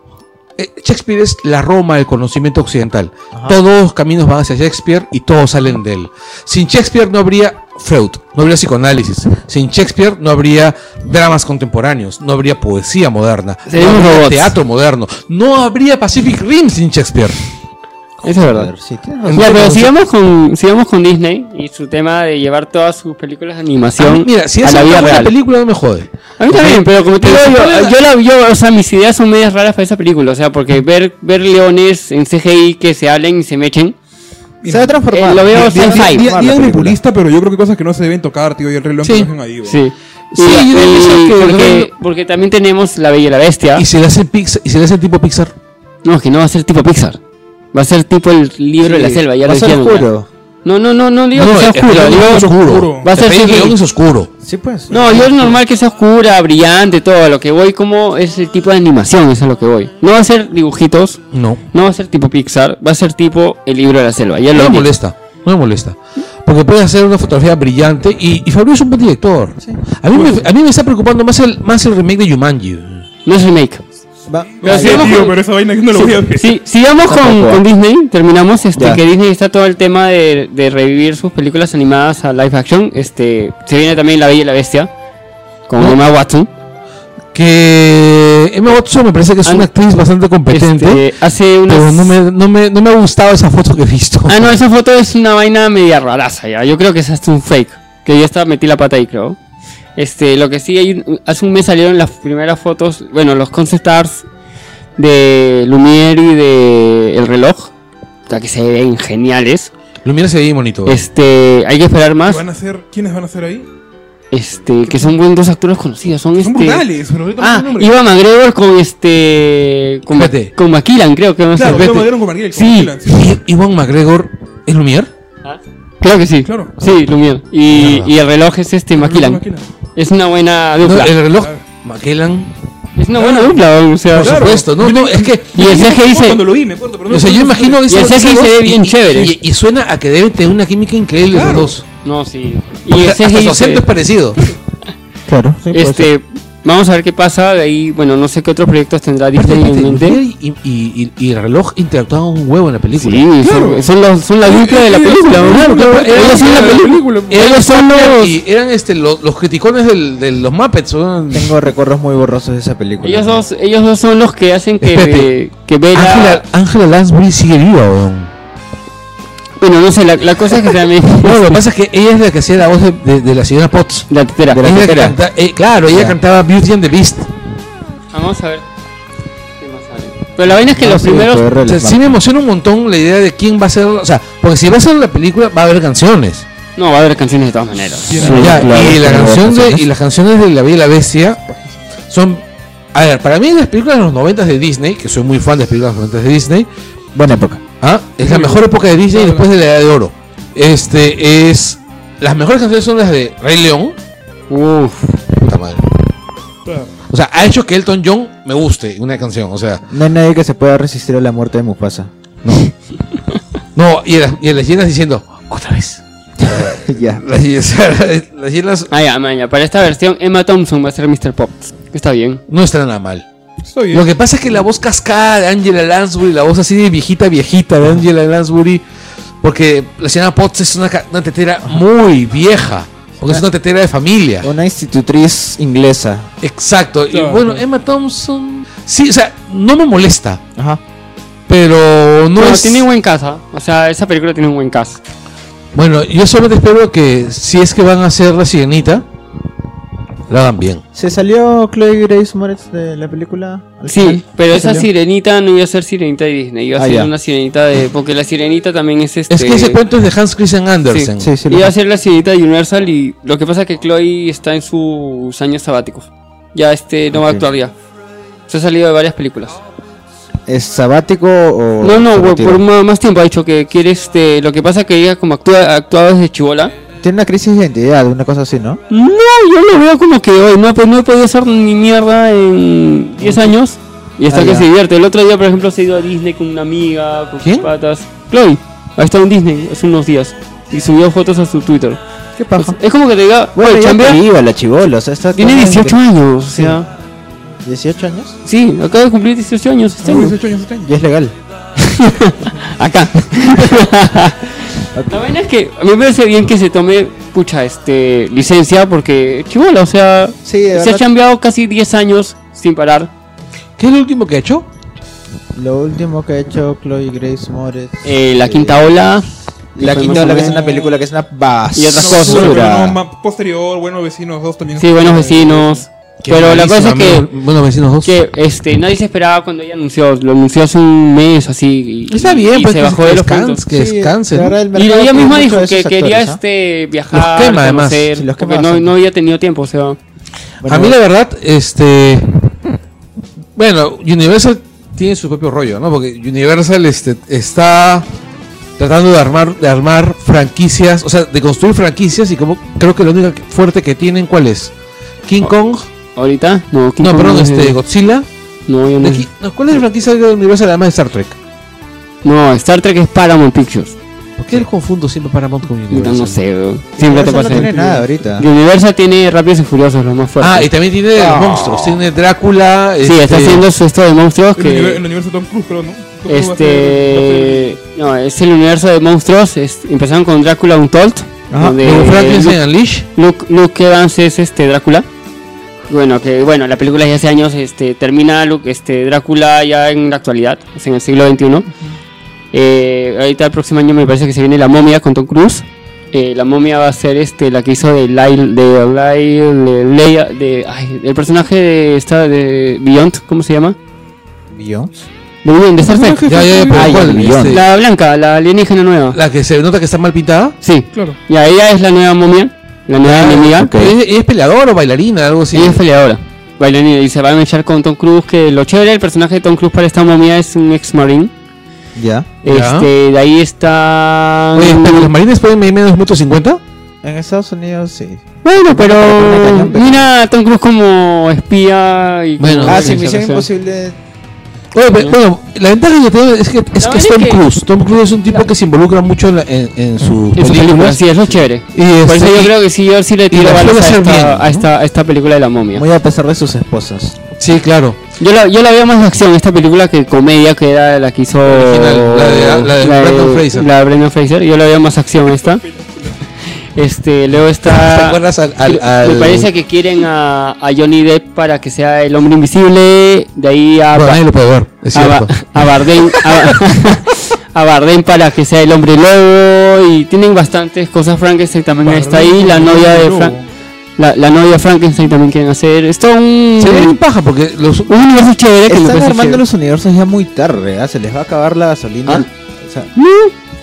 Speaker 1: eh, Shakespeare es la Roma del conocimiento occidental. Todos los caminos van hacia Shakespeare y todos salen de él. Sin Shakespeare no habría Freud, no habría psicoanálisis. Sin Shakespeare no habría dramas contemporáneos, no habría poesía moderna, no
Speaker 5: Seríamos
Speaker 1: habría
Speaker 5: robots.
Speaker 1: teatro moderno, no habría Pacific Rim sin Shakespeare.
Speaker 5: Eso es verdad.
Speaker 3: Joder, sí, tienes razón.
Speaker 5: Ya, pero sigamos con, sigamos con Disney y su tema de llevar todas sus películas de
Speaker 1: A mí,
Speaker 5: animación
Speaker 1: Ah, mira, si
Speaker 5: a
Speaker 1: es
Speaker 5: la
Speaker 1: una
Speaker 5: vida
Speaker 1: buena
Speaker 5: real.
Speaker 1: película no me jode.
Speaker 5: A mí también, pero como te digo, yo, yo la yo, o sea, mis ideas son medias raras para esa película, o sea, porque ver, ver leones en CGI que se hablen y se mechen,
Speaker 3: Se va a transformar.
Speaker 5: Eh, lo
Speaker 3: Di-
Speaker 5: veo
Speaker 3: di-
Speaker 5: sin
Speaker 3: di-
Speaker 5: hype.
Speaker 3: di-
Speaker 4: Dí-
Speaker 3: di-
Speaker 4: Díganme
Speaker 3: di-
Speaker 4: purista, pero yo creo que hay cosas que no se deben tocar, tío, y el reloj
Speaker 1: Sí.
Speaker 4: que hacen ahí, weón.
Speaker 5: sí.
Speaker 1: Sí, yo
Speaker 5: Y- y-
Speaker 1: pienso que
Speaker 5: porque,
Speaker 1: lo-
Speaker 5: porque también tenemos La Bella y la Bestia.
Speaker 1: Y se le hace Pixar, y se le hace tipo Pixar.
Speaker 5: No, que no va a ser tipo Pixar. Va a ser tipo el libro de la
Speaker 3: Sí,
Speaker 5: selva, ya lo
Speaker 3: va a ser
Speaker 5: dijeron, ya.
Speaker 3: oscuro.
Speaker 5: No, no, no, no digo
Speaker 1: No,
Speaker 5: que sea
Speaker 1: el- el
Speaker 5: oscuro,
Speaker 1: guión
Speaker 5: digo-
Speaker 1: es oscuro.
Speaker 5: va a
Speaker 1: Te
Speaker 5: ser
Speaker 1: pedí que el
Speaker 5: CGI.
Speaker 1: guión es oscuro.
Speaker 3: Sí, pues.
Speaker 5: No, yo es normal que sea oscura, brillante, todo. Lo que voy como es el tipo de animación, eso es lo que voy. No va a ser dibujitos,
Speaker 1: No.
Speaker 5: no va a ser tipo Pixar, va a ser tipo el libro de la selva. Ya
Speaker 1: No
Speaker 5: lo
Speaker 1: me
Speaker 5: dije.
Speaker 1: molesta, no me molesta. Porque puede hacer una fotografía brillante y, y Fabio es un buen director. A, mí
Speaker 5: Pues-
Speaker 1: me, a mí me está preocupando más el, más el remake de Yumanji.
Speaker 5: No es remake.
Speaker 3: Va-
Speaker 4: No sé,
Speaker 5: sigamos
Speaker 4: tío,
Speaker 5: con-
Speaker 4: pero esa vaina que no lo voy a ver.
Speaker 5: Sí, sigamos con,
Speaker 3: Tampoco.
Speaker 5: con Disney, terminamos este
Speaker 3: Ya.
Speaker 5: que Disney está todo el tema de, de revivir sus películas animadas a live action. Este, se viene también La Bella y la Bestia con Emma Watson.
Speaker 1: Que Emma Watson me parece que es
Speaker 5: Ah,
Speaker 1: una actriz bastante competente,
Speaker 5: Este, hace unas
Speaker 1: pero no me, no, me, no me ha gustado esa foto que he visto.
Speaker 5: Ah, no, esa foto es una vaina media raraza ya. Yo creo que es hasta un fake. Que ya está, metí la pata ahí, creo. Este, lo que sí, hay un- hace un mes salieron las primeras fotos, bueno, los concept arts de Lumière y de El Reloj. O sea, que se ven geniales.
Speaker 1: Lumiere se ve bonito.
Speaker 5: Este, hay que esperar
Speaker 4: ¿Qué
Speaker 5: más.
Speaker 4: van a hacer? ¿Quiénes van a ser ahí?
Speaker 5: Este, que son buen- dos actores conocidos. Son,
Speaker 4: Son
Speaker 5: este-
Speaker 4: brutales, pero ahorita
Speaker 5: Ah,
Speaker 4: no me acuerdo el nombre.
Speaker 5: Iba McGregor con este. Con, Ma-
Speaker 1: Espérate.
Speaker 5: con McKillan, creo que no sé.
Speaker 4: Claro,
Speaker 5: Vete.
Speaker 4: Tom Maguire con Maguire, con
Speaker 5: Sí.
Speaker 4: Dylan, sí.
Speaker 1: ¿Y Iwan McGregor es Lumiere?
Speaker 5: Claro que sí.
Speaker 4: Claro.
Speaker 5: Sí, Lumière. Y, y el reloj es este, McKillan. Es una buena
Speaker 1: No,
Speaker 5: dupla.
Speaker 1: el reloj. Ah,
Speaker 4: Claro.
Speaker 1: Maquelan.
Speaker 5: Es una buena dupla, o sea.
Speaker 1: Por supuesto, no, no, es que.
Speaker 5: Y el CGI se,
Speaker 4: Cuando lo vi, me acuerdo, pero no
Speaker 1: O sea, yo
Speaker 4: me acuerdo
Speaker 1: imagino que
Speaker 5: Y el
Speaker 1: esa-
Speaker 5: CGI
Speaker 1: esa
Speaker 5: se ve
Speaker 1: voz-
Speaker 5: bien
Speaker 1: y-
Speaker 5: chévere.
Speaker 1: Y, y suena a que deben tener una química increíble
Speaker 4: Claro.
Speaker 1: los dos.
Speaker 5: No, sí. Y
Speaker 1: Porque
Speaker 5: el
Speaker 1: hasta
Speaker 5: CGI
Speaker 1: su
Speaker 5: se-
Speaker 1: acento es parecido.
Speaker 3: Claro. sí, pues, puede ser.
Speaker 5: este, vamos a ver qué pasa. De ahí, bueno, no sé qué otros proyectos tendrá
Speaker 1: Aparte,
Speaker 5: Disney en
Speaker 1: aparte,
Speaker 5: mente.
Speaker 1: y, y- y- y el reloj interactuaba un huevo en la película.
Speaker 5: Sí, son, son, los, son la dupla de la película. ¿no?
Speaker 1: claro,
Speaker 5: Ellos son la
Speaker 1: claro.
Speaker 5: película.
Speaker 1: Eran
Speaker 5: Ellos son los.
Speaker 1: y eran este, los, los criticones del- de los Muppets. ¿no?
Speaker 3: Tengo recuerdos muy borrosos de esa película.
Speaker 5: Ellos dos, ellos dos son los que hacen que,
Speaker 1: Espérate.
Speaker 5: que Bella.
Speaker 1: Ángela, Ángela Lansbury sigue viva, weón.
Speaker 5: Bueno, no sé, la, la cosa es que también.
Speaker 1: No, lo que pasa es que ella es la que hacía la voz de, de- de la señora Potts.
Speaker 5: La tetera.
Speaker 1: Ella es la que
Speaker 5: tetera.
Speaker 1: canta- eh, claro, ella
Speaker 3: Ya.
Speaker 1: cantaba Beauty and the Beast.
Speaker 5: Vamos a ver. qué más sale. Pero la vaina es que
Speaker 3: No,
Speaker 5: los
Speaker 3: sí,
Speaker 5: primeros.
Speaker 3: puede
Speaker 1: O sea,
Speaker 3: relajar.
Speaker 1: sí me emociona un montón la idea de quién va a ser. O sea, porque si va a ser la película, va a haber canciones.
Speaker 5: No, va a haber canciones de todas maneras.
Speaker 3: Sí,
Speaker 1: Ya,
Speaker 3: claro,
Speaker 1: y, la
Speaker 3: claro,
Speaker 1: canción de,
Speaker 3: canciones.
Speaker 1: y las canciones de La Bella y la Bestia son. A ver, para mí las películas de los 90 de Disney, que soy muy fan de las películas de los 90 de Disney,
Speaker 3: Buena época.
Speaker 1: ¿ah? es la mejor época de Disney después de la Edad de Oro. Este es. Las mejores canciones son las de Rey León.
Speaker 5: Uff.
Speaker 1: Puta madre.
Speaker 4: Claro.
Speaker 1: O sea, ha hecho que Elton John me guste una canción. O sea,
Speaker 3: No hay nadie que se pueda resistir a la muerte de Mufasa.
Speaker 1: no, y las, y las llenas diciendo, otra vez.
Speaker 3: ya.
Speaker 1: Las, llenas- las llenas
Speaker 5: Ah, ya, man, ya. Para esta versión, Emma Thompson va a ser Mr. Pop. Está bien.
Speaker 1: no están nada mal.
Speaker 4: Estoy bien.
Speaker 1: Lo que pasa es que la voz cascada de Angela Lansbury, la voz así de viejita, viejita de Angela Lansbury, porque la señora Potts es una, ca- una tetera muy vieja, porque es una tetera de familia.
Speaker 3: Una institutriz inglesa.
Speaker 1: Exacto. Y
Speaker 4: Claro,
Speaker 1: bueno,
Speaker 4: claro.
Speaker 1: Emma Thompson, sí, o sea, no me molesta,
Speaker 3: Ajá.
Speaker 1: pero no
Speaker 5: No,
Speaker 1: es.
Speaker 5: tiene buen casa. O sea, esa película tiene un buen casa.
Speaker 1: Bueno, yo solamente espero que si es que van a hacer la sirenita, La hagan bien.
Speaker 3: ¿Se salió Chloe Grace Moretz de la película? al
Speaker 5: Sí,
Speaker 3: final?
Speaker 5: pero
Speaker 3: ¿Se
Speaker 5: esa
Speaker 3: salió?
Speaker 5: sirenita no iba a ser sirenita de Disney, iba a
Speaker 3: Ah,
Speaker 5: ser
Speaker 3: ya.
Speaker 5: una sirenita de. Porque la sirenita también es este.
Speaker 1: Es que ese cuento es de Hans Christian Andersen.
Speaker 3: Sí, sí, lo-
Speaker 5: Iba a ser la sirenita de Universal y lo que pasa es que Chloe está en sus años sabáticos. Ya este no va a
Speaker 3: Ok.
Speaker 5: actuar ya. Se ha salido de varias películas.
Speaker 3: ¿Es sabático o.?
Speaker 5: No, no,
Speaker 3: se
Speaker 5: por,
Speaker 3: retiró?
Speaker 5: por ma- más tiempo ha dicho que quiere este. Lo que pasa es que ella, como actúa, actuaba desde chivola.
Speaker 3: Tiene una crisis de identidad, una cosa así, ¿no?
Speaker 5: No, yo lo veo como que hoy no, pues no he podido hacer ni mierda en 10 años y hasta
Speaker 3: Ah,
Speaker 5: que
Speaker 3: ya.
Speaker 5: se divierte. El otro día, por ejemplo, se ha ido a Disney con una amiga, con
Speaker 1: ¿Quién?
Speaker 5: sus patas. Chloe, ha estado en Disney hace unos días y subió fotos a su Twitter.
Speaker 3: ¿Qué paja?
Speaker 5: Es como que te diga,
Speaker 3: Pues, Bueno,
Speaker 5: "Oye,
Speaker 3: ya
Speaker 5: chambea,
Speaker 3: te iba la chivola, o sea, está
Speaker 5: tiene
Speaker 3: todo bien.
Speaker 5: 18 años, o sea,
Speaker 3: 18 años.
Speaker 5: sí, acaba de cumplir 18 años este año.
Speaker 4: 18 años este año.
Speaker 3: Y es legal.
Speaker 5: acá. La vaina es que a mí me parece bien que se tome, pucha, este, licencia, porque chivola, o sea,
Speaker 3: Sí, de
Speaker 5: se ha
Speaker 3: verdad.
Speaker 5: chambeado casi 10 años sin parar.
Speaker 1: ¿Qué es lo último que ha hecho?
Speaker 3: Lo último que ha hecho Chloe Grace Moretz.
Speaker 5: Eh, la
Speaker 3: eh,
Speaker 5: quinta ola.
Speaker 3: La
Speaker 5: fue
Speaker 3: quinta
Speaker 5: más o
Speaker 3: ola, que es
Speaker 5: menos-
Speaker 3: una película que es una basura.
Speaker 5: Y otras cosas.
Speaker 4: Bueno, ma- posterior, buenos vecinos dos también. Eh,
Speaker 5: Sí, buenos vecinos. Pero la cosa es que,
Speaker 1: Bueno, vecinos dos.
Speaker 5: que este, nadie se esperaba cuando ella anunció. Lo anunció hace un mes así. Y,
Speaker 1: Está bien,
Speaker 5: y
Speaker 1: pues
Speaker 5: se
Speaker 1: que
Speaker 5: bajó
Speaker 1: se
Speaker 5: de los
Speaker 1: descanse.
Speaker 5: puntos.
Speaker 1: que descanse,
Speaker 3: la
Speaker 1: ¿no?
Speaker 3: verdad, el
Speaker 5: Y
Speaker 3: mercado
Speaker 5: ella
Speaker 3: tiene
Speaker 5: misma
Speaker 3: mucho
Speaker 5: dijo
Speaker 3: de
Speaker 5: que
Speaker 3: esos
Speaker 5: quería
Speaker 3: actores, ¿ah?
Speaker 5: este,
Speaker 1: Los
Speaker 5: viajar,
Speaker 1: quema, además.
Speaker 5: conocer,
Speaker 3: Sí, los
Speaker 5: porque
Speaker 3: quema
Speaker 5: no,
Speaker 3: bastante.
Speaker 5: no había tenido tiempo. O sea,
Speaker 3: Bueno,
Speaker 1: a mí la verdad, este... Bueno, Universal tiene su propio rollo, ¿no? Porque Universal este, está tratando de armar, de armar franquicias, o sea, de construir franquicias y como creo que lo único que- fuerte que tienen, ¿cuál es? King Kong,
Speaker 5: ahorita no. King
Speaker 1: no,
Speaker 5: Kong
Speaker 1: perdón,
Speaker 5: es de-
Speaker 1: este, Godzilla.
Speaker 5: No,
Speaker 1: De
Speaker 5: yo no.
Speaker 1: aquí- no, ¿Cuál es la franquicia de Universal además de Star Trek?
Speaker 5: No, Star Trek es Paramount Pictures.
Speaker 1: ¿Por qué el confundo siempre Paramount con
Speaker 5: Puta,
Speaker 1: Universal?
Speaker 5: No sé, weón. siempre te
Speaker 3: Universal
Speaker 5: pasa.
Speaker 3: No tiene nada ahorita.
Speaker 5: Universal tiene Rápidos y Furiosos, los más fuertes.
Speaker 1: Ah, y también tiene los monstruos, tiene Drácula. este,
Speaker 5: sí, está haciendo su esto de monstruos
Speaker 4: El, univer-
Speaker 5: que.
Speaker 4: el universo Tom Cruise, pero no. Tom Cruise va a ser-
Speaker 5: Este. No, es el universo de monstruos. es- empezaron con Drácula Untold.
Speaker 3: Ajá.
Speaker 5: donde
Speaker 1: Como Frankenstein
Speaker 5: Luke,
Speaker 1: Unleash.
Speaker 5: Luke, Luke Evans es este Drácula. Bueno, que bueno, la película ya hace años este, termina Luke, este, Drácula ya en la actualidad, es en el siglo XXI. Eh, ahorita el próximo año me parece que se viene La Momia con Tom Cruise. Eh, la momia va a ser este la que hizo de Lyle, de Lyle- de Leia, de ay, el personaje de esta de Beyond, ¿cómo se llama?
Speaker 3: Billions.
Speaker 5: De Beyond, de Star Trek.
Speaker 1: Ya, ya, ya, pero
Speaker 3: Ay,
Speaker 1: ¿cuál?
Speaker 3: el millón.
Speaker 1: Este,
Speaker 5: La blanca, la alienígena nueva.
Speaker 1: La que se nota que está mal pintada.
Speaker 5: Sí.
Speaker 4: Claro.
Speaker 5: Ya, ella es la nueva momia, la nueva enemiga.
Speaker 3: Ah, ok.
Speaker 1: ¿Es, es peleador o bailarina? Algo así.
Speaker 5: Ella es peleadora. Bailarina y se van a echar con Tom Cruise, que lo chévere el personaje de Tom Cruise para esta momia es un ex marine.
Speaker 3: Ya.
Speaker 1: Ya.
Speaker 5: Este, de ahí está
Speaker 1: Oye, pero los marines pueden medir menos de 1,50
Speaker 3: En Estados Unidos sí.
Speaker 5: Bueno, pero mira a Tom Cruise como espía y
Speaker 1: Bueno,
Speaker 5: como-
Speaker 3: ah,
Speaker 1: no,
Speaker 3: sí,
Speaker 1: no,
Speaker 3: Misión
Speaker 5: o sea,
Speaker 3: Imposible.
Speaker 1: Oye, pero, bueno, la ventaja que tengo es que es,
Speaker 5: No,
Speaker 1: que es
Speaker 5: es
Speaker 1: Tom
Speaker 5: que-
Speaker 1: Cruise. Tom Cruise es un tipo que se involucra mucho en, la- en, en sus
Speaker 5: En su película,
Speaker 1: películas.
Speaker 5: sí, eso es chévere.
Speaker 1: Y este,
Speaker 5: Por eso yo
Speaker 1: y-
Speaker 5: creo que sí, yo sí le tiro
Speaker 1: la
Speaker 5: balas
Speaker 1: suele
Speaker 5: a
Speaker 1: hacer
Speaker 5: esta,
Speaker 1: bien, ¿no?
Speaker 5: a, esta, a esta película de la momia.
Speaker 3: Muy a pesar de sus esposas.
Speaker 1: Sí, claro.
Speaker 5: Yo la, yo la veo más de acción esta película que comedia que era la que hizo
Speaker 1: original, la de- la de Brendan Fraser.
Speaker 5: la de Brendan Fraser. Yo la veo más acción esta. Este, luego
Speaker 1: ¿Te
Speaker 5: está
Speaker 1: acuerdas al, al- al-
Speaker 5: me parece que quieren a, a Johnny Depp para que sea el hombre invisible, de ahí a,
Speaker 1: Bueno,
Speaker 5: Ba-
Speaker 1: nadie lo puede ver, es
Speaker 5: a,
Speaker 1: cierto.
Speaker 5: Ba- a Bardem a, a Bardem para que sea el hombre lobo y tienen bastantes cosas Frankenstein también está ahí, la novia de Frank la, la novia Frankenstein también quieren hacer. Esto un
Speaker 1: Se ve bien paja porque los,
Speaker 5: un universo chévere que me
Speaker 3: Están
Speaker 5: parece
Speaker 3: armando
Speaker 5: chévere.
Speaker 3: los universos ya muy tarde, ¿ah? se les va a acabar la gasolina.
Speaker 1: ¿Ah?
Speaker 3: O sea,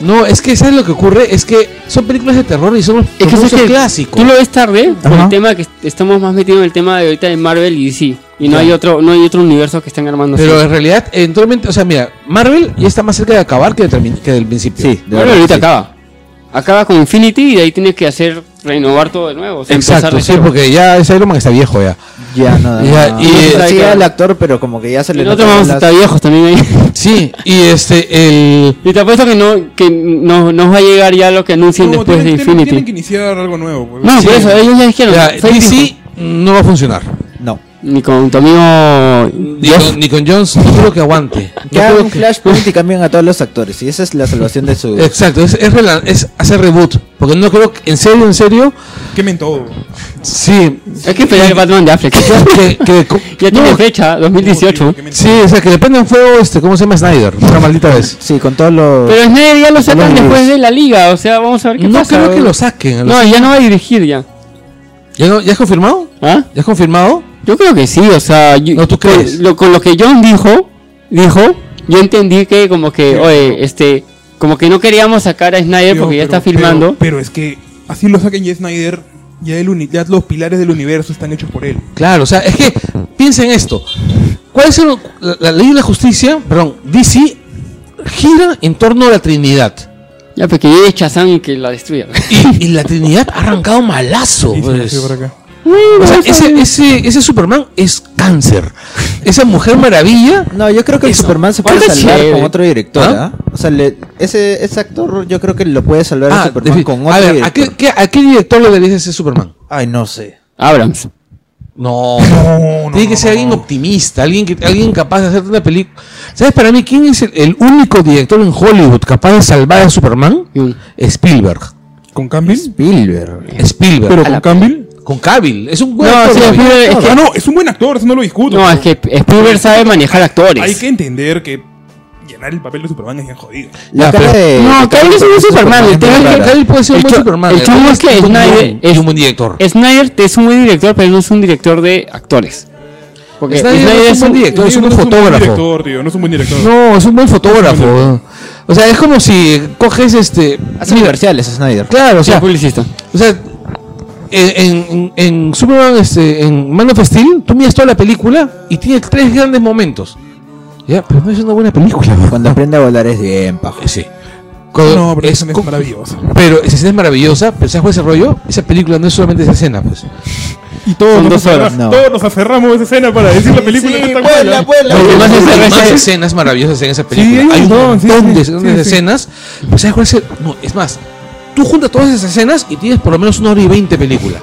Speaker 1: No, es que ¿sabes lo que ocurre? Es que son películas de terror y son
Speaker 5: Es que,
Speaker 1: son
Speaker 5: ¿sabes qué?
Speaker 1: clásicos.
Speaker 5: Tú lo ves tarde por
Speaker 3: Ajá.
Speaker 5: el tema que est- estamos más metidos en el tema de ahorita de Marvel y DC y no hay otro no hay otro universo que estén armando.
Speaker 1: Pero
Speaker 5: así.
Speaker 1: en realidad, eventualmente, o sea, mira, Marvel ya está más cerca de acabar que, de termin- que del principio.
Speaker 3: sí, de
Speaker 5: Marvel
Speaker 3: verdad,
Speaker 5: ahorita
Speaker 3: sí.
Speaker 5: acaba. Acaba con Infinity y de ahí tienes que hacer renovar todo de nuevo, o sea, empezar
Speaker 1: Exacto,
Speaker 5: de
Speaker 1: sí,
Speaker 5: cero.
Speaker 1: porque ya ese Iron Man está viejo ya.
Speaker 3: Ya no.
Speaker 1: Ya,
Speaker 3: no.
Speaker 1: y-
Speaker 3: Sí,
Speaker 5: eh,
Speaker 3: era el actor, pero como que ya se
Speaker 5: Y
Speaker 3: le
Speaker 5: Nosotros
Speaker 3: notaban
Speaker 5: vamos a
Speaker 3: las-
Speaker 5: estar viejos también ahí.
Speaker 1: Sí, y este, el.
Speaker 5: Y te apuesto que no que no nos va a llegar ya lo que anuncian
Speaker 4: No,
Speaker 5: después de
Speaker 4: tienen- tienen- Tienen que
Speaker 5: Infinity.
Speaker 4: iniciar algo nuevo. pues.
Speaker 5: No,
Speaker 1: Sí.
Speaker 5: por eso ellos ya dijeron.
Speaker 1: Ya,
Speaker 5: seis
Speaker 1: DC
Speaker 5: cinco.
Speaker 1: no va a funcionar.
Speaker 3: No.
Speaker 5: Ni con tu amigo
Speaker 1: Ni con, ni con Jones, no creo que aguante. No
Speaker 3: Que hagan
Speaker 1: creo
Speaker 3: un
Speaker 1: que-
Speaker 3: flashpoint y cambian a todos los actores. Y esa es la salvación de su.
Speaker 1: Exacto, es, es, rela- es hacer reboot. Porque no creo que, en serio, en serio,
Speaker 4: Quemen todo.
Speaker 1: sí.
Speaker 5: Hay que esperar el Batman de Affleck.
Speaker 1: Que, que-
Speaker 5: ya tiene
Speaker 1: no,
Speaker 5: fecha, 2018.
Speaker 4: Quemen
Speaker 1: Sí, o sea, que depende en fuego, este, ¿cómo se llama Snyder? Una maldita vez.
Speaker 3: Sí, con todos los.
Speaker 5: Pero Snyder ya lo sacan
Speaker 3: Los
Speaker 5: después
Speaker 3: libros.
Speaker 5: de la liga, o sea, vamos a ver qué
Speaker 1: No
Speaker 5: pasa.
Speaker 1: creo que
Speaker 5: weón.
Speaker 1: lo saquen.
Speaker 5: No, ya no va a dirigir ya.
Speaker 1: ¿Ya, no- ya es confirmado?
Speaker 5: ¿Ah?
Speaker 1: ¿Ya has confirmado?
Speaker 5: Yo creo que sí, o sea, yo-
Speaker 1: No, ¿tú
Speaker 5: con-
Speaker 1: crees?
Speaker 5: lo- con lo que John dijo, dijo, yo entendí que como que, oye, este, como que no queríamos sacar a Snyder
Speaker 4: Pero-
Speaker 5: porque ya
Speaker 4: pero-
Speaker 5: está filmando.
Speaker 4: Pero, pero es que así lo saquen ya Snyder, ya, el uni- ya los pilares del universo están hechos por él.
Speaker 1: Claro, o sea, es que piensa en esto. ¿Cuál es el- la, la ley de la justicia? Perdón, DC gira en torno a la Trinidad.
Speaker 5: Ya, porque llegue Chazán y que la destruya.
Speaker 1: Y, y la Trinidad ha arrancado malazo.
Speaker 4: Y se
Speaker 1: pues.
Speaker 4: nació para acá.
Speaker 1: O sea, ese, ese, ese Superman es cáncer. Esa Mujer Maravilla
Speaker 3: No, yo creo que el
Speaker 1: Eso.
Speaker 3: Superman se puede
Speaker 5: Ponte
Speaker 3: salvar
Speaker 5: chévere.
Speaker 3: con otro director,
Speaker 1: ¿Ah?
Speaker 3: ¿ah? O sea, le- ese, ese actor yo creo que lo puede salvar el
Speaker 1: Ah,
Speaker 3: Superman
Speaker 1: defi-
Speaker 3: con otro
Speaker 1: a ver, ¿a qué,
Speaker 3: director.
Speaker 1: qué- a qué director le darías ese Superman?
Speaker 3: Ay, no sé.
Speaker 5: Abrams.
Speaker 1: No,
Speaker 4: No, no,
Speaker 1: tiene que
Speaker 4: no,
Speaker 1: ser
Speaker 4: no,
Speaker 1: alguien
Speaker 4: no.
Speaker 1: optimista, alguien que, alguien capaz de hacer una película. ¿Sabes para mí quién es el, el único director en Hollywood capaz de salvar a Superman?
Speaker 5: Mm.
Speaker 1: Spielberg.
Speaker 4: ¿Con Campbell?
Speaker 3: Spielberg.
Speaker 1: Spielberg.
Speaker 4: ¿Pero
Speaker 5: a la-
Speaker 4: con Campbell?
Speaker 1: con Cavill. Es un buen
Speaker 5: No,
Speaker 1: actor,
Speaker 5: sí,
Speaker 1: Cavill.
Speaker 5: Spielberg es que-
Speaker 4: Ah, no, es un buen actor, eso no lo discuto.
Speaker 5: No, es que Spielberg sabe manejar
Speaker 4: Hay
Speaker 5: actores.
Speaker 4: que entender que llenar el papel de Superman es bien jodido.
Speaker 3: La
Speaker 1: Ya,
Speaker 3: cara
Speaker 1: pero-
Speaker 3: de-
Speaker 5: No,
Speaker 3: la cara
Speaker 5: Cavill
Speaker 3: de
Speaker 5: es un Superman. El tema
Speaker 3: muy
Speaker 5: es que
Speaker 3: rara.
Speaker 1: Cavill puede ser un
Speaker 5: El
Speaker 1: buen
Speaker 5: cho-
Speaker 1: Superman. ¿eh?
Speaker 5: el chongo es que
Speaker 1: un
Speaker 5: Snyder
Speaker 1: buen-
Speaker 5: es-
Speaker 1: un buen director.
Speaker 5: Snyder es un buen director, pero no es un director de actores. Porque
Speaker 1: Snyder
Speaker 5: Snyder,
Speaker 1: es un
Speaker 5: es
Speaker 1: buen
Speaker 5: un...
Speaker 1: director, es un
Speaker 4: no es un buen
Speaker 1: fotógrafo.
Speaker 4: director, tío, no es un buen director.
Speaker 1: No, es un buen fotógrafo. O sea, es como si coges este.
Speaker 3: Hace
Speaker 1: mira,
Speaker 3: comerciales, Snyder.
Speaker 1: Claro, o
Speaker 5: es
Speaker 1: sea,
Speaker 5: publicista.
Speaker 1: o sea, en, en- en Superman, este, en Man of Steel, tú miras toda la película y tiene tres grandes momentos. Ya, pero no es una buena película. bro.
Speaker 3: Cuando aprende a volar es bien, paja.
Speaker 1: Eh, Sí. Cuando-
Speaker 4: No, pero
Speaker 1: es
Speaker 4: eso no es,
Speaker 1: co-
Speaker 4: maravilloso.
Speaker 1: Pero esa escena es maravillosa, pero ¿sabes cuál es el rollo? Esa película no es solamente esa escena, pues.
Speaker 4: Y todos,
Speaker 5: Son
Speaker 4: nos,
Speaker 5: dos horas,
Speaker 4: aferra-
Speaker 3: no.
Speaker 4: todos nos aferramos a esa escena para decir la película que está
Speaker 1: pues,
Speaker 4: buena.
Speaker 5: Lo que más es
Speaker 1: Hay más
Speaker 5: RC.
Speaker 1: escenas maravillosas en esa película.
Speaker 4: Sí,
Speaker 1: hay un
Speaker 4: no, sí,
Speaker 1: montón
Speaker 4: sí,
Speaker 1: de
Speaker 4: sí,
Speaker 1: escenas, de
Speaker 4: sí.
Speaker 1: escenas, pero ¿sabes cuál es el- No, es más, tú juntas todas esas escenas y tienes por lo menos una hora y veinte película.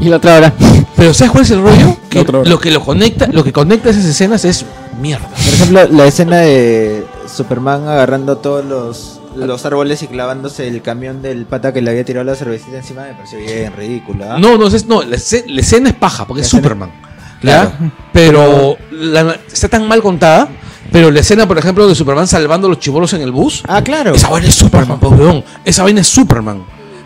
Speaker 5: Y la otra hora.
Speaker 1: Pero ¿sabes cuál es el rollo? Que
Speaker 4: Otra hora.
Speaker 1: lo que lo conecta, lo que conecta esas escenas es mierda.
Speaker 3: Por ejemplo, la escena de Superman agarrando todos los, los árboles y clavándose el camión del pata que le había tirado la cervecita encima me pareció bien ridícula. ¿ah?
Speaker 1: No, no, es, no la, esce- la escena es paja, porque
Speaker 3: La
Speaker 1: es
Speaker 3: escena-
Speaker 1: Superman. ¿ya? Pero la- está tan mal contada, pero la escena, por ejemplo, de Superman salvando a los chibolos en el bus,
Speaker 3: Ah, claro.
Speaker 1: esa vaina es Superman, pues, weón. Esa vaina es Superman.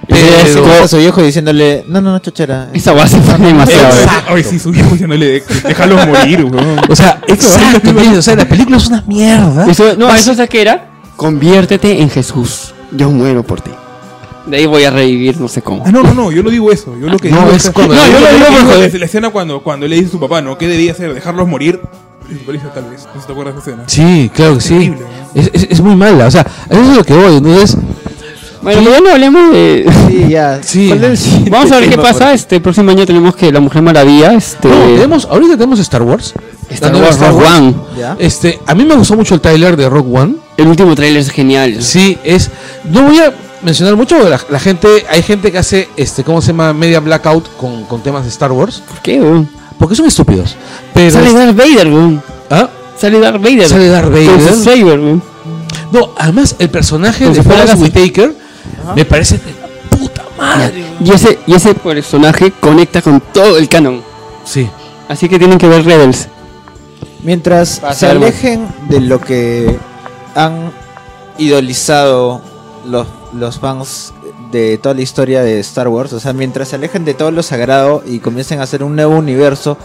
Speaker 3: Se
Speaker 1: Pero-
Speaker 3: coge a su viejo diciéndole, no, no, no, chochera.
Speaker 5: Esa base fue demasiado.
Speaker 1: Exacto.
Speaker 4: Ay, sí, su viejo diciéndole, déjalo morir, weón.
Speaker 1: O sea, exacto, ¿entiendes? o sea, la película es una mierda.
Speaker 5: Eso, no, eso es que era. Conviértete en Jesús. Yo muero por ti. De ahí voy a revivir, no sé cómo.
Speaker 4: Ah, no, no, no, yo no digo eso. Yo lo que
Speaker 1: No,
Speaker 4: digo
Speaker 1: es cuando-
Speaker 4: No,
Speaker 1: No,
Speaker 4: yo
Speaker 1: yo
Speaker 4: lo
Speaker 1: lo
Speaker 4: digo
Speaker 1: digo por joder.
Speaker 4: es la escena cuando, cuando le dice a su papá, ¿no? ¿Qué debía hacer? ¿Dejarlos morir? Y su papá le dice, tal vez. No se te acuerdas de esa escena.
Speaker 1: Sí, claro que sí.
Speaker 4: Terrible.
Speaker 1: Es, es- es muy mala, o sea, eso es lo que voy. Entonces,
Speaker 5: Bueno, ya no hablemos de.
Speaker 3: Sí, ya.
Speaker 1: Sí.
Speaker 3: ¿Cuál es el siguiente
Speaker 5: Vamos a ver qué
Speaker 3: tema,
Speaker 5: pasa. Este próximo año tenemos que La Mujer Maravilla. Este.
Speaker 1: no, tenemos, ahorita tenemos eh, Star Wars.
Speaker 5: Star
Speaker 1: la nueva
Speaker 5: Wars, Rogue One.
Speaker 3: por- ¿Ya?
Speaker 1: Este, a mí me gustó mucho el trailer de Rock One.
Speaker 5: El último tráiler es genial.
Speaker 1: Sí, es. No voy a mencionar mucho, la, la gente, hay gente que hace, este, ¿cómo se llama? Media blackout con, con temas de Star Wars.
Speaker 5: ¿Por qué, weón?
Speaker 1: Porque son estúpidos. Pero.
Speaker 5: Sale Darth Vader, weón.
Speaker 1: ¿Ah?
Speaker 5: Sale Darth Vader.
Speaker 1: Sale Darth
Speaker 5: Con su
Speaker 1: Vader.
Speaker 5: saber, weón.
Speaker 1: No, además el personaje
Speaker 5: Como
Speaker 1: de
Speaker 5: si fuera
Speaker 1: Forrest
Speaker 5: la-
Speaker 1: Whitaker me parece de puta madre.
Speaker 5: Y ese, y ese personaje conecta con todo el canon.
Speaker 1: Sí.
Speaker 5: Así que tienen que ver Rebels.
Speaker 3: Mientras
Speaker 5: Pasa
Speaker 3: se
Speaker 5: algo.
Speaker 3: alejen de lo que han idolizado los, los fans de toda la historia de Star Wars, o sea, mientras se alejen de todo lo sagrado y comiencen a hacer un nuevo universo,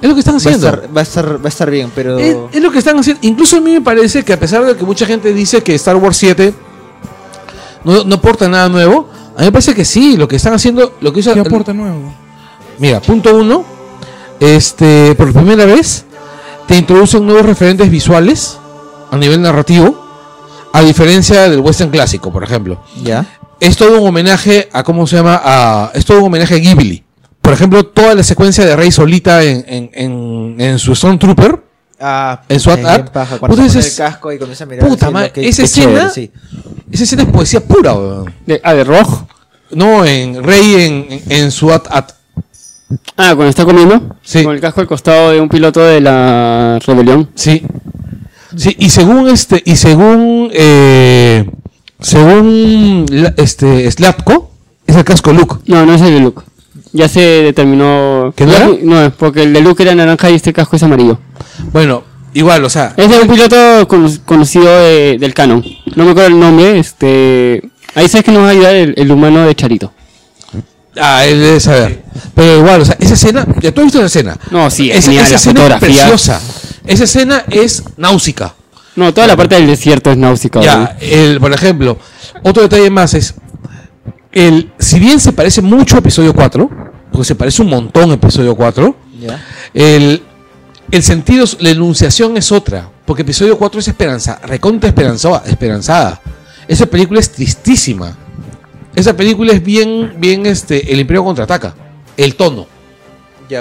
Speaker 1: Es lo que están
Speaker 3: va a
Speaker 1: haciendo. Eh,
Speaker 3: estar, va a estar, va a estar bien, pero...
Speaker 1: Es, es lo que están haciendo. Incluso a mí me parece que a pesar de que mucha gente dice que Star Wars 7 no, no aporta nada nuevo, a mí me parece que sí, lo que están haciendo, lo que hizo...
Speaker 4: ¿Qué aporta nuevo?
Speaker 1: Mira, punto uno, este, por primera vez te introducen nuevos referentes visuales a nivel narrativo, a diferencia del western clásico, por ejemplo.
Speaker 3: ¿Ya?
Speaker 1: Es todo un homenaje a, ¿cómo se llama? A, es todo un homenaje a Ghibli. Por ejemplo, toda la secuencia de Rey solita en, en, en, en su Stormtrooper,
Speaker 3: Ah,
Speaker 1: En su
Speaker 3: es
Speaker 1: at-
Speaker 3: bien paja, cuando
Speaker 1: Puta,
Speaker 3: se pone
Speaker 1: ese
Speaker 3: el
Speaker 1: es-
Speaker 3: casco y comienza a mirar...
Speaker 1: Puta
Speaker 3: así,
Speaker 1: madre,
Speaker 3: ¿no? Qué-
Speaker 1: esa
Speaker 3: qué chévere,
Speaker 1: escena-
Speaker 3: sí.
Speaker 1: esa escena es poesía pura, weón.
Speaker 5: De, ah, de Rojo.
Speaker 1: No, en Rey en, en, en su at, at.
Speaker 5: Ah, cuando está comiendo.
Speaker 1: Sí.
Speaker 5: Con el casco al costado de un piloto de la rebelión.
Speaker 1: Sí. Sí, y según este, y según eh, según la- este Slatko, es el casco Luke.
Speaker 5: No, no es el de Luke. Ya se determinó.
Speaker 1: ¿Que no era?
Speaker 5: No, porque el de Luke era naranja y este casco es amarillo.
Speaker 1: Bueno, igual, o sea,
Speaker 5: Es de un piloto cono- conocido de- del canon. No me acuerdo el nombre. Este. Ahí sabes que nos va a ayudar el, el humano de Charito.
Speaker 1: ah, él debe saber. Pero igual, o sea, esa escena, ya tú has visto esa escena.
Speaker 5: No, sí, es
Speaker 1: Esa-
Speaker 5: genial,
Speaker 1: esa
Speaker 5: la
Speaker 1: escena es
Speaker 5: fotografía.
Speaker 1: preciosa. Esa escena es náusica.
Speaker 5: No, toda la parte del desierto es náusica.
Speaker 1: Ya, el, por ejemplo, otro detalle más es, el, si bien se parece mucho a episodio 4, porque se parece un montón a episodio 4, el, el sentido, la enunciación es otra, porque episodio 4 es esperanza, recontra esperanzada, esperanzada. Esa película es tristísima. Esa película es bien, bien, este, El Imperio Contraataca, el tono.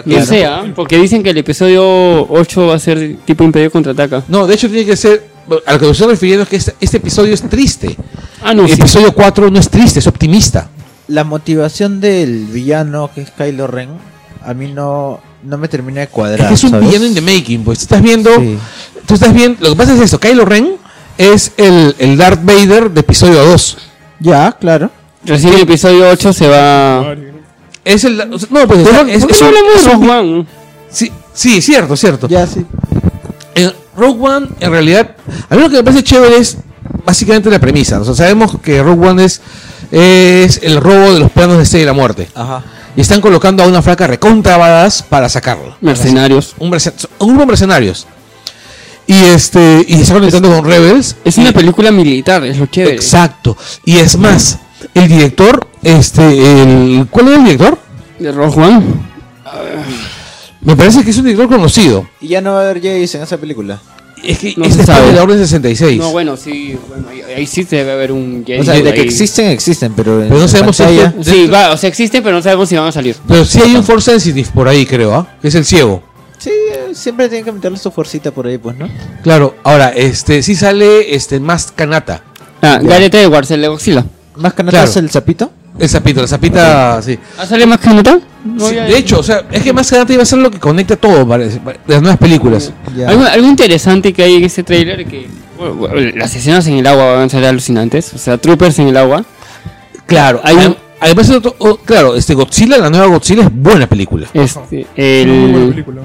Speaker 5: No sé, ¿ah? porque dicen que el episodio 8 va a ser tipo Imperio contraataca.
Speaker 1: No, de hecho tiene que ser, a lo que me estoy refiriendo es que este, este episodio es triste.
Speaker 5: Ah, no, sí.
Speaker 1: episodio 4 no es triste, es optimista.
Speaker 3: La motivación del villano, que es Kylo Ren, a mí no, no me termina de
Speaker 1: Es
Speaker 3: cuadrar.
Speaker 1: que Este es un
Speaker 3: ¿sabes?
Speaker 1: villano in the making, pues. Tú estás viendo.
Speaker 3: Sí.
Speaker 1: Tú estás viendo. Lo que pasa es esto: Kylo Ren es el, el Darth Vader de episodio 2.
Speaker 3: Ya, claro.
Speaker 5: Recién el episodio 8 se va...
Speaker 1: Es el. o sea, no, pues. está- es,
Speaker 5: ¿Por qué
Speaker 1: es
Speaker 5: no
Speaker 1: un-
Speaker 5: hablamos
Speaker 1: es
Speaker 5: de
Speaker 1: un-
Speaker 5: Rogue One?
Speaker 1: Sí, sí, cierto, cierto.
Speaker 3: Ya, sí.
Speaker 1: En Rogue One, en realidad. A mí lo que me parece chévere es básicamente la premisa. O sea, sabemos que Rogue One es. Es el robo de los planos de Estrella de la Muerte.
Speaker 3: Ajá.
Speaker 1: Y están colocando a una flaca recontra badass para sacarlo.
Speaker 5: Mercenarios.
Speaker 1: Un, mercen- un grupo de mercenarios. Y este. Y se están conectando con Rebels.
Speaker 5: Es una película militar, es lo chévere.
Speaker 1: Exacto. Y es más, el director, este, el, ¿cuál es el director?
Speaker 5: De Rogue One.
Speaker 1: Me parece que es un director conocido.
Speaker 3: Y ya no va a haber Jace en esa película.
Speaker 1: Es que
Speaker 5: No
Speaker 1: es
Speaker 5: se
Speaker 1: después
Speaker 5: sabe.
Speaker 1: de la Orden 66.
Speaker 5: No, bueno, sí, bueno, ahí, ahí sí debe haber un Jedi
Speaker 3: O sea, de que
Speaker 5: Eh, ahí.
Speaker 3: existen, existen, pero, en
Speaker 1: Pero no
Speaker 3: la
Speaker 1: sabemos si
Speaker 3: pantalla-
Speaker 1: es
Speaker 5: Sí, va, o sea, existe, pero no sabemos si van a salir.
Speaker 1: Pero sí hay un Force Sensitive por ahí, creo, ¿ah? Que es el ciego.
Speaker 3: Sí, eh, siempre tienen que meterle su fuercita por ahí, pues, ¿no?
Speaker 1: Claro, ahora, este, sí sale este más canata.
Speaker 5: Ah, Garete de Warcel de Godzilla.
Speaker 3: Más que nada
Speaker 1: Claro.
Speaker 3: es el zapito.
Speaker 1: El sapito, la sapita, sí.
Speaker 5: ¿Ah, sale más que nota?
Speaker 1: Sí, de hecho, o sea, es que más canata iba a ser lo que conecta todo, parece, de las nuevas películas.
Speaker 3: Ya.
Speaker 5: Algo, algo interesante que hay en este tráiler que bueno, bueno, las escenas en el agua van a ser alucinantes, o sea, troopers en el agua.
Speaker 1: Claro, hay
Speaker 5: Adem-
Speaker 1: Además, el otro- oh, claro, este Godzilla, la nueva Godzilla es buena película.
Speaker 5: Este,
Speaker 4: Muy buena
Speaker 5: el,
Speaker 4: película.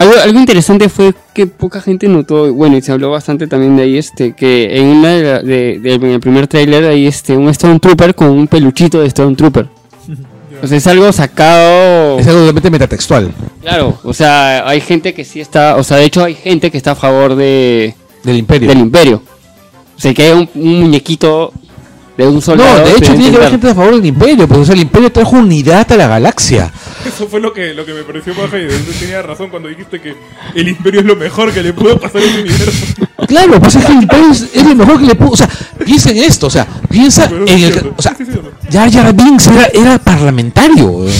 Speaker 5: algo, algo interesante fue que poca gente notó, bueno, y se habló bastante también de ahí, este, que en, una de la- de- de- en el primer tráiler hay este, un Stone Trooper con un peluchito de Stone Trooper. O sea, es algo sacado...
Speaker 1: Es algo totalmente metatextual
Speaker 5: Claro, o sea, hay gente que sí está, o sea, de hecho hay gente que está a favor de,
Speaker 1: del Imperio.
Speaker 5: del imperio. O sea, que hay un, un muñequito de un soldado.
Speaker 1: No, de hecho tiene que haber
Speaker 5: intentar-
Speaker 1: gente a favor del imperio, porque o sea, el imperio trajo unidad a la galaxia.
Speaker 4: Eso fue lo que, lo que me pareció baja y de hecho tenía razón cuando dijiste que el imperio es lo mejor que le pudo pasar a este universo.
Speaker 1: Claro, pues es que el imperio es, es lo mejor que le pudo. O sea, piensa en esto, o sea, piensa
Speaker 4: Pero
Speaker 1: en
Speaker 4: es
Speaker 1: el.
Speaker 4: cierto.
Speaker 1: O sea,
Speaker 4: Sí, sí, sí, o no.
Speaker 1: Jar Jar Binks era, era parlamentario. eh.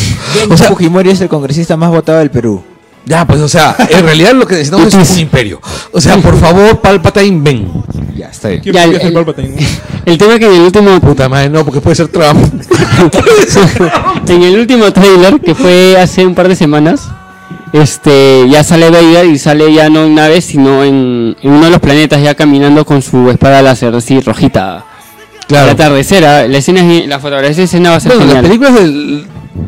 Speaker 1: O sea,
Speaker 3: Fujimori es el congresista más votado del Perú.
Speaker 1: ya, pues, o sea, en realidad lo que necesitamos es un imperio. O sea, por favor, Palpatine, ven.
Speaker 3: Ya, está bien.
Speaker 4: ¿Quién
Speaker 5: Ya,
Speaker 4: podría
Speaker 5: el-
Speaker 4: ser Palpatine?
Speaker 5: El tema que en el último,
Speaker 1: Puta madre, no, porque puede ser Trump.
Speaker 5: en el último trailer, que fue hace un par de semanas, este, ya sale Vader y sale ya no en naves, sino en, en uno de los planetas ya caminando con su espada láser así rojita. La
Speaker 1: claro.
Speaker 5: atardecera, la escena, es bien- la fotografía de esa escena va a ser
Speaker 1: Bueno, las
Speaker 5: genial.
Speaker 1: películas del.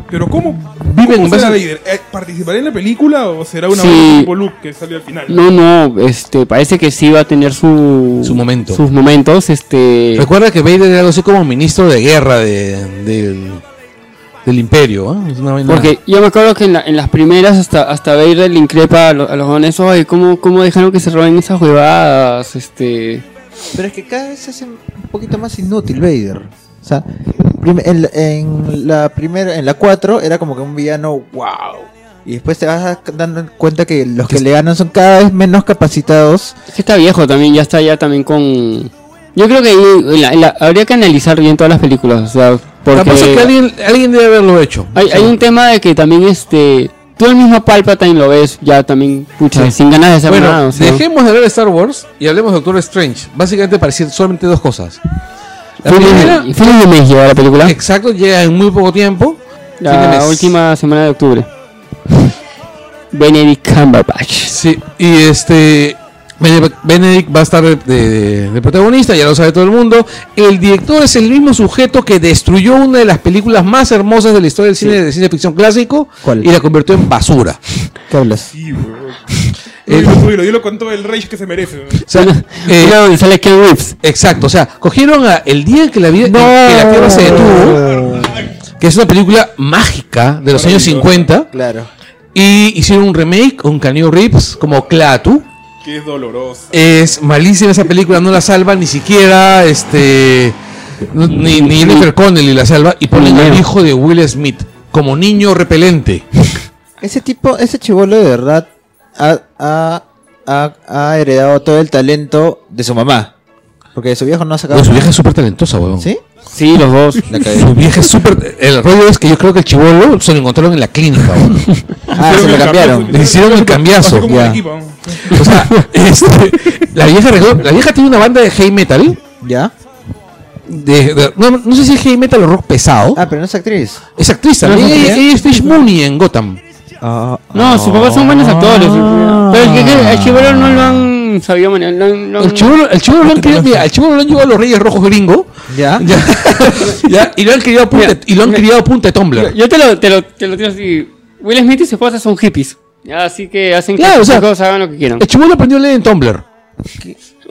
Speaker 4: Pero ¿cómo?
Speaker 1: Viven
Speaker 4: ¿Cómo
Speaker 1: en
Speaker 4: será
Speaker 1: base-
Speaker 4: Vader? Eh, ¿Participará en la película o será una
Speaker 5: Sí.
Speaker 4: obra tipo Luke que salió al final?
Speaker 5: No, no, este, parece que sí va a tener su,
Speaker 1: Su momento.
Speaker 5: sus momentos, este,
Speaker 1: Recuerda que Vader era algo así como ministro de guerra de- del, del imperio. ¿ah? Es una vaina-
Speaker 5: Porque yo me acuerdo que en, la- en las primeras hasta, hasta Vader le increpa a, lo- a los jóvenes, oye, ¿cómo, ¿cómo dejaron que se roben esas huevadas? Este...
Speaker 3: Pero es que cada vez se hace un poquito más inútil Vader. O sea, prim- en, en la primera, en la 4 era como que un villano wow. Y después te vas dando cuenta que los que le ganan son cada vez menos capacitados.
Speaker 5: Es que está viejo también, ya está ya también con... Yo creo que ahí, en la- en la- habría que analizar bien todas las películas, o sea, porque
Speaker 1: Capaz es que alguien, alguien debe haberlo hecho.
Speaker 5: hay, hay un tema de que también este... Tú el mismo Palpatine lo ves ya también, pucha,
Speaker 1: Sí.
Speaker 5: sin ganas de hacer
Speaker 1: bueno,
Speaker 5: nada. o sea.
Speaker 1: dejemos de hablar de Star Wars y hablemos de Doctor Strange. Básicamente parecían solamente dos cosas. La
Speaker 5: Fue
Speaker 1: primera,
Speaker 5: en- fue en mes llegó la película,
Speaker 1: exacto, llega en muy poco tiempo. fin de
Speaker 5: la
Speaker 1: mes.
Speaker 5: última semana de octubre. Benedict Cumberbatch.
Speaker 1: Sí, y este. Bene- Benedict va a estar de, de- de protagonista, ya lo sabe todo el mundo. El director es el mismo sujeto que destruyó una de las películas más hermosas de la historia del cine de ciencia ficción clásico
Speaker 3: ¿Cuál?
Speaker 1: y la convirtió en basura.
Speaker 3: ¿Qué hablas?
Speaker 4: Sí, weón.
Speaker 1: El-
Speaker 4: Dilo, dilo, dilo con todo el rage que se merece. weón.
Speaker 1: O sea, eh,
Speaker 5: Mira donde sale Ken Reeves.
Speaker 1: Exacto, o sea, cogieron a el día en que la vida en que la Tierra se detuvo, que es una película mágica de los años 50.
Speaker 5: Claro.
Speaker 1: Y hicieron un remake con Caneo Reeves como Clatu.
Speaker 4: Que es doloroso.
Speaker 1: Es malísima esa película, no la salva ni siquiera este. no- Ni, ni Jennifer Connelly la salva. Y ponen al hijo de Will Smith como niño repelente.
Speaker 3: Ese tipo, ese chivolo de verdad ha, ha- ha- ha heredado todo el talento de su mamá. Porque de su viejo no ha sacado.
Speaker 1: Oye, Pues su vieja es súper talentosa, weón.
Speaker 3: ¿Sí?
Speaker 5: Sí, los dos.
Speaker 3: La
Speaker 1: Su
Speaker 3: cagué.
Speaker 1: vieja es súper. El rollo es que yo creo que el chivolo se lo encontraron en la clínica, weón.
Speaker 3: Ah, se lo cambiaron.
Speaker 1: Le hicieron el cambiazo.
Speaker 4: Así como
Speaker 3: Ya.
Speaker 4: un equipo.
Speaker 1: O sea, este, la, vieja, arregló- la vieja tiene una banda de heavy metal.
Speaker 3: ¿Ya?
Speaker 1: de- de- no, no sé si es heavy metal o rock pesado.
Speaker 3: Ah, pero no es actrish.
Speaker 1: Es actriz también.
Speaker 5: ¿No es
Speaker 1: Ella,
Speaker 5: actriz?
Speaker 1: ella es Fish Mooney en Gotham.
Speaker 5: No, sus papás son
Speaker 1: Ah.
Speaker 5: buenos actores. Pero es que- que al chivolo no lo han sabido manejar. No, no-
Speaker 1: El chivolo el chibolo lo han querido- mira, el chibolo lo han llevado a los Reyes Rojos gringo.
Speaker 3: ¿Ya?
Speaker 1: Ya, ya, Ah. y lo han criado a punta,
Speaker 5: Mira,
Speaker 1: y lo han
Speaker 5: mira.
Speaker 1: criado a punta de Tumblr.
Speaker 5: Yo, yo te, lo, te, lo, te lo tiro así. Will Smith y su esposa son hippies. Así que hacen
Speaker 1: Claro,
Speaker 5: que
Speaker 1: o
Speaker 5: los
Speaker 1: sea-
Speaker 5: chicos hagan lo que quieran.
Speaker 1: el chibolo aprendió a leer en Tumblr.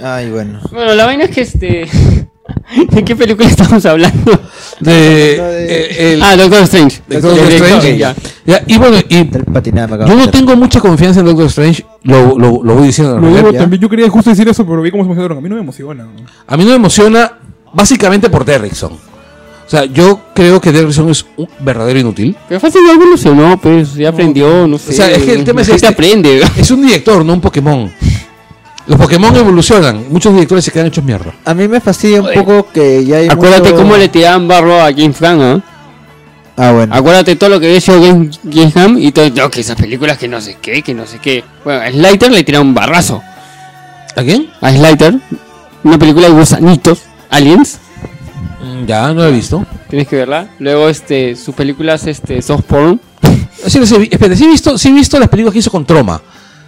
Speaker 3: Ay, bueno.
Speaker 5: Bueno, la vaina es que este. ¿De qué película estamos hablando?
Speaker 1: De,
Speaker 3: Lo
Speaker 1: eh,
Speaker 3: de-
Speaker 1: el-
Speaker 5: ah, Doctor Strange.
Speaker 1: de Doctor
Speaker 5: Doctor
Speaker 1: Strange.
Speaker 5: ya.
Speaker 1: Ya, y bueno, y
Speaker 3: Del patinado me acabo
Speaker 1: yo
Speaker 3: de
Speaker 1: no
Speaker 3: meter.
Speaker 1: tengo mucha confianza en Doctor Strange. Lo, lo, lo voy diciendo.
Speaker 4: Lo digo
Speaker 3: Ya.
Speaker 4: también, yo quería justo decir eso, pero vi cómo se emocionaron. A mí no me emociona.
Speaker 1: A mí no me emociona básicamente por Derrickson. O sea, yo creo que Derrickson es un verdadero inútil.
Speaker 5: Pero fácil ya evolucionó, pues ya aprendió, no sé.
Speaker 1: sea, es que el tema es
Speaker 5: que
Speaker 1: este.
Speaker 5: aprende.
Speaker 1: Es un director, no un Pokémon. Los Pokémon evolucionan. Muchos directores se quedan hechos mierda.
Speaker 3: A mí me fastidia un poco que ya hay.
Speaker 5: Acuérdate
Speaker 3: mucho-
Speaker 5: cómo le tiraban barro a James Gunn, ¿ah?
Speaker 3: Ah, bueno.
Speaker 5: Acuérdate todo lo que había hecho James, James Gunn y todo, no, que esas películas que no sé qué, que no sé qué. Bueno, a Slater le tiraron un barrazo.
Speaker 1: ¿A quién?
Speaker 5: A Slater, una película de gusanitos, Aliens,
Speaker 1: Mm, Ya, no lo he visto.
Speaker 5: tienes que verla. Luego, este, sus películas, este, soft porn.
Speaker 1: Sí, las he vi- espérate, sí he visto, sí he visto las películas que hizo con Troma.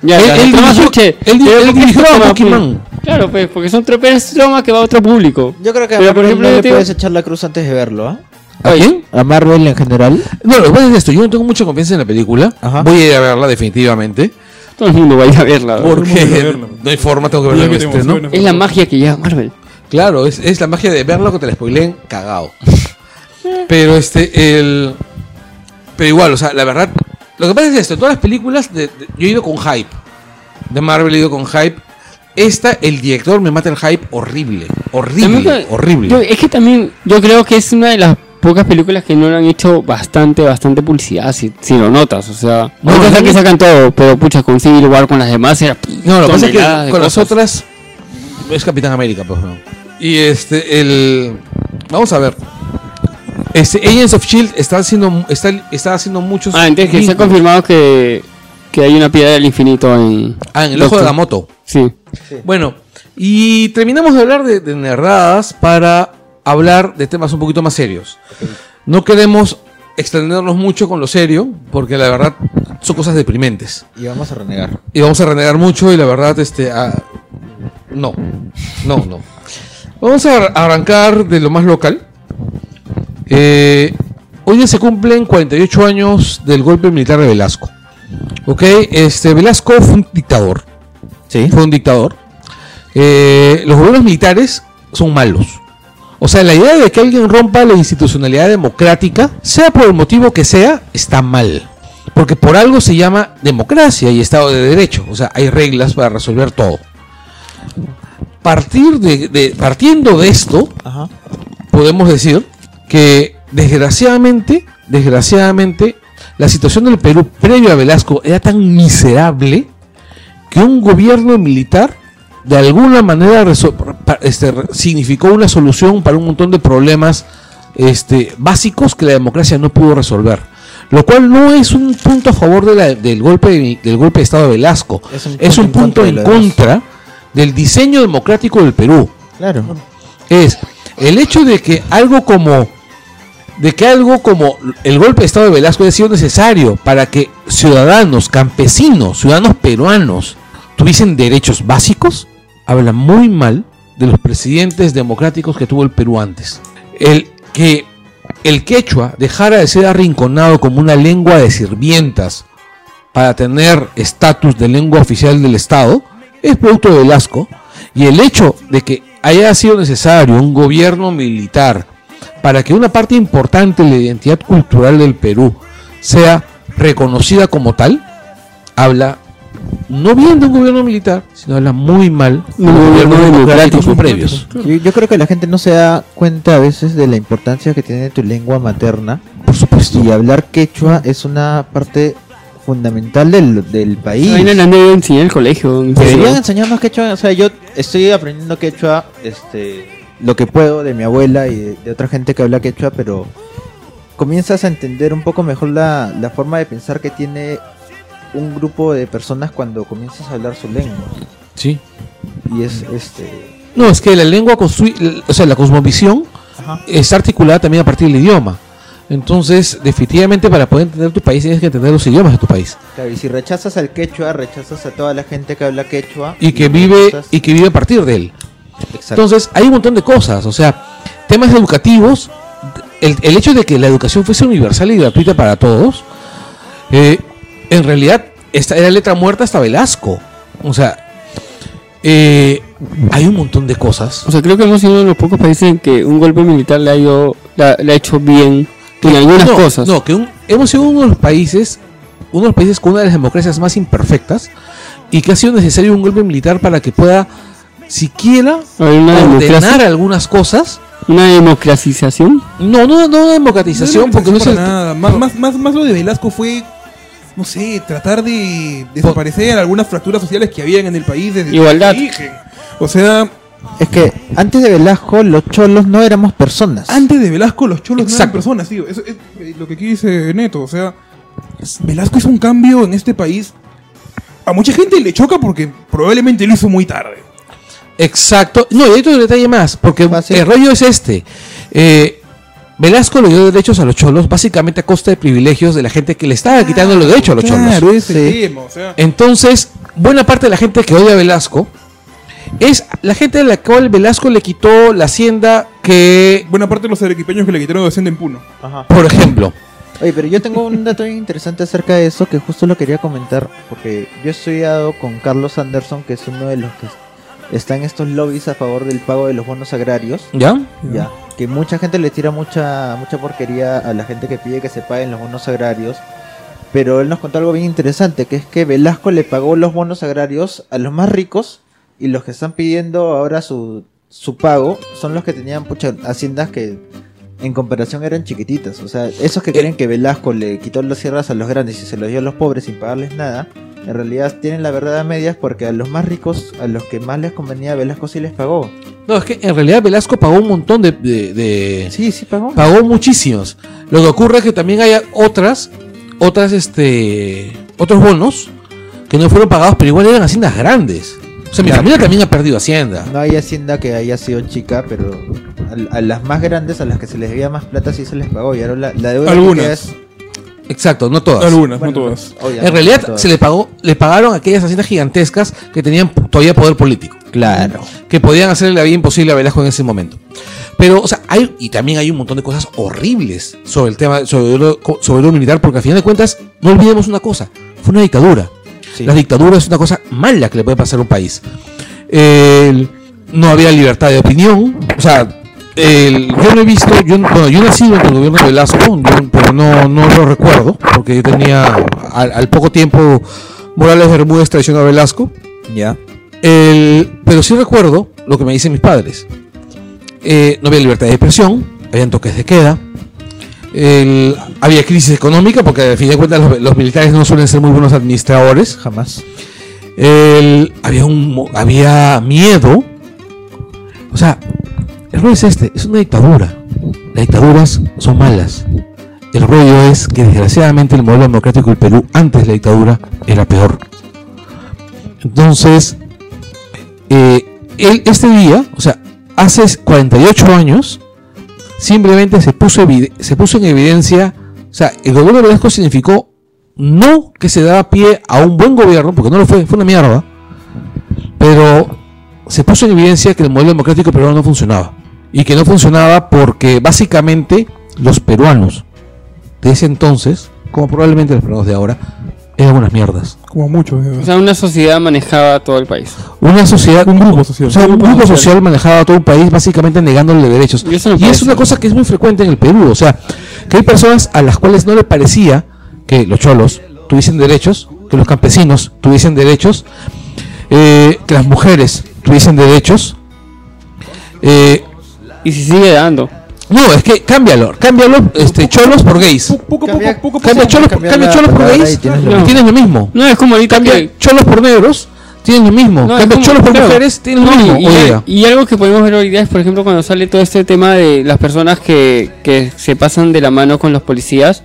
Speaker 5: Ya,
Speaker 1: Él-
Speaker 5: ya,
Speaker 1: él
Speaker 5: los tramas
Speaker 1: dirigió-
Speaker 5: son che-
Speaker 1: él di-
Speaker 5: pero
Speaker 1: él
Speaker 5: porque
Speaker 1: dirigió
Speaker 5: son
Speaker 1: a
Speaker 5: tramas,
Speaker 1: Monkey
Speaker 5: pues.
Speaker 1: Man.
Speaker 5: Claro, pues, porque son troperas troma que va a otro público.
Speaker 3: Yo creo que a
Speaker 5: Pero,
Speaker 3: Marvel
Speaker 5: por ejemplo,
Speaker 3: no
Speaker 5: yo
Speaker 3: le
Speaker 5: te-
Speaker 3: puedes echar la cruz antes de verlo, ¿ah?
Speaker 1: ¿A
Speaker 5: Oye,
Speaker 1: quién?
Speaker 3: A Marvel en general.
Speaker 1: No, lo que pasa es esto. Yo no tengo mucha confianza en la película.
Speaker 3: Ajá.
Speaker 1: Voy a ir a verla definitivamente.
Speaker 5: Todo el mundo va a ir a verla.
Speaker 4: el
Speaker 5: ¿verdad?
Speaker 4: mundo va a
Speaker 1: Porque
Speaker 4: verla.
Speaker 1: no hay forma, tengo que verla
Speaker 4: Ya
Speaker 1: en
Speaker 4: que
Speaker 1: el
Speaker 4: te
Speaker 1: estreno.
Speaker 4: emociona.
Speaker 5: Es la magia que lleva Marvel.
Speaker 1: Claro, es, es la magia de verlo que te la spoileen cagado. Pero este, el. Pero igual, o sea, la verdad. Lo que pasa es esto: todas las películas. de- de- yo he ido con hype. De Marvel he ido con hype. Esta, el director me mata el hype horrible. Horrible,
Speaker 5: También que-
Speaker 1: horrible.
Speaker 5: yo- es que también yo creo que es una de las pocas películas que no le han hecho bastante, bastante publicidad, si, si lo notas. O sea,
Speaker 1: No,
Speaker 5: ahorita
Speaker 1: no,
Speaker 5: está
Speaker 1: no.
Speaker 5: que sacan todo, pero pucha, con Civil War, con las demás era...
Speaker 1: No, lo que pasa es que
Speaker 5: toneladas de
Speaker 1: con las
Speaker 5: cosas.
Speaker 1: otras es Capitán América, pues. ¿no? Y este, el. Vamos a ver. Este, Agents of Shield está haciendo, está, está haciendo muchos.
Speaker 5: Ah, entonces que se ha
Speaker 1: vínculos.
Speaker 5: confirmado que, que hay una piedra del infinito en...
Speaker 1: Ah, en el ojo
Speaker 5: Doctor.
Speaker 1: de la moto.
Speaker 5: Sí.
Speaker 1: Bueno, y terminamos de hablar de, de nerdadas para hablar de temas un poquito más serios. No queremos extendernos mucho con lo serio, porque la verdad son cosas deprimentes.
Speaker 3: Y vamos a renegar.
Speaker 1: Y vamos a renegar mucho y la verdad, este... ah, no, no, no. Vamos a ar- arrancar de lo más local. Eh, hoy día se cumplen 48 años del golpe militar de Velasco. Ok, este Velasco fue un dictador
Speaker 3: Sí.
Speaker 1: fue un dictador. Eh, los gobiernos militares son malos. O sea, la idea de que alguien rompa la institucionalidad democrática, sea por el motivo que sea, está mal. Porque por algo se llama democracia y Estado de Derecho. O sea, hay reglas para resolver todo. Partir de- de, partiendo de esto,
Speaker 3: Ajá.
Speaker 1: podemos decir que desgraciadamente, desgraciadamente, la situación del Perú previo a Velasco era tan miserable que un gobierno militar de alguna manera reso- pa- este, re- significó una solución para un montón de problemas este, básicos que la democracia no pudo resolver. Lo cual no es un punto a favor de la- del, golpe de, del golpe de Estado de Velasco.
Speaker 3: Es un
Speaker 1: es un
Speaker 3: punto
Speaker 1: punto
Speaker 3: en
Speaker 1: en
Speaker 3: contra de lo demás.
Speaker 1: contra del diseño democrático del Perú
Speaker 3: Claro.
Speaker 1: es el hecho de que algo como de que algo como el golpe de estado de Velasco haya sido necesario para que ciudadanos, campesinos, ciudadanos peruanos tuviesen derechos básicos, habla muy mal de los presidentes democráticos que tuvo el Perú antes. El que el quechua dejara de ser arrinconado como una lengua de sirvientas para tener estatus de lengua oficial del Estado es producto de Velasco y el hecho de que haya sido necesario un gobierno militar para que una parte importante de la identidad cultural del Perú sea reconocida como tal, habla no bien de un gobierno militar, sino habla muy mal de
Speaker 5: No,
Speaker 1: los gobiernos
Speaker 5: no,
Speaker 1: democráticos
Speaker 5: democrático.
Speaker 1: previos.
Speaker 3: Yo, yo creo que la gente no se da cuenta a veces de la importancia que tiene tu lengua materna.
Speaker 1: Por supuesto.
Speaker 3: Y hablar quechua es una parte fundamental del, del país.
Speaker 5: Ahí le han de enseñar en el colegio. en
Speaker 3: Deberían
Speaker 5: serio.
Speaker 3: enseñar más quechua. O sea, yo estoy aprendiendo quechua, este, lo que puedo de mi abuela y de, de otra gente que habla quechua, pero comienzas a entender un poco mejor la, la forma de pensar que tiene un grupo de personas cuando comienzas a hablar su lengua.
Speaker 1: Sí.
Speaker 3: Y es este.
Speaker 1: No, es que la lengua, constru- o sea, la cosmovisión está articulada también a partir del idioma. Entonces, definitivamente para poder entender tu país tienes que entender los idiomas de tu país.
Speaker 3: Claro, y si rechazas al quechua, rechazas a toda la gente que habla quechua.
Speaker 1: Y que vive,
Speaker 3: rechazas-
Speaker 1: y que vive a partir de él.
Speaker 3: Exacto.
Speaker 1: Entonces, hay un montón de cosas, o sea, temas educativos, el, el hecho de que la educación fuese universal y gratuita para todos, eh, en realidad esta era letra muerta hasta Velasco. O sea, eh, hay un montón de cosas.
Speaker 5: O sea, creo que hemos sido uno de los pocos países en que un golpe militar le ha, ido, le ha, le ha hecho bien en algunas
Speaker 1: no,
Speaker 5: cosas.
Speaker 1: No, que un- hemos sido uno de los países, uno de los países con una de las democracias más imperfectas y que ha sido necesario un golpe militar para que pueda siquiera
Speaker 5: Hay una
Speaker 1: ordenar
Speaker 5: democracia,
Speaker 1: algunas cosas.
Speaker 5: una democratización.
Speaker 1: No, no, no
Speaker 4: No
Speaker 1: democratización,
Speaker 4: era
Speaker 1: porque no es
Speaker 4: para
Speaker 1: el-
Speaker 4: nada. Más, más, más, más lo de Velasco fue, no sé, tratar de desaparecer algunas fracturas sociales que habían en el país desde
Speaker 5: Igualdad.
Speaker 4: su origen. O sea,
Speaker 3: Es que antes de Velasco, los cholos no éramos personas.
Speaker 4: antes de Velasco los cholos no eran
Speaker 1: Exacto.
Speaker 4: personas, tío. Eso es eh, lo que aquí dice Neto. O sea, Velasco hizo un cambio en este país. A mucha gente le choca porque probablemente lo hizo muy tarde.
Speaker 1: Exacto. No, y hay otro detalle más, porque
Speaker 3: Fácil.
Speaker 1: el rollo es este. Eh, Velasco le dio derechos a los cholos básicamente a costa de privilegios de la gente que le estaba quitando los derechos a los cholos.
Speaker 4: Claro, ese
Speaker 3: Sí.
Speaker 4: tema. O sea,
Speaker 1: Entonces, buena parte de la gente que odia a Velasco es la gente a la cual Velasco le quitó la hacienda que,
Speaker 4: buena parte de los arequipeños que le quitaron docente en Puno.
Speaker 3: Ajá.
Speaker 1: por ejemplo,
Speaker 3: Oye, pero yo tengo un dato bien interesante acerca de eso que justo lo quería comentar, porque yo he estudiado con Carlos Anderson, que es uno de los que está en estos lobbies a favor del pago de los bonos agrarios.
Speaker 1: ¿ya?
Speaker 3: Ya. Que mucha gente le tira mucha, mucha porquería a la gente que pide que se paguen los bonos agrarios. Pero él nos contó algo bien interesante, que es que Velasco le pagó los bonos agrarios a los más ricos y los que están pidiendo ahora su, su pago son los que tenían pucha, haciendas que en comparación eran chiquititas. O sea, esos que creen que Velasco le quitó las tierras a los grandes y se los dio a los pobres sin pagarles nada, en realidad tienen la verdad a medias porque a los más ricos, a los que más les convenía, Velasco sí les pagó.
Speaker 1: No, es que en realidad Velasco pagó un montón de... de- de-
Speaker 3: Sí, sí Eh. pagó.
Speaker 1: pagó muchísimos. Lo que ocurre es que también hay otras, otras, este, otros bonos que no fueron pagados, pero igual eran haciendas grandes. O sea, mi familia también ha perdido hacienda.
Speaker 3: No hay hacienda que haya sido chica, pero a, a las más grandes, a las que se les debía más plata, sí se les pagó. Y ahora la, la deuda que
Speaker 4: Algunas.
Speaker 3: queda es-
Speaker 1: Exacto, no todas.
Speaker 4: Algunas,
Speaker 3: bueno,
Speaker 4: no todas.
Speaker 3: obviamente,
Speaker 1: En realidad
Speaker 3: todas.
Speaker 1: se le pagó, le pagaron a aquellas haciendas gigantescas que tenían p- todavía poder político.
Speaker 3: Claro.
Speaker 1: Que podían hacerle la vida imposible a Velasco en ese momento. Pero, o sea, hay, y también hay un montón de cosas horribles sobre el tema, sobre lo, co- sobre lo militar, porque al final de cuentas, no olvidemos una cosa, fue una dictadura.
Speaker 3: Sí.
Speaker 1: La dictadura es una cosa mala que le puede pasar a un país. El- no había libertad de opinión. O sea, el- yo no he visto, yo, no- bueno, yo nací durante el gobierno de Velasco, yo- pero no, no lo recuerdo, porque yo tenía al, al poco tiempo Morales Bermúdez traicionó a Velasco.
Speaker 3: Ya.
Speaker 1: El- pero sí recuerdo lo que me dicen mis padres. Eh, no había libertad de expresión, habían toques de queda, el- había crisis económica, porque al fin de cuentas los, los militares no suelen ser muy buenos administradores.
Speaker 3: Jamás.
Speaker 1: El- había, un, mo- había miedo. O sea, el rollo es este, es una dictadura. Las dictaduras son malas. El rollo es que desgraciadamente el modelo democrático del Perú antes de la dictadura era peor. Entonces, eh, el- este día, o sea, hace 48 años, simplemente se puso, evide- se puso en evidencia, o sea, el gobierno de Velasco significó no que se daba pie a un buen gobierno, porque no lo fue, fue una mierda, pero se puso en evidencia que el modelo democrático peruano no funcionaba. Y que no funcionaba porque básicamente los peruanos de ese entonces, como probablemente los peruanos de ahora, eran unas mierdas.
Speaker 4: Como mucho. de
Speaker 5: O
Speaker 4: verdad.
Speaker 5: sea, una sociedad manejaba todo el país.
Speaker 1: Una sociedad,
Speaker 4: Un grupo social.
Speaker 1: o sea, un grupo social manejado a todo un país básicamente negándole derechos.
Speaker 5: Y eso me
Speaker 1: es
Speaker 5: parece.
Speaker 1: una cosa que es muy frecuente en el Perú, o sea, que hay personas a las cuales no le parecía que los cholos tuviesen derechos, que los campesinos tuviesen derechos, eh, que las mujeres tuviesen derechos. Eh,
Speaker 5: Y se sigue dando.
Speaker 1: no, es que cámbialo, cámbialo este, cholos por gays.
Speaker 4: Po- poco, poco,
Speaker 6: Cambia-
Speaker 4: poco, poco.
Speaker 1: Cambia cholos,
Speaker 6: cambiar
Speaker 1: cambia
Speaker 6: la
Speaker 1: cholos por
Speaker 6: palabra
Speaker 1: gays
Speaker 6: y tienes
Speaker 5: lo
Speaker 1: y
Speaker 5: mismo.
Speaker 1: tienes lo mismo.
Speaker 5: No, es como ahorita
Speaker 1: Cambia
Speaker 5: que...
Speaker 1: cholos por negros, tienes lo mismo.
Speaker 5: No, es
Speaker 1: cambia
Speaker 5: como-
Speaker 1: cholos por
Speaker 5: claro.
Speaker 1: mujeres, tienes lo
Speaker 5: No,
Speaker 1: mismo.
Speaker 5: y,
Speaker 1: hoy día.
Speaker 5: y algo que podemos ver hoy día es, por ejemplo, cuando sale todo este tema de las personas que, que se pasan de la mano con los policías,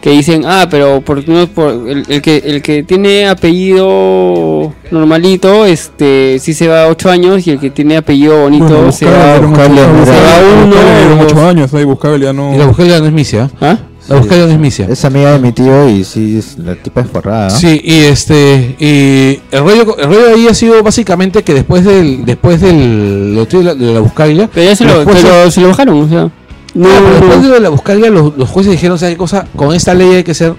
Speaker 5: que dicen, ah, pero por, no, por el, el que, el que tiene apellido normalito, este, sí se va a 8 años, y el que tiene apellido bonito
Speaker 4: Bueno,
Speaker 5: se va
Speaker 4: Buscaglia
Speaker 5: a...
Speaker 4: era un-
Speaker 3: Buscaglia,
Speaker 4: Buscaglia
Speaker 5: se va
Speaker 4: era un-
Speaker 5: uno,
Speaker 4: Buscaglia era un
Speaker 5: dos.
Speaker 4: ocho años, ahí Buscaglia ya no.
Speaker 1: Y la Buscaglia no es misia.
Speaker 5: ¿Ah?
Speaker 1: La Buscaglia no es misia.
Speaker 3: Es amiga de mi tío y sí, es- la tipa es forrada. ¿no?
Speaker 1: Sí, y este y el rollo el rollo ahí ha sido básicamente que después del después del lo de la, de la Buscaglia,
Speaker 5: Pero ya se lo,
Speaker 1: los jueces-
Speaker 5: pero se lo bajaron, o sea... No,
Speaker 1: Ah, pero
Speaker 5: no.
Speaker 1: después de lo de la Buscaglia los, los jueces dijeron, "¿Sabes qué cosa? Con esta ley hay que ser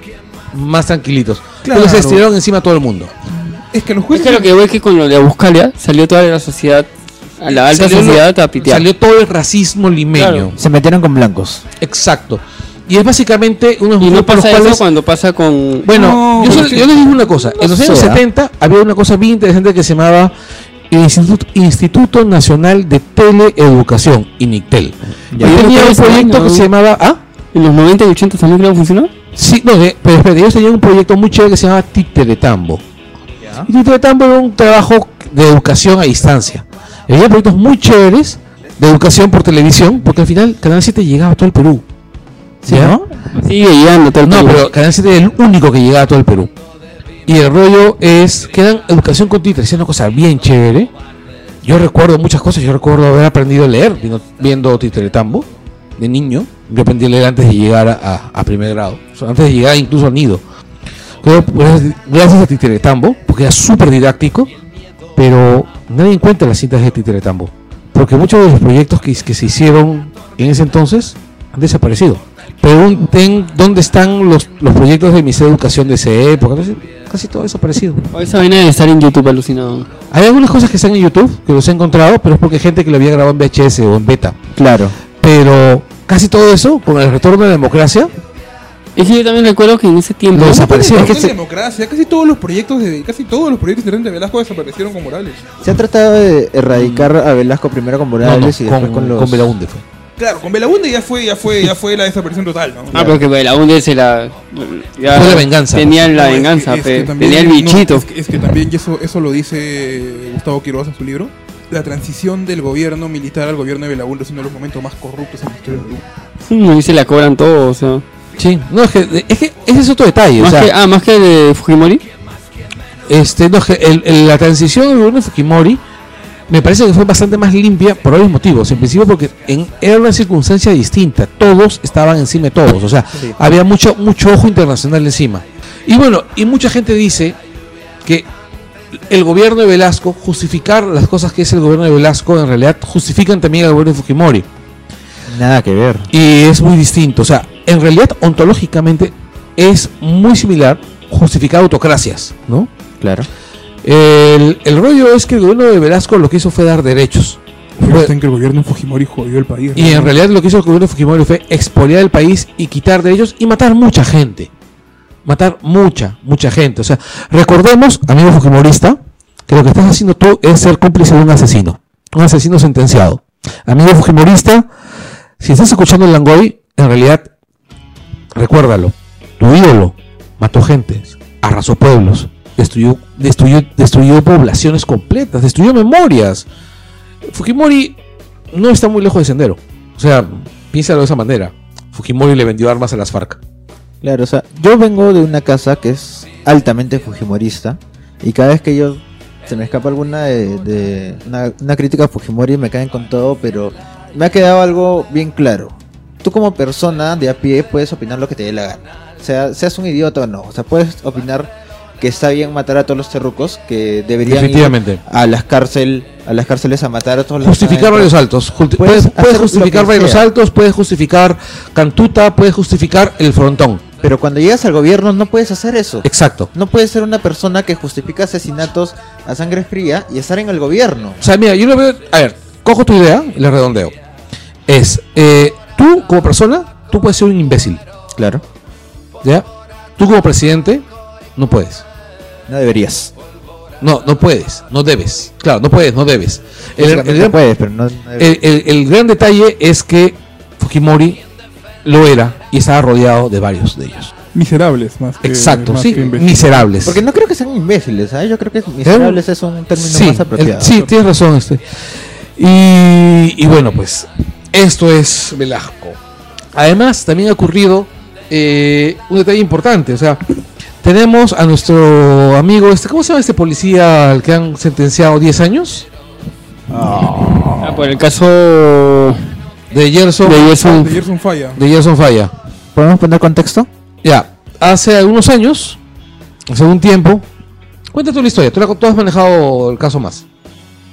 Speaker 1: más tranquilitos."
Speaker 4: Claro.
Speaker 1: Entonces se estiraron encima a todo el mundo.
Speaker 4: Es que los
Speaker 5: Es
Speaker 4: jueces.
Speaker 5: que lo que voy es que con lo de Buscalia salió toda la sociedad, a la alta
Speaker 1: Salió lo-
Speaker 5: sociedad a pitear.
Speaker 1: Salió todo el racismo limeño.
Speaker 5: Claro.
Speaker 3: Se metieron con blancos.
Speaker 1: Exacto. Y es básicamente unos
Speaker 5: Y no
Speaker 1: grupos
Speaker 5: pasa
Speaker 1: los
Speaker 5: eso
Speaker 1: cuales-
Speaker 5: cuando pasa con...
Speaker 1: Bueno,
Speaker 4: No,
Speaker 1: yo,
Speaker 4: pero
Speaker 1: solo-
Speaker 4: sí.
Speaker 1: yo les digo una cosa. En los años
Speaker 3: sea.
Speaker 1: 70 había una cosa bien interesante que se llamaba Instituto, Instituto Nacional de Teleeducación, INICTEL.
Speaker 5: Ya.
Speaker 1: Y tenía
Speaker 5: Pero
Speaker 1: un
Speaker 5: ustedes
Speaker 1: proyecto
Speaker 5: también,
Speaker 1: que
Speaker 5: ¿no?
Speaker 1: se llamaba... ¿Ah?
Speaker 5: ¿En los 90 y 80 también creo que funcionó?
Speaker 1: Sí, no, de- pero espérate, ellos tenían un proyecto muy chévere que se llamaba Títere Tambo. Y Títere Tambo era un trabajo de educación a distancia. Había proyectos muy chéveres de educación por televisión, porque al final Canal 7 llegaba a todo el Perú.
Speaker 3: ¿Sí,
Speaker 1: ¿Ya?
Speaker 3: no?
Speaker 5: Sigue llegando tal
Speaker 1: No, pero Canal 7 es el único que llegaba a todo el Perú. Y el rollo es que eran educación con títeres, es una cosa bien chévere. Yo recuerdo muchas cosas, yo recuerdo haber aprendido a leer viendo, viendo Titretambo de niño. Yo aprendí a leer antes de llegar a, a- a primer grado, O sea, antes de llegar incluso al nido. Creo, pues, gracias a Titretambo, porque era súper didáctico, pero nadie encuentra las cintas de Titretambo. Porque muchos de los proyectos que, que se hicieron en ese entonces han desaparecido. Pregunten dónde están los, los proyectos de Ministerio de Educación de E, esa época. Entonces, Casi todo ha desaparecido.
Speaker 5: Esa vaina de estar en YouTube alucinado.
Speaker 1: Hay algunas cosas que están en YouTube, que los he encontrado, pero es porque hay gente que lo había grabado en VHS o en beta.
Speaker 3: Claro.
Speaker 1: Pero casi todo eso, con el retorno de la democracia,
Speaker 5: Es que yo también recuerdo que en ese tiempo... Ah,
Speaker 1: lo desaparecieron.
Speaker 4: Es que democracia, casi todos los proyectos de casi todos los proyectos de Rente Velasco desaparecieron con Morales.
Speaker 3: Se ha tratado de erradicar a Velasco primero con
Speaker 1: Mm. No, no,
Speaker 3: Morales y después
Speaker 1: con,
Speaker 3: con,
Speaker 1: con
Speaker 3: los...
Speaker 1: Belaúnde fue.
Speaker 4: Claro, con Belaunde ya fue, ya fue, ya fue la desaparición total, ¿no?
Speaker 5: Ah, pero que Belaunde se la... ya
Speaker 1: Fue la venganza.
Speaker 5: Tenían la
Speaker 4: No, es que-
Speaker 5: venganza,
Speaker 4: es que
Speaker 5: pe.
Speaker 4: también-
Speaker 5: tenía el
Speaker 4: no,
Speaker 5: bichito.
Speaker 4: es, que, es que también y eso, eso lo dice Gustavo Quiroz en su libro. La transición del gobierno militar al gobierno de Belaunde es uno de los momentos más corruptos en la historia del Perú.
Speaker 5: No, y se la cobran todo, o sea...
Speaker 1: Sí, no, es que, es que ese es otro detalle. O
Speaker 5: Más
Speaker 1: sea,
Speaker 5: que, ah, más que de Fujimori.
Speaker 1: este, no, es que el- el- la transición del gobierno de Fujimori me parece que fue bastante más limpia por varios motivos. En principio porque en, era una circunstancia distinta. Todos estaban encima de todos. O sea, había mucho, mucho ojo internacional encima. Y bueno, y mucha gente dice que el gobierno de Velasco, justificar las cosas que es el gobierno de Velasco, en realidad justifican también al gobierno de Fujimori.
Speaker 3: Nada que ver.
Speaker 1: Y es muy distinto. O sea, en realidad ontológicamente es muy similar justificar autocracias, ¿no?
Speaker 3: Claro.
Speaker 1: El, el rollo es que el gobierno de Velasco lo que hizo fue dar derechos. Fue-
Speaker 4: que el gobierno de Fujimori jodió el país.
Speaker 1: y en realidad lo que hizo el gobierno de Fujimori fue expoliar el país y quitar derechos y matar mucha gente. Matar mucha, mucha gente. O sea, recordemos, amigo Fujimorista, que lo que estás haciendo tú es ser cómplice de un asesino. Un asesino sentenciado. Amigo Fujimorista, si estás escuchando el Langoy, en realidad, recuérdalo. Tu ídolo mató gente, arrasó pueblos, destruyó, destruyó, destruyó poblaciones completas, destruyó memorias. Fujimori no está muy lejos de Sendero. O sea, piénsalo de esa manera. Fujimori le vendió armas a las FARC.
Speaker 3: Claro, o sea, yo vengo de una casa que es altamente fujimorista y cada vez que yo se me escapa alguna de, de- una, una crítica a Fujimori me caen con todo, pero me ha quedado algo bien claro. Tú como persona de a pie puedes opinar lo que te dé la gana. O sea, seas un idiota o no. O sea, puedes opinar que está bien matar a todos los terrucos, que deberían ir
Speaker 1: Definitivamente.
Speaker 3: a las cárcel, a las cárceles a matar a todos los
Speaker 1: Justificar varios
Speaker 3: adentro.
Speaker 1: saltos. Justi-
Speaker 3: Puedes
Speaker 1: Puedes, puedes
Speaker 3: hacer lo
Speaker 1: justificar
Speaker 3: que
Speaker 1: varios
Speaker 3: sea.
Speaker 1: saltos, puedes justificar Cantuta, puedes justificar el frontón.
Speaker 3: Pero cuando llegas al gobierno no puedes hacer eso.
Speaker 1: Exacto.
Speaker 3: No puedes ser una persona que justifica asesinatos a sangre fría y estar en el gobierno.
Speaker 1: O sea, mira, yo lo veo. A ver, cojo tu idea y la redondeo. Es, eh, tú como persona, tú puedes ser un imbécil.
Speaker 3: Claro.
Speaker 1: ¿Ya? Tú como presidente, no puedes.
Speaker 3: No deberías.
Speaker 1: No, no puedes, no debes. Claro, no puedes, no debes. El- el
Speaker 3: Básicamente
Speaker 1: gran-
Speaker 3: puedes, pero no, no
Speaker 1: el,
Speaker 3: deberías.
Speaker 1: el- el gran detalle es que Fujimori lo era y estaba rodeado de varios de ellos.
Speaker 4: Miserables, más que.
Speaker 1: Exacto,
Speaker 4: más
Speaker 1: sí,
Speaker 4: que imbéciles.
Speaker 1: miserables.
Speaker 3: Porque no creo que sean imbéciles, ¿sabes? Yo creo que miserables es un término
Speaker 1: sí,
Speaker 3: más apropiado.
Speaker 1: el- sí, tienes razón. Este. Y, y bueno, pues esto es Velasco. Además, también ha ocurrido eh, un detalle importante. O sea, tenemos a nuestro amigo, este, ¿cómo se llama este policía al que han sentenciado 10 años?
Speaker 5: Ah, por el caso
Speaker 1: De Gerson,
Speaker 5: de Gerson.
Speaker 4: De Gerson Falla.
Speaker 1: de Gerson Falla.
Speaker 3: ¿Podemos poner contexto?
Speaker 1: Ya, hace algunos años, hace un tiempo, cuéntate la historia. Tú, la- tú has manejado el caso más.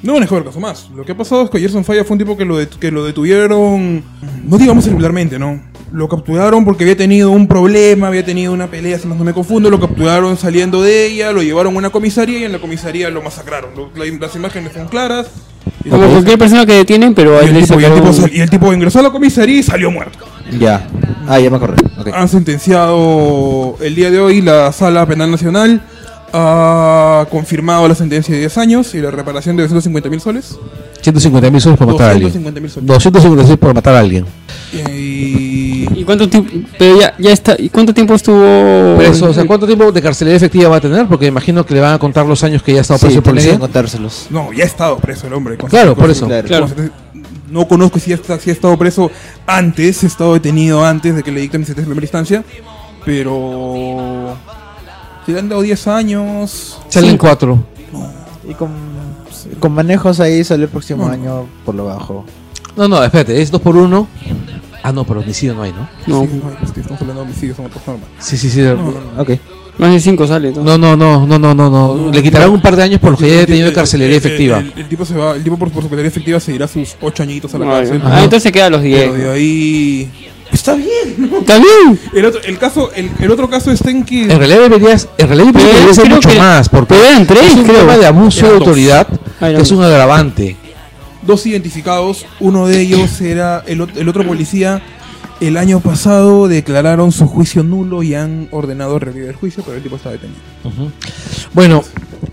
Speaker 4: No manejó el caso más. Lo que ha pasado es que Gerson Falla fue un tipo que lo, det- que lo detuvieron, no digamos regularmente, ¿no? Lo capturaron porque había tenido un problema, había tenido una pelea, si más no me confundo, lo capturaron saliendo de ella, lo llevaron a una comisaría y en la comisaría lo masacraron. Lo- la- las imágenes son claras. Y,
Speaker 5: Como cualquier persona que detienen, pero
Speaker 4: y
Speaker 5: ahí
Speaker 4: el
Speaker 5: le
Speaker 4: tipo, y el
Speaker 5: sacaron-
Speaker 4: tipo sal- y el tipo ingresó a la comisaría y salió muerto.
Speaker 3: Ya. Ah, ya me acordé. Ok.
Speaker 4: Han sentenciado el día de hoy la Sala Penal Nacional. Ha confirmado la sentencia de 10 años y la reparación de 250 mil soles.
Speaker 1: 150 mil soles por matar a alguien.
Speaker 4: 250 mil soles.
Speaker 1: 250 soles por matar a alguien.
Speaker 4: Y
Speaker 5: ¿Y cuánto tiempo? Pero ya, ya está. ¿Y cuánto tiempo estuvo?
Speaker 1: Pero eso, o sea, ¿cuánto tiempo de carcelería efectiva va a tener? Porque imagino que le van a contar los años que ya ha estado preso
Speaker 3: Sí,
Speaker 1: el
Speaker 3: tenés que
Speaker 1: pues, policía.
Speaker 3: contárselos.
Speaker 4: no, ya ha estado preso el hombre. Con-
Speaker 1: Claro,
Speaker 4: con-
Speaker 1: por eso.
Speaker 3: Claro.
Speaker 4: con- No conozco si ha, esta- si ha estado preso antes, si ha estado detenido antes de que le dicten sentencia de primera instancia, pero si le han dado 10 años,
Speaker 1: Salen cuatro.
Speaker 3: Y con, con manejos ahí sale el próximo
Speaker 4: Mm.
Speaker 3: año por lo bajo.
Speaker 1: No, no, espérate, es dos por uno. Ah, no, pero homicidio no hay, ¿no?
Speaker 5: No,
Speaker 4: Sí, no, es que estamos hablando de homicidios, son otras normas.
Speaker 1: Sí, sí, sí.
Speaker 4: No,
Speaker 1: No,
Speaker 4: no, no.
Speaker 3: Ok.
Speaker 5: más de cinco sale. ¿no?
Speaker 1: no, no, no, no, no. no. Le quitarán un par de años por lo que ya haya tenido de carcelería
Speaker 4: El- el-
Speaker 1: efectiva.
Speaker 4: El, el tipo se va, el tipo por, por su carcelería efectiva se irá sus 8 añitos a la
Speaker 5: Ah,
Speaker 4: cárcel.
Speaker 5: ya. Ah, entonces queda los
Speaker 4: Pero de
Speaker 5: 10.
Speaker 4: ahí está bien, ¿no?
Speaker 5: Está bien.
Speaker 4: El otro, el caso, el, el otro caso está en que
Speaker 1: En realidad deberías, en realidad
Speaker 5: Pero
Speaker 1: debería ser
Speaker 5: creo
Speaker 1: mucho
Speaker 5: que-
Speaker 1: más, porque
Speaker 5: pero eran tres,
Speaker 1: es un
Speaker 5: creo.
Speaker 1: tema de abuso de
Speaker 4: Eran dos.
Speaker 1: autoridad
Speaker 5: Ah,
Speaker 1: que es un agravante.
Speaker 4: dos identificados. Uno de ellos era el, ot- el otro policía. El año pasado declararon su juicio nulo y han ordenado revivir el juicio, pero el tipo está detenido.
Speaker 1: Bueno,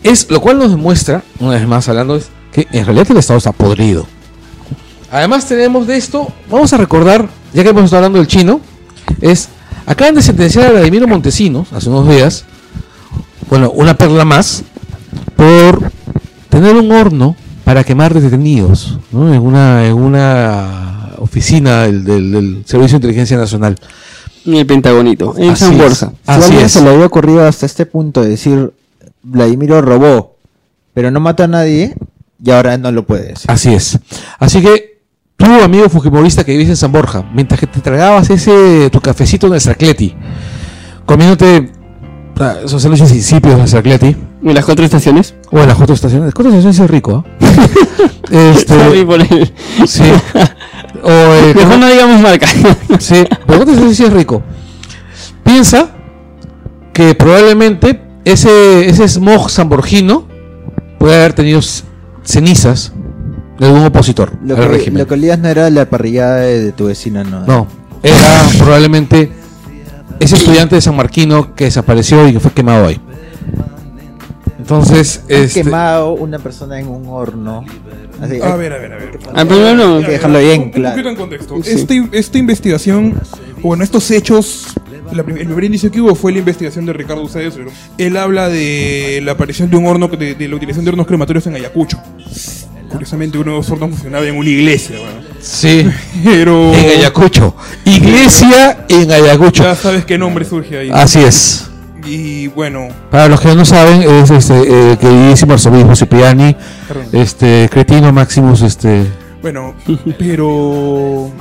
Speaker 1: es lo cual nos demuestra, una vez más hablando, es que en realidad el Estado está podrido. Además tenemos de esto, vamos a recordar, ya que hemos estado hablando del chino, es, acaban de sentenciar a Vladimiro Montesinos hace unos días, bueno, una perla más, por tener un horno para quemar detenidos ¿no? en, una, en una oficina del, del- del Servicio de Inteligencia Nacional.
Speaker 5: En el Pentagonito. En
Speaker 1: Así
Speaker 5: San
Speaker 1: es.
Speaker 5: Borja.
Speaker 1: Así
Speaker 3: si a alguien
Speaker 1: es.
Speaker 3: se le había ocurrido hasta este punto de decir Vladimiro robó, pero no mató a nadie, y ahora no lo puede decir.
Speaker 1: Así es. Así que tú, amigo fujimorista que vivís en San Borja, mientras que te tragabas ese tu cafecito en el Sarcleti, comiéndote ah, esos sándwiches incipios en el Sarcleti,
Speaker 5: En las cuatro estaciones.
Speaker 1: o en las cuatro estaciones. Cuatro estaciones es rico, ¿ah?
Speaker 5: Sorry
Speaker 1: este,
Speaker 5: por el-
Speaker 1: sí. O, eh,
Speaker 5: Mejor no digamos marca.
Speaker 1: Sí, pero cuatro estaciones sí es rico. Piensa que probablemente ese, ese smog sanborgino puede haber tenido c- cenizas de algún opositor
Speaker 3: Lo
Speaker 1: al
Speaker 3: que,
Speaker 1: régimen.
Speaker 3: lo que olías no era la parrillada de, de tu vecina, no.
Speaker 1: No, era probablemente ese estudiante de San Marquino que desapareció y que fue quemado hoy. Entonces,
Speaker 3: Han
Speaker 1: este,
Speaker 3: quemado una persona en un horno. Así,
Speaker 4: A
Speaker 3: hay-
Speaker 4: ver, a ver, a ver.
Speaker 5: Al primero Ah, no.
Speaker 3: hay que dejarlo bien
Speaker 4: Un poquito
Speaker 3: claro.
Speaker 4: en contexto.
Speaker 5: Sí.
Speaker 4: Esta in- esta investigación, bueno, estos hechos, la prim- el primer indicio que hubo fue la investigación de Ricardo Ucedes. pero Él habla de la aparición de un horno, que- de, de la utilización de hornos crematorios en Ayacucho. Curiosamente, uno de los hornos funcionaba en una iglesia, bueno.
Speaker 1: sí,
Speaker 4: Pero
Speaker 1: en Ayacucho. Iglesia en Ayacucho. Ah,
Speaker 4: ya sabes qué nombre surge ahí.
Speaker 1: Así es.
Speaker 4: Y bueno,
Speaker 1: Para los que no saben, es este eh, queridísimo arzobispo Cipriani,
Speaker 4: perdón.
Speaker 1: este cretino Maximus, este
Speaker 4: Bueno, pero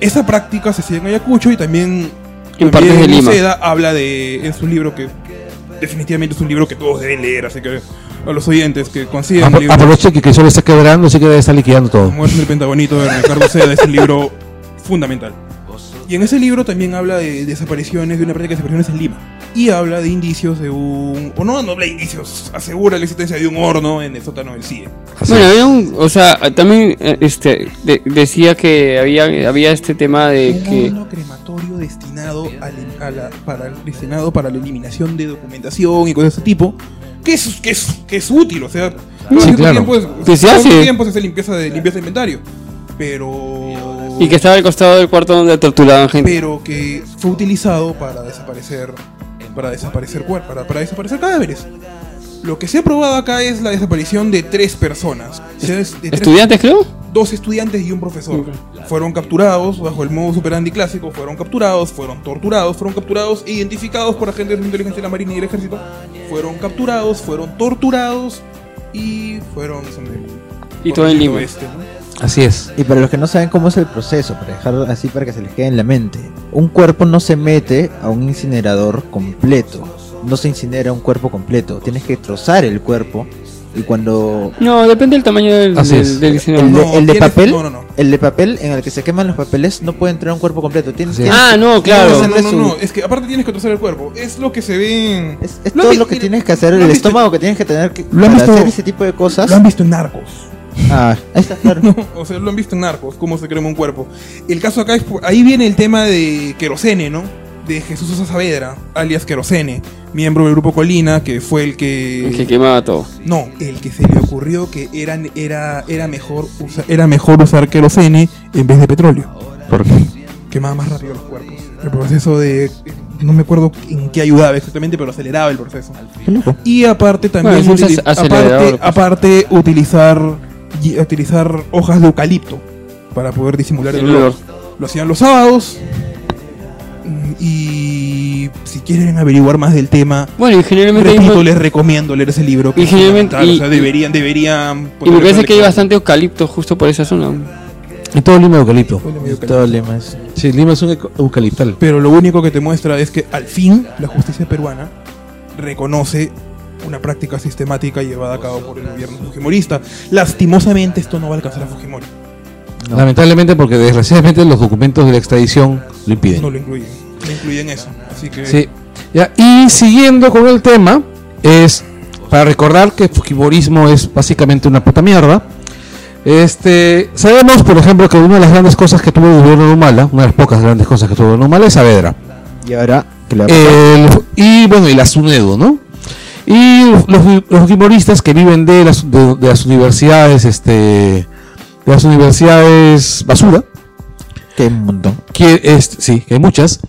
Speaker 4: esa práctica se sigue en Ayacucho y también también
Speaker 5: En partes de Lima.
Speaker 4: Uceda habla de en su libro que definitivamente es un libro que todos deben leer, así que a los oyentes que
Speaker 5: Ah,
Speaker 4: consigan el
Speaker 1: apro-
Speaker 4: libro
Speaker 1: aprovecha que Crisol está quebrando, así que debe estar liquidando todo.
Speaker 4: Muerte del Pentagonito de Ricardo Uceda es un libro fundamental. Y en ese libro también habla de desapariciones, de una práctica de desapariciones en Lima. Y habla de indicios de un. O no, no habla de indicios, asegura la existencia de un horno en el sótano del E. CIE.
Speaker 5: Bueno, había un, o sea, también eh, este de- decía que había había este tema de
Speaker 4: Un
Speaker 5: que
Speaker 4: horno crematorio destinado a la, a la- para, destinado para la eliminación de documentación y cosas de ese tipo. Que es, que es, que es útil, o sea. todo
Speaker 1: Sí,
Speaker 4: ese
Speaker 1: claro.
Speaker 4: tiempo es-
Speaker 5: Que se
Speaker 4: todo ese
Speaker 5: hace.
Speaker 4: tiempo se hace limpieza de, limpieza de inventario. Pero.
Speaker 5: y que estaba al costado del cuarto donde torturaban gente.
Speaker 4: pero que fue utilizado para desaparecer para desaparecer cuerpos, para, para desaparecer cadáveres. Lo que se ha probado acá es la desaparición de tres personas. Se ha des- de tres-
Speaker 5: Estudiantes, creo.
Speaker 4: dos estudiantes y un profesor. Fueron capturados bajo el modo superandi clásico, fueron capturados, fueron torturados, fueron capturados e identificados por agentes de inteligencia de la Marina y el Ejército. Fueron capturados, fueron torturados y fueron...
Speaker 5: Y todo en Lima.
Speaker 4: Este, ¿no?
Speaker 1: Así es.
Speaker 3: Y para los que no saben cómo es el proceso, para dejarlo así para que se les quede en la mente, un cuerpo no se mete a un incinerador completo, no se incinera un cuerpo completo, tienes que trozar el cuerpo y cuando
Speaker 5: No, depende del tamaño del,
Speaker 1: Así
Speaker 5: del,
Speaker 1: es.
Speaker 5: del
Speaker 3: el
Speaker 5: incinerador.
Speaker 3: de,
Speaker 4: No,
Speaker 3: el de
Speaker 4: tienes-
Speaker 3: papel,
Speaker 4: no, no, no.
Speaker 3: el de papel en el que se queman los papeles no puede entrar un cuerpo completo, tienes
Speaker 1: Así
Speaker 3: que
Speaker 1: es.
Speaker 5: Ah, no, claro.
Speaker 4: No, no, no,
Speaker 3: Hacerle
Speaker 4: no,
Speaker 3: su-
Speaker 4: es que aparte tienes que trozar el cuerpo. Es lo que se ve en...
Speaker 3: es, es
Speaker 4: Lo
Speaker 3: todo
Speaker 4: han
Speaker 3: lo
Speaker 4: visto-
Speaker 3: que tienes que hacer,
Speaker 4: lo han
Speaker 3: el
Speaker 4: visto-
Speaker 3: estómago que tienes que tener que,
Speaker 4: Lo han
Speaker 3: para
Speaker 4: visto-
Speaker 3: hacer ese tipo de cosas.
Speaker 4: Lo han visto en narcos.
Speaker 3: Ah, ahí está claro.
Speaker 4: O sea, lo han visto en narcos, cómo se crema un cuerpo. El caso acá es. por- Ahí viene el tema de Querosene, ¿no? De Jesús Sosa Saavedra, alias Querosene, miembro del grupo Colina, que fue el que.
Speaker 5: Que quemaba todo.
Speaker 4: No, el que se le ocurrió que eran, era, era, mejor usa- era mejor usar querosene en vez de petróleo.
Speaker 1: ¿Por qué?
Speaker 4: Quemaba más rápido los cuerpos. El proceso de. No me acuerdo en qué ayudaba exactamente, pero aceleraba el proceso. Y aparte también.
Speaker 5: Bueno, es un
Speaker 4: utili-
Speaker 5: ac- acelerador,
Speaker 4: aparte,
Speaker 5: pues.
Speaker 4: aparte utilizar, y- utilizar hojas de eucalipto para poder disimular el
Speaker 5: El
Speaker 4: olor.
Speaker 5: olor.
Speaker 4: Lo hacían los sábados. Mm, Y si quieren averiguar más del tema,
Speaker 5: Bueno, y generalmente hay
Speaker 4: repito,
Speaker 5: un-
Speaker 4: les recomiendo leer ese libro. que
Speaker 5: Y
Speaker 4: es
Speaker 5: generalmente-
Speaker 4: fundamental, o sea,
Speaker 5: y-
Speaker 4: deberían, deberían.
Speaker 5: y me
Speaker 4: ponerle
Speaker 5: parece que hay
Speaker 4: lectura.
Speaker 5: bastante eucalipto justo por esa zona.
Speaker 1: En todo Lima eucalipto.
Speaker 3: Todo Lima es-
Speaker 1: Sí, Lima es un eco- eucaliptal.
Speaker 4: Pero lo único que te muestra es que al fin la justicia peruana reconoce una práctica sistemática llevada a cabo por el gobierno fujimorista. Lastimosamente esto no va a alcanzar a Fujimori,
Speaker 1: Lamentablemente, porque desgraciadamente los documentos de la extradición lo impiden.
Speaker 4: no lo incluyen, no incluyen eso. Así que
Speaker 1: Sí. Ya, y siguiendo con el tema, es para recordar que Fujimorismo es básicamente una puta mierda. Este, sabemos, por ejemplo, que una de las grandes cosas que tuvo el gobierno de Humala, una de las pocas grandes cosas que tuvo el gobierno de Humala es Saavedra.
Speaker 3: Y ahora
Speaker 4: Eh,
Speaker 3: que la
Speaker 1: El- y bueno, y la SUNEDU, ¿no? Y los, los fujimoristas que viven de las, de, de las universidades, este, de las universidades basura,
Speaker 3: que hay un montón.
Speaker 1: que es, sí, que hay muchas,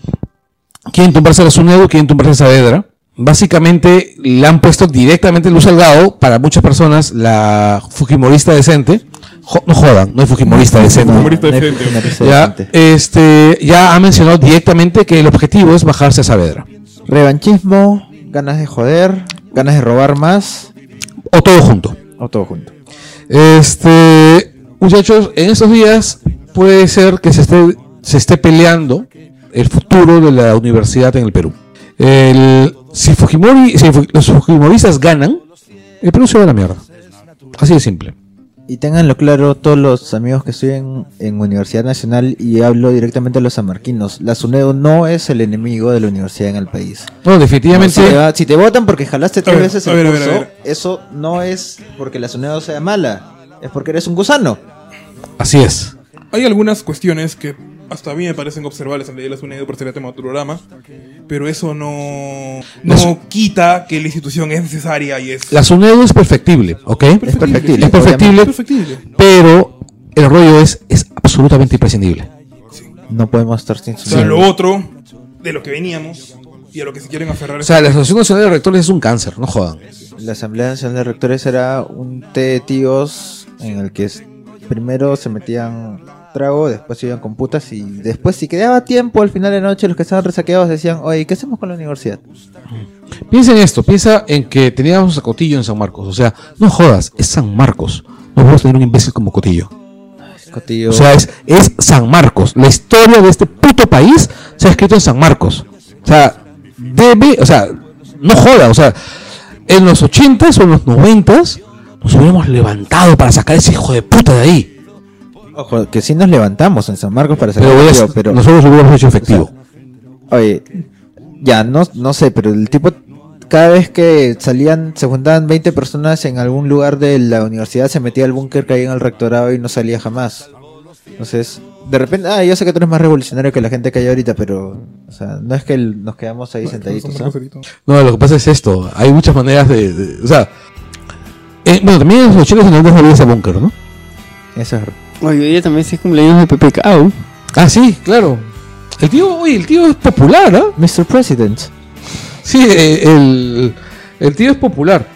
Speaker 1: quieren tumbarse a la SUNEDU, quieren tumbarse a Saavedra. Básicamente le han puesto directamente Luz Salgado, para muchas personas, la Fujimorista decente. Jo- no jodan, no es Fujimorista decente.
Speaker 4: Humorista
Speaker 3: No, no hay
Speaker 4: decente.
Speaker 3: humorista
Speaker 1: Ya,
Speaker 3: decente.
Speaker 1: este, ya ha mencionado directamente que el objetivo es bajarse a Saavedra.
Speaker 3: Revanchismo, ganas de joder, ganas de robar más,
Speaker 1: O todo junto.
Speaker 3: o todo junto.
Speaker 1: Este, muchachos, en estos días puede ser que se esté, se esté peleando el futuro de la universidad en el Perú. El- si, Fujimori, si Fu- los Fujimoristas ganan, el Perú se va a la mierda. Así de simple.
Speaker 3: Y tenganlo claro todos los amigos que estudian en Universidad Nacional y hablo directamente a los samarquinos. La SUNEDO no es el enemigo de la universidad en el país.
Speaker 1: No, definitivamente.
Speaker 3: Si te, va- si te votan porque jalaste tres
Speaker 4: ver,
Speaker 3: veces
Speaker 4: a
Speaker 3: el
Speaker 4: ver, a ver,
Speaker 3: curso,
Speaker 4: a ver.
Speaker 3: eso no es porque la SUNEDO sea mala, es porque eres un gusano.
Speaker 1: Así es.
Speaker 4: hay algunas cuestiones que hasta a mí me parecen observables en la ley de las unidades por ser el tema de tu programa, pero eso no, no
Speaker 1: Eso-
Speaker 4: quita que la institución es necesaria y es
Speaker 1: La SUNEDU es perfectible, ¿ok?
Speaker 3: Es perfectible.
Speaker 1: Es perfectible,
Speaker 4: perfectible.
Speaker 1: pero el rollo es, es absolutamente imprescindible.
Speaker 3: obviamente. No podemos estar sin
Speaker 4: O sea,
Speaker 3: SUNEDO.
Speaker 4: lo otro de lo que veníamos y a lo que se quieren aferrar
Speaker 1: O
Speaker 4: es
Speaker 1: sea, la Asociación Nacional de Rectores es un cáncer, no jodan.
Speaker 3: La Asamblea Nacional de Rectores era un té de tíos en el que es- primero se metían trago, después se iban con putas y después si quedaba tiempo al final de noche los que estaban resaqueados decían, oye, ¿qué hacemos con la universidad?
Speaker 1: Piensa en esto, piensa en que teníamos a Cotillo en San Marcos. O sea, no jodas, es San Marcos. No podemos tener un imbécil como Cotillo.
Speaker 3: Cotillo,
Speaker 1: O sea, es, es San Marcos. La historia de este puto país se ha escrito en San Marcos. O sea, debe, o sea, no joda. O sea, en los 80s o en los 90s nos hubiéramos levantado para sacar a ese hijo de puta de ahí.
Speaker 3: Ojo, que sí nos levantamos en San Marcos para sacar
Speaker 1: Pero, voy a-
Speaker 3: el tío, pero
Speaker 1: nosotros hubiéramos hecho efectivo.
Speaker 3: oye, ya, no, no sé, pero el tipo, cada vez que salían, se juntaban 20 personas en algún lugar de la universidad, se metía al búnker, caía en el rectorado y no salía jamás. Entonces, de repente, ah, yo sé que tú eres más revolucionario que la gente que hay ahorita, pero, o sea, no es que el- nos quedamos ahí sentaditos, ¿ah?
Speaker 1: No, lo que pasa es esto. Hay muchas maneras de. de- o sea. eh, bueno, también en los chiles y no había ese búnker, ¿no?
Speaker 3: Eso es
Speaker 5: Oye, hoy día también es el cumpleaños de Pepe Cao.
Speaker 1: Ah, sí, claro. El tío, oye, el tío es popular, ¿ah?
Speaker 3: Mr. President.
Speaker 1: Sí, eh, el, el tío es popular.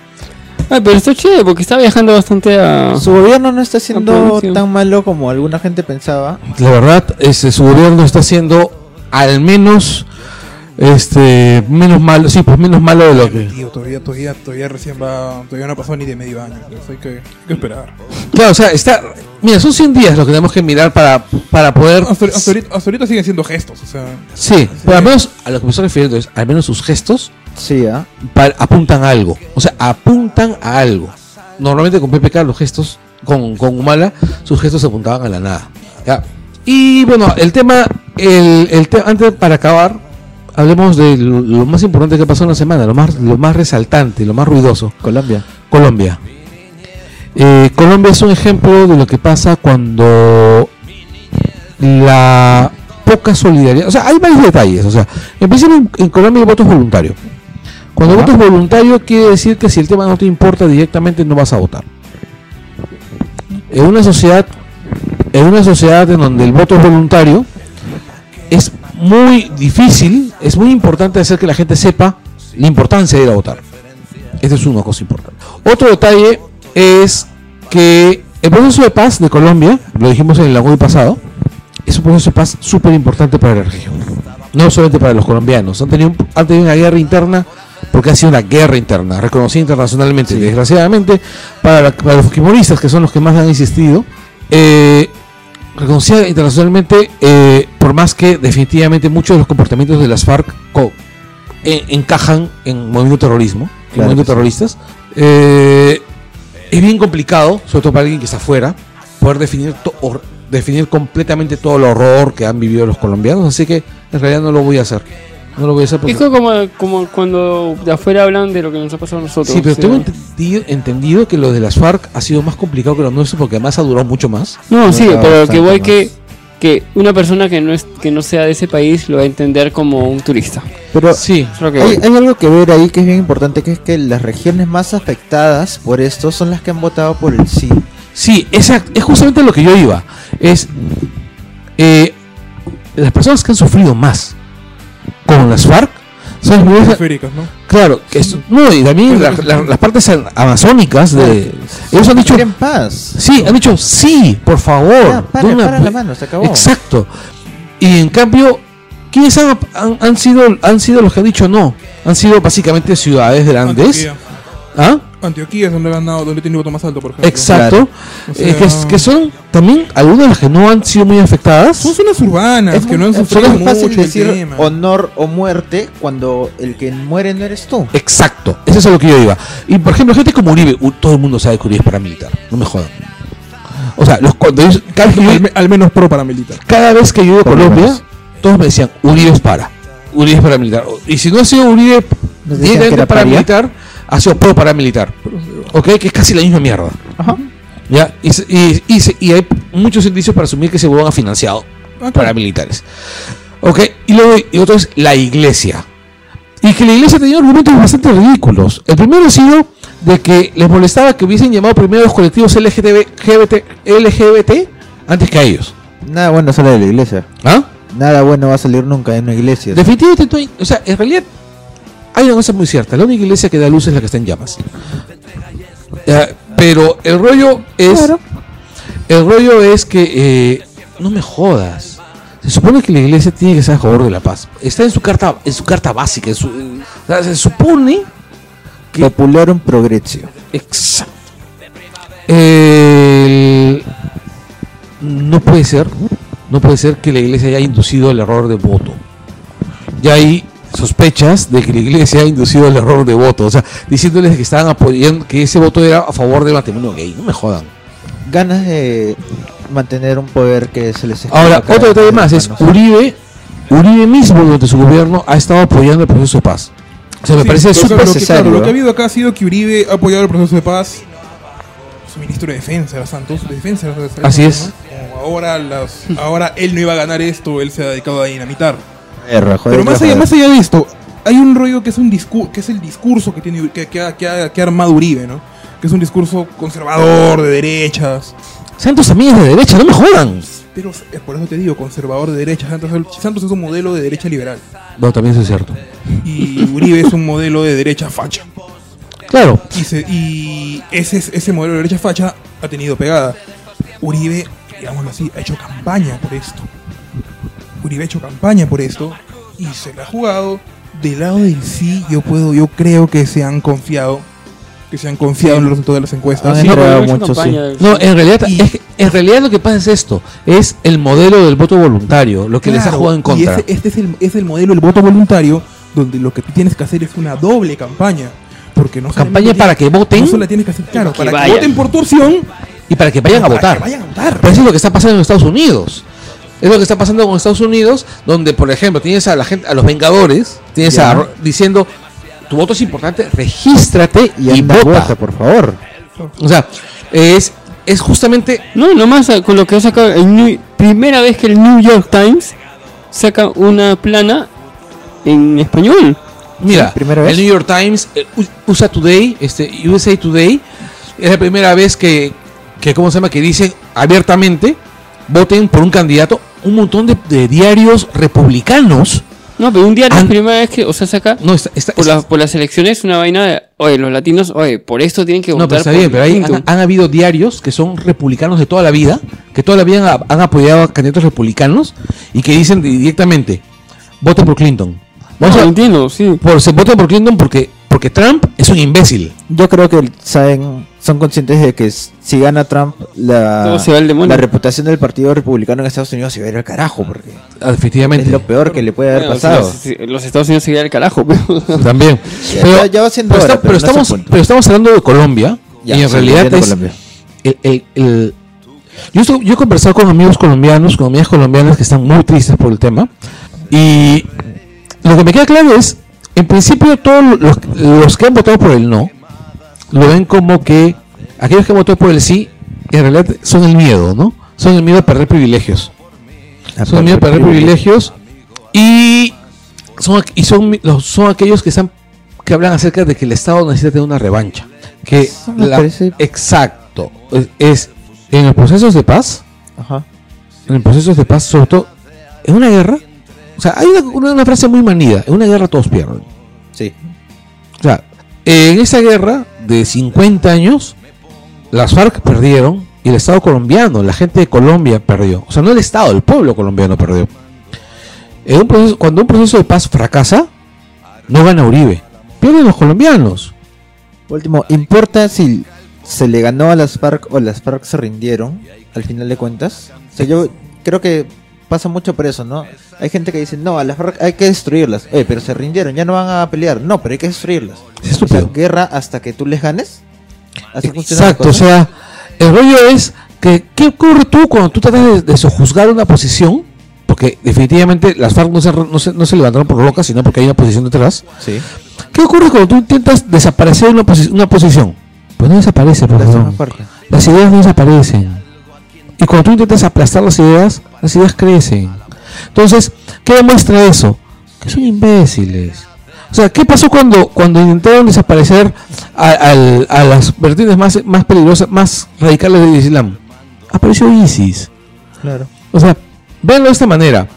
Speaker 5: Ay, pero está chévere porque está viajando bastante a...
Speaker 3: Su gobierno no está
Speaker 5: La
Speaker 3: siendo
Speaker 5: producción.
Speaker 3: tan malo como alguna gente pensaba.
Speaker 1: La verdad, este, su gobierno está siendo al menos. Este. Menos malo, sí, pues menos malo de lo que.
Speaker 4: Tío, todavía, todavía, todavía recién va, todavía no ha pasado ni de medio año, entonces hay que, hay que esperar.
Speaker 1: Claro, o sea, está. Mira, son 100 días los que tenemos que mirar para, para poder.
Speaker 4: Hasta, hasta ahorita, hasta ahorita siguen siendo gestos, o sea,
Speaker 1: Sí, pero al menos a lo que me estoy refiriendo es, al menos sus gestos
Speaker 3: Sí, ¿ah?
Speaker 1: pa- apuntan a algo. O sea, apuntan a algo. Normalmente con PPK los gestos, con, con Humala, sus gestos apuntaban a la nada. Ya. Y bueno, el tema, el, el te- antes para acabar, hablemos de lo, lo más importante que pasó en la semana, lo más, lo más resaltante, lo más ruidoso.
Speaker 3: Colombia.
Speaker 1: Colombia. Eh, Colombia es un ejemplo de lo que pasa cuando la poca solidaridad. O sea, hay varios detalles. O sea, en principio en, en Colombia el voto es voluntario. Cuando el voto es voluntario, quiere decir que si el tema no te importa directamente, no vas a votar. En una sociedad, en una sociedad en donde el voto es voluntario, es muy difícil, es muy importante hacer que la gente sepa la importancia de ir a votar. Esta Este es una cosa importante. Otro detalle es que el proceso de paz de Colombia, lo dijimos en el agosto pasado, es un proceso de paz súper importante para la región. No solamente para los colombianos. Han tenido, un- han tenido una guerra interna porque ha sido una guerra interna, reconocida internacionalmente. Desgraciadamente, para, la- para los fujimoristas, que son los que más han insistido, eh, reconocida internacionalmente, eh, por más que definitivamente muchos de los comportamientos de las FARC co- en- encajan en movimiento terrorismo, en
Speaker 3: Claro
Speaker 1: movimientos
Speaker 3: que
Speaker 1: terroristas. Eh, es bien complicado, sobre todo para alguien que está afuera, poder definir, to- hor- definir completamente todo el horror que han vivido los colombianos, así que en realidad no lo voy a hacer. No lo voy a hacer porque...
Speaker 5: Es como, como cuando de afuera hablan de lo que nos ha pasado a nosotros.
Speaker 1: Sí, pero
Speaker 5: o sea.
Speaker 1: tengo entendido, entendido que lo de las FARC ha sido más complicado que lo nuestro porque además ha durado mucho más.
Speaker 5: No,
Speaker 3: No,
Speaker 5: sí,
Speaker 3: está
Speaker 5: pero que
Speaker 3: bastante
Speaker 5: voy
Speaker 3: más.
Speaker 5: que, que una persona que no, es, que no sea de ese país lo va a entender como un turista.
Speaker 3: Pero
Speaker 1: Sí,
Speaker 5: Es lo que
Speaker 3: hay,
Speaker 5: voy.
Speaker 3: hay algo que ver ahí que es bien importante, que es que las regiones más afectadas por esto son las que han votado por el sí.
Speaker 1: Sí, esa- es justamente lo que yo iba. Es eh, las personas que han sufrido más con las FARC son las mujeres-
Speaker 4: esféricas, ¿no?
Speaker 1: claro, que es- no, y también la- la- las partes an- amazónicas de ellos han dicho
Speaker 3: Quieren paz.
Speaker 1: sí, han dicho sí, por
Speaker 3: Ya,
Speaker 1: favor,
Speaker 3: para,
Speaker 1: de una
Speaker 3: para
Speaker 1: vez".
Speaker 3: la mano, se acabó.
Speaker 1: Exacto. Y en cambio, ¿quiénes han, han- han sido han sido los que han dicho no? Han sido básicamente ciudades grandes,
Speaker 4: Antioquia.
Speaker 1: ¿ah?
Speaker 4: Antioquía es donde le han dado, donde tiene voto más alto, por ejemplo.
Speaker 1: Exacto.
Speaker 4: O
Speaker 1: Eh, que,
Speaker 4: sea-
Speaker 1: que son también algunas de las que no han sido muy afectadas.
Speaker 4: Son zonas urbanas
Speaker 3: Es
Speaker 4: que no
Speaker 3: muy-
Speaker 4: han
Speaker 3: es
Speaker 4: sufrido
Speaker 3: muy fácil
Speaker 4: mucho el
Speaker 3: decir
Speaker 4: tema.
Speaker 3: honor o muerte cuando el que muere no eres tú.
Speaker 1: Exacto, eso es a lo que yo iba. Y por ejemplo, gente como Uribe, u- todo el mundo sabe que Uribe es paramilitar, no me jodan. O sea, los, cuando yo- cada, vez que yo,
Speaker 4: Al, me- al menos pro paramilitar.
Speaker 1: cada vez que yo iba a
Speaker 3: Por lo
Speaker 1: Colombia,
Speaker 3: menos.
Speaker 1: todos me decían, Uribe es para, Uribe es paramilitar. O- Y si no ha sido Uribe
Speaker 3: Nos decían que
Speaker 1: directamente
Speaker 3: era
Speaker 1: paramilitar, ha sido pro paramilitar. Ok, que es casi la misma mierda. ¿Ya? Y, se- y- y se- y hay muchos indicios para asumir que ese huevón ha financiado
Speaker 4: Ah, claro.
Speaker 1: paramilitares. Ok, y luego y otro es la iglesia. Y que la iglesia tenía argumentos bastante ridículos. El primero ha sido de que les molestaba que hubiesen llamado primero a los colectivos LGTB, LGBT, LGBT antes que a ellos.
Speaker 3: Nada bueno sale de la iglesia.
Speaker 1: ¿Ah?
Speaker 3: Nada bueno va a salir nunca de una iglesia.
Speaker 1: Definitivamente, no hay- o sea, en realidad hay una cosa muy cierta. La única iglesia que da luz es la que está en llamas. Eh, pero el rollo es... El rollo es que... eh, no me jodas. Se supone que la iglesia tiene que estar a favor de la paz. Está en su carta, en su carta básica. en su- eh, o sea, se supone ¿Qué?
Speaker 3: Popular un progreso.
Speaker 1: Exacto. El- No puede ser, no puede ser que la iglesia haya inducido el error de voto. Ya hay sospechas de que la iglesia ha inducido el error de voto. O sea, diciéndoles que estaban apoyando, que ese voto era a favor del matrimonio gay. No me jodan.
Speaker 3: Ganas de mantener un poder que se les escapa
Speaker 1: Ahora,
Speaker 3: cada
Speaker 1: otro detalle
Speaker 3: vez
Speaker 1: más es
Speaker 3: menos.
Speaker 1: Uribe, Uribe mismo durante su gobierno ha estado apoyando el proceso de paz. O sea, me
Speaker 4: Sí,
Speaker 1: parece
Speaker 4: o sea,
Speaker 1: súper
Speaker 4: lo que,
Speaker 3: necesario,
Speaker 4: claro, lo que ha
Speaker 3: ¿eh?
Speaker 4: habido acá ha sido que Uribe ha apoyado el proceso de paz. Su ministro de Defensa era Santos, de Defensa. era Santos,
Speaker 1: Así es.
Speaker 4: Como ahora, las- ahora él no iba a ganar esto, él se ha dedicado a dinamitar.
Speaker 3: Joder, joder,
Speaker 4: Pero más allá,
Speaker 3: joder.
Speaker 4: más allá de esto, hay un rollo que es, un discu- que es el discurso que, tiene, Uri- que, que ha, que ha- que ha armado Uribe, ¿no? Que es un discurso conservador, de derechas.
Speaker 1: Santos amigos de derecha, no me jodan.
Speaker 4: Pero eh, por eso te digo, conservador de derecha. Santos, Santos es un modelo de derecha liberal.
Speaker 1: No, también eso es cierto.
Speaker 4: Y Uribe es un modelo de derecha facha.
Speaker 1: Claro,
Speaker 4: Y, se- y ese, ese modelo de derecha facha ha tenido pegada. Uribe, digámoslo así, ha hecho campaña por esto. Uribe ha hecho campaña por esto y se la ha jugado. Del lado del sí, yo puedo, yo creo que se han confiado, que se han confiado en los resultados de las encuestas.
Speaker 3: Ah, sí.
Speaker 5: pero
Speaker 3: creo
Speaker 5: han hecho
Speaker 3: mucho, sí.
Speaker 5: campaña del-
Speaker 1: No, en realidad,
Speaker 4: Y-
Speaker 1: es que- en realidad lo que pasa es esto, es el modelo del voto voluntario, lo que les ha
Speaker 4: Claro,
Speaker 1: jugado en
Speaker 4: Y
Speaker 1: contra.
Speaker 4: ese- este es el, es el modelo del voto voluntario, donde lo que tú tienes que hacer es una doble campaña. Porque no
Speaker 1: Campaña
Speaker 4: solamente
Speaker 1: para que voten
Speaker 4: no solo tienes que hacer, claro,
Speaker 5: Que
Speaker 4: para que
Speaker 5: vayan.
Speaker 4: voten por tu opción,
Speaker 1: y para que vayan a
Speaker 4: para
Speaker 1: votar.
Speaker 4: que vayan a votar.
Speaker 1: Pero eso es lo que está pasando en Estados Unidos. Es lo que está pasando con Estados Unidos, donde, por ejemplo, tienes a la gente, a los Vengadores, tienes
Speaker 3: Ya.
Speaker 1: a Ro- diciendo, tu voto es importante, regístrate y,
Speaker 3: y, anda,
Speaker 1: vota.
Speaker 3: vota, por favor.
Speaker 1: O sea, es, es justamente
Speaker 5: No, nomás eh, con lo que ha sacado el New- primera vez que el New York Times saca una plana en español.
Speaker 1: Mira,
Speaker 3: primera vez.
Speaker 1: el New York Times, el U- USA Today, este, USA Today, es la primera vez que, que ¿cómo se llama? Que dicen abiertamente, voten por un candidato. Un montón de, de diarios republicanos.
Speaker 5: No, pero un diario
Speaker 1: Ah.
Speaker 5: es primera vez que, o sea, saca
Speaker 1: No, está, está-
Speaker 5: por, las
Speaker 1: está-
Speaker 5: por las elecciones una vaina de, oye, los latinos, oye, por esto tienen que
Speaker 1: no,
Speaker 5: votar.
Speaker 1: pero está
Speaker 5: por
Speaker 1: bien, pero ahí han,
Speaker 5: Clinton.
Speaker 1: han habido diarios que son republicanos de toda la vida, que toda la vida han, han apoyado a candidatos republicanos y que dicen directamente, voten por Clinton. Vamos
Speaker 5: No,
Speaker 1: a-
Speaker 5: lo entiendo, sí.
Speaker 1: por, se- voten por Clinton porque, porque Trump es un imbécil.
Speaker 3: Yo creo que saben, son conscientes de que s- si gana Trump, la,
Speaker 5: Todo se va al demonio.
Speaker 3: la reputación del Partido Republicano en Estados Unidos se va a ir al carajo, porque
Speaker 5: Ah,
Speaker 1: Efectivamente.
Speaker 3: es lo peor que le puede haber
Speaker 5: Bueno,
Speaker 3: pasado.
Speaker 5: si los, si los Estados Unidos se iban al carajo, pero...
Speaker 1: También.
Speaker 3: Ya,
Speaker 1: Pero,
Speaker 3: ya- ya va siendo
Speaker 1: pero
Speaker 3: hora,
Speaker 1: está- pero
Speaker 3: pero no es el
Speaker 1: estamos,
Speaker 3: punto.
Speaker 1: pero estamos hablando de Colombia.
Speaker 3: Ya,
Speaker 1: y en
Speaker 3: sí,
Speaker 1: realidad
Speaker 3: volviendo a
Speaker 1: es.
Speaker 3: Colombia.
Speaker 1: el- el- el- yo, estu- yo he conversado con amigos colombianos, con amigas colombianas que están muy tristes por el tema. Y lo que me queda claro es: en principio, todos los, los que han votado por el no lo ven como que aquellos que han votado por el sí, en realidad son el miedo, ¿no? Son el miedo a perder privilegios
Speaker 3: Ah,
Speaker 1: son miedo a perder privilegios y son aqu- y son, mi- los- son aquellos que están que hablan acerca de que el Estado necesita tener una revancha que
Speaker 3: Eso me
Speaker 1: la-
Speaker 3: parece-
Speaker 1: exacto es, es en los procesos de paz
Speaker 3: Ajá.
Speaker 1: en los procesos de paz sobre todo en una guerra o sea hay una, una- una frase muy manida en una guerra todos pierden
Speaker 3: Sí.
Speaker 1: o sea en esa guerra de 50 años las FARC perdieron y el Estado colombiano, la gente de Colombia perdió. O sea, no el Estado, el pueblo colombiano perdió. En un proceso- cuando un proceso de paz fracasa, no gana Uribe. Pierden los colombianos.
Speaker 3: Último, ¿importa si se le ganó a las FARC o las FARC se rindieron al final de cuentas? O sea, yo creo que pasa mucho por eso, ¿no? Hay gente que dice, no, a las FARC hay que destruirlas. Oye, pero se rindieron, ya no van a pelear. No, pero hay que destruirlas.
Speaker 1: Es
Speaker 3: O sea,
Speaker 1: estúpido.
Speaker 3: guerra hasta que tú les ganes. Así funciona Ah, la
Speaker 1: Exacto, o
Speaker 3: cosa.
Speaker 1: sea, el rollo es que ¿qué ocurre tú cuando tú tratas de, de sojuzgar una posición? Porque definitivamente las FARC no se, no se- no se levantaron por locas, sino porque hay una posición detrás.
Speaker 3: Sí.
Speaker 1: ¿Qué ocurre cuando tú intentas desaparecer una, posi- una posición? Pues no desaparece, por
Speaker 3: Las
Speaker 1: favor.
Speaker 3: zonas FARC.
Speaker 1: Las ideas no desaparecen. Y cuando tú intentas aplastar las ideas, las ideas crecen. Entonces, ¿qué demuestra eso? Que son imbéciles. O sea, ¿qué pasó cuando, cuando intentaron desaparecer a, al- a las vertientes más, más peligrosas, más radicales del Islam? Apareció ISIS.
Speaker 3: Claro.
Speaker 1: O sea, véanlo de esta manera.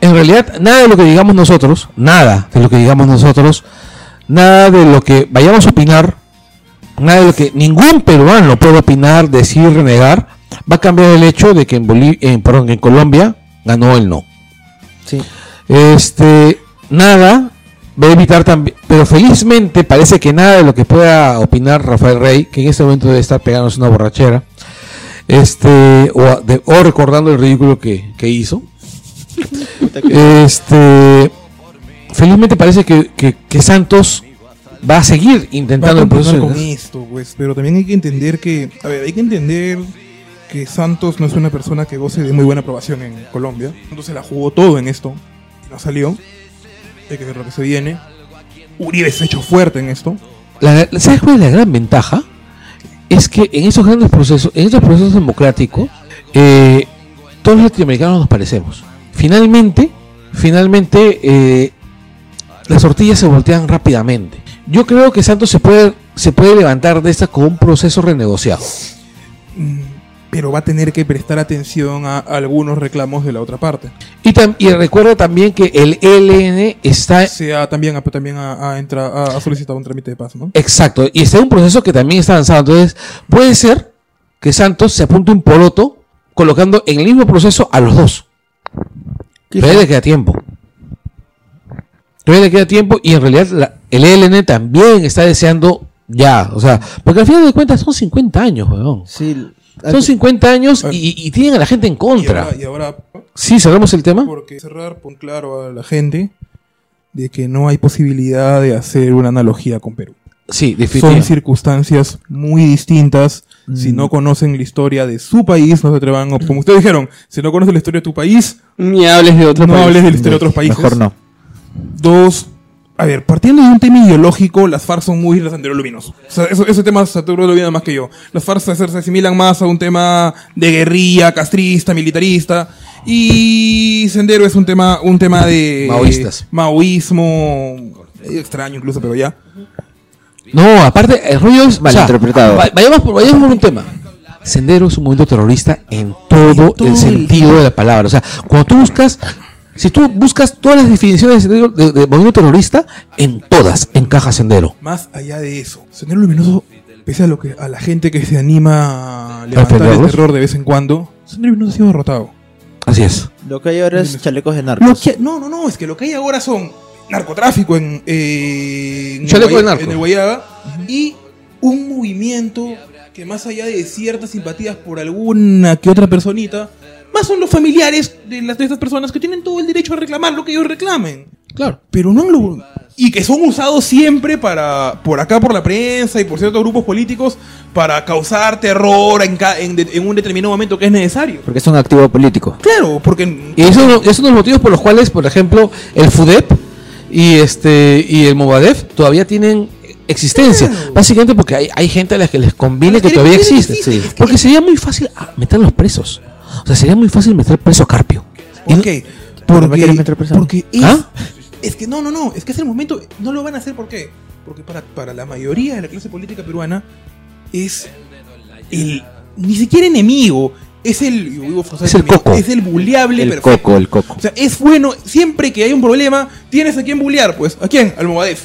Speaker 1: En realidad, nada de lo que digamos nosotros, nada de lo que digamos nosotros, nada de lo que vayamos a opinar, nada de lo que ningún peruano puede opinar, decir, renegar, va a cambiar el hecho de que en, Bolivia, en, perdón, en Colombia ganó el no.
Speaker 3: Sí.
Speaker 1: Este, nada, va a evitar también, pero felizmente parece que nada de lo que pueda opinar Rafael Rey, que en este momento debe estar pegándose una borrachera, este, o, a- de- o recordando el ridículo que, que hizo, Eh, este, felizmente parece que, que- que Santos va a seguir
Speaker 4: Va a
Speaker 1: intentando el
Speaker 4: continuar
Speaker 1: proceso.
Speaker 4: con esto, pues, pero también hay que entender que, a ver, hay que entender que Santos no es una persona que goce de muy buena aprobación en Colombia. Santos se la jugó todo en esto. No salió. Hay que ver lo que se viene. Uribe se ha hecho fuerte en esto.
Speaker 1: La- la- ¿Sabes cuál es la gran ventaja? Es que en esos grandes procesos, en estos procesos democráticos, eh, todos los latinoamericanos nos parecemos. Finalmente, finalmente, eh, las tortillas se voltean rápidamente. Yo creo que Santos se puede, se puede levantar de esta con un proceso renegociado.
Speaker 4: Mm, Pero va a tener que prestar atención a algunos reclamos de la otra parte.
Speaker 1: Y, tam- y recuerda también que el LN está
Speaker 4: Se ha también, ha- también ha, ha entra- ha- ha solicitado un trámite de paz, ¿no?
Speaker 1: Exacto, y está en un proceso que también está avanzado. Entonces, puede ser que Santos se apunte un poroto colocando en el mismo proceso a los dos. Todavía le queda tiempo. Todavía le queda tiempo y en realidad la- el ELN también está deseando ya. O sea, porque al final de cuentas son 50 años, weón.
Speaker 3: Sí,
Speaker 1: Son 50 años y, y tienen a la gente en
Speaker 4: Y
Speaker 1: contra.
Speaker 4: ahora, y ahora,
Speaker 1: Sí, cerramos el tema.
Speaker 4: porque cerrar, pon claro a la gente de que no hay posibilidad de hacer una analogía con Perú.
Speaker 1: Sí,
Speaker 4: Son
Speaker 1: definitivamente.
Speaker 4: circunstancias muy distintas. Si no conocen la historia de su país, no se atrevan. a- Como ustedes dijeron, si no conoces la historia de tu país,
Speaker 5: Ni hables de otro
Speaker 4: no
Speaker 5: país.
Speaker 4: hables de la historia de otros países.
Speaker 3: Mejor no.
Speaker 4: Dos, a ver, partiendo de un tema ideológico, las FARC son muy las anteroluminos. O sea, eso- ese tema Saturo lo olvida más que yo. Las FARC se, se asimilan más a un tema de guerrilla, castrista, militarista. Y Sendero es un tema, un tema de
Speaker 1: Maoístas.
Speaker 4: maoísmo eh, extraño incluso, pero ya.
Speaker 1: No, aparte, eh, el rollo es.
Speaker 3: Malinterpretado.
Speaker 1: va- vayamos, por, vayamos por un tema. Sendero es un movimiento terrorista en todo, el sentido de la palabra. O sea, cuando tú buscas. Si tú buscas todas las definiciones de, Sendero- de- de movimiento terrorista, en todas encaja Sendero.
Speaker 4: Más allá de eso, Sendero Luminoso, pese a lo que a la gente que se anima a levantar el
Speaker 1: defenderlos?
Speaker 4: terror de vez en cuando, Sendero Luminoso ha sido derrotado.
Speaker 1: Así es.
Speaker 3: Lo que hay ahora es chalecos de
Speaker 4: Lo
Speaker 3: narcos.
Speaker 4: que- no, no, no, es que lo que hay ahora son narcotráfico en, eh, en,
Speaker 1: Chaleco
Speaker 4: el,
Speaker 1: de
Speaker 4: Guaya-
Speaker 1: narco.
Speaker 4: en el Guayaga y un movimiento que más allá de ciertas simpatías por alguna que otra personita, más son los familiares de, las, de estas personas que tienen todo el derecho a reclamar lo que ellos reclamen.
Speaker 1: Claro.
Speaker 4: Pero no han logrado- Y que son usados siempre para. por acá, por la prensa y por ciertos grupos políticos. para causar terror en, ca- en de- en un determinado momento que es necesario.
Speaker 3: Porque es un activo político.
Speaker 4: Claro, porque
Speaker 1: Y eso es uno- es uno de los motivos por los cuales, por ejemplo, el FUDEP y este y el Movadef todavía tienen existencia. Básicamente porque hay, hay gente a la que les conviene que
Speaker 4: que
Speaker 1: todavía
Speaker 4: les conviene
Speaker 1: existen.
Speaker 4: que existen.
Speaker 1: Porque sería muy fácil ah, meterlos presos. O sea, sería muy fácil meter preso a Carpio. Y no-
Speaker 4: ¿Por qué? Porque,
Speaker 3: me quieres meter presa?
Speaker 4: porque es,
Speaker 1: ¿Ah?
Speaker 4: es que no, no, no, es que es el momento, no lo van a hacer, ¿por qué? Porque para, para la mayoría de la clase política peruana es el, ni siquiera enemigo, es el, yo digo, forzar
Speaker 1: Es el
Speaker 4: enemigo,
Speaker 1: coco.
Speaker 4: es el buleable
Speaker 3: El
Speaker 4: perfecto.
Speaker 3: coco, el coco.
Speaker 4: O sea, es bueno, siempre que hay un problema, tienes a quién bulear, pues, ¿a quién? Al Movadef.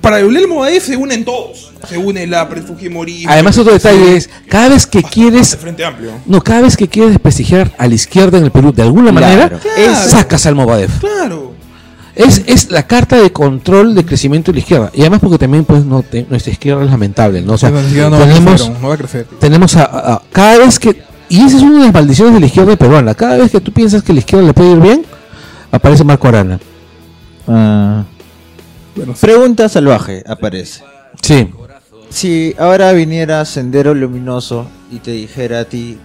Speaker 4: Para bulear al Movadef se unen todos, se une la Fujimori,
Speaker 1: Además, otro detalle es, cada vez que quieres,
Speaker 4: Frente Amplio.
Speaker 1: no, cada vez que quieres desprestigiar a la izquierda en el Perú de alguna manera,
Speaker 4: Claro.
Speaker 1: sacas al Movadef.
Speaker 4: Claro.
Speaker 1: Es, es la carta de control de crecimiento de la izquierda. Y además porque también pues no te- nuestra izquierda es lamentable, ¿no? O sea, tenemos,
Speaker 4: no va a crecer.
Speaker 1: tenemos a, a- a- cada vez que y esa es una de las maldiciones de la izquierda peruana. Cada vez que tú piensas que la izquierda le puede ir bien, aparece Marco Arana.
Speaker 3: Ah.
Speaker 4: Bueno, sí.
Speaker 3: Pregunta salvaje aparece.
Speaker 1: Sí.
Speaker 3: Si ahora viniera Sendero Luminoso y te dijera a ti,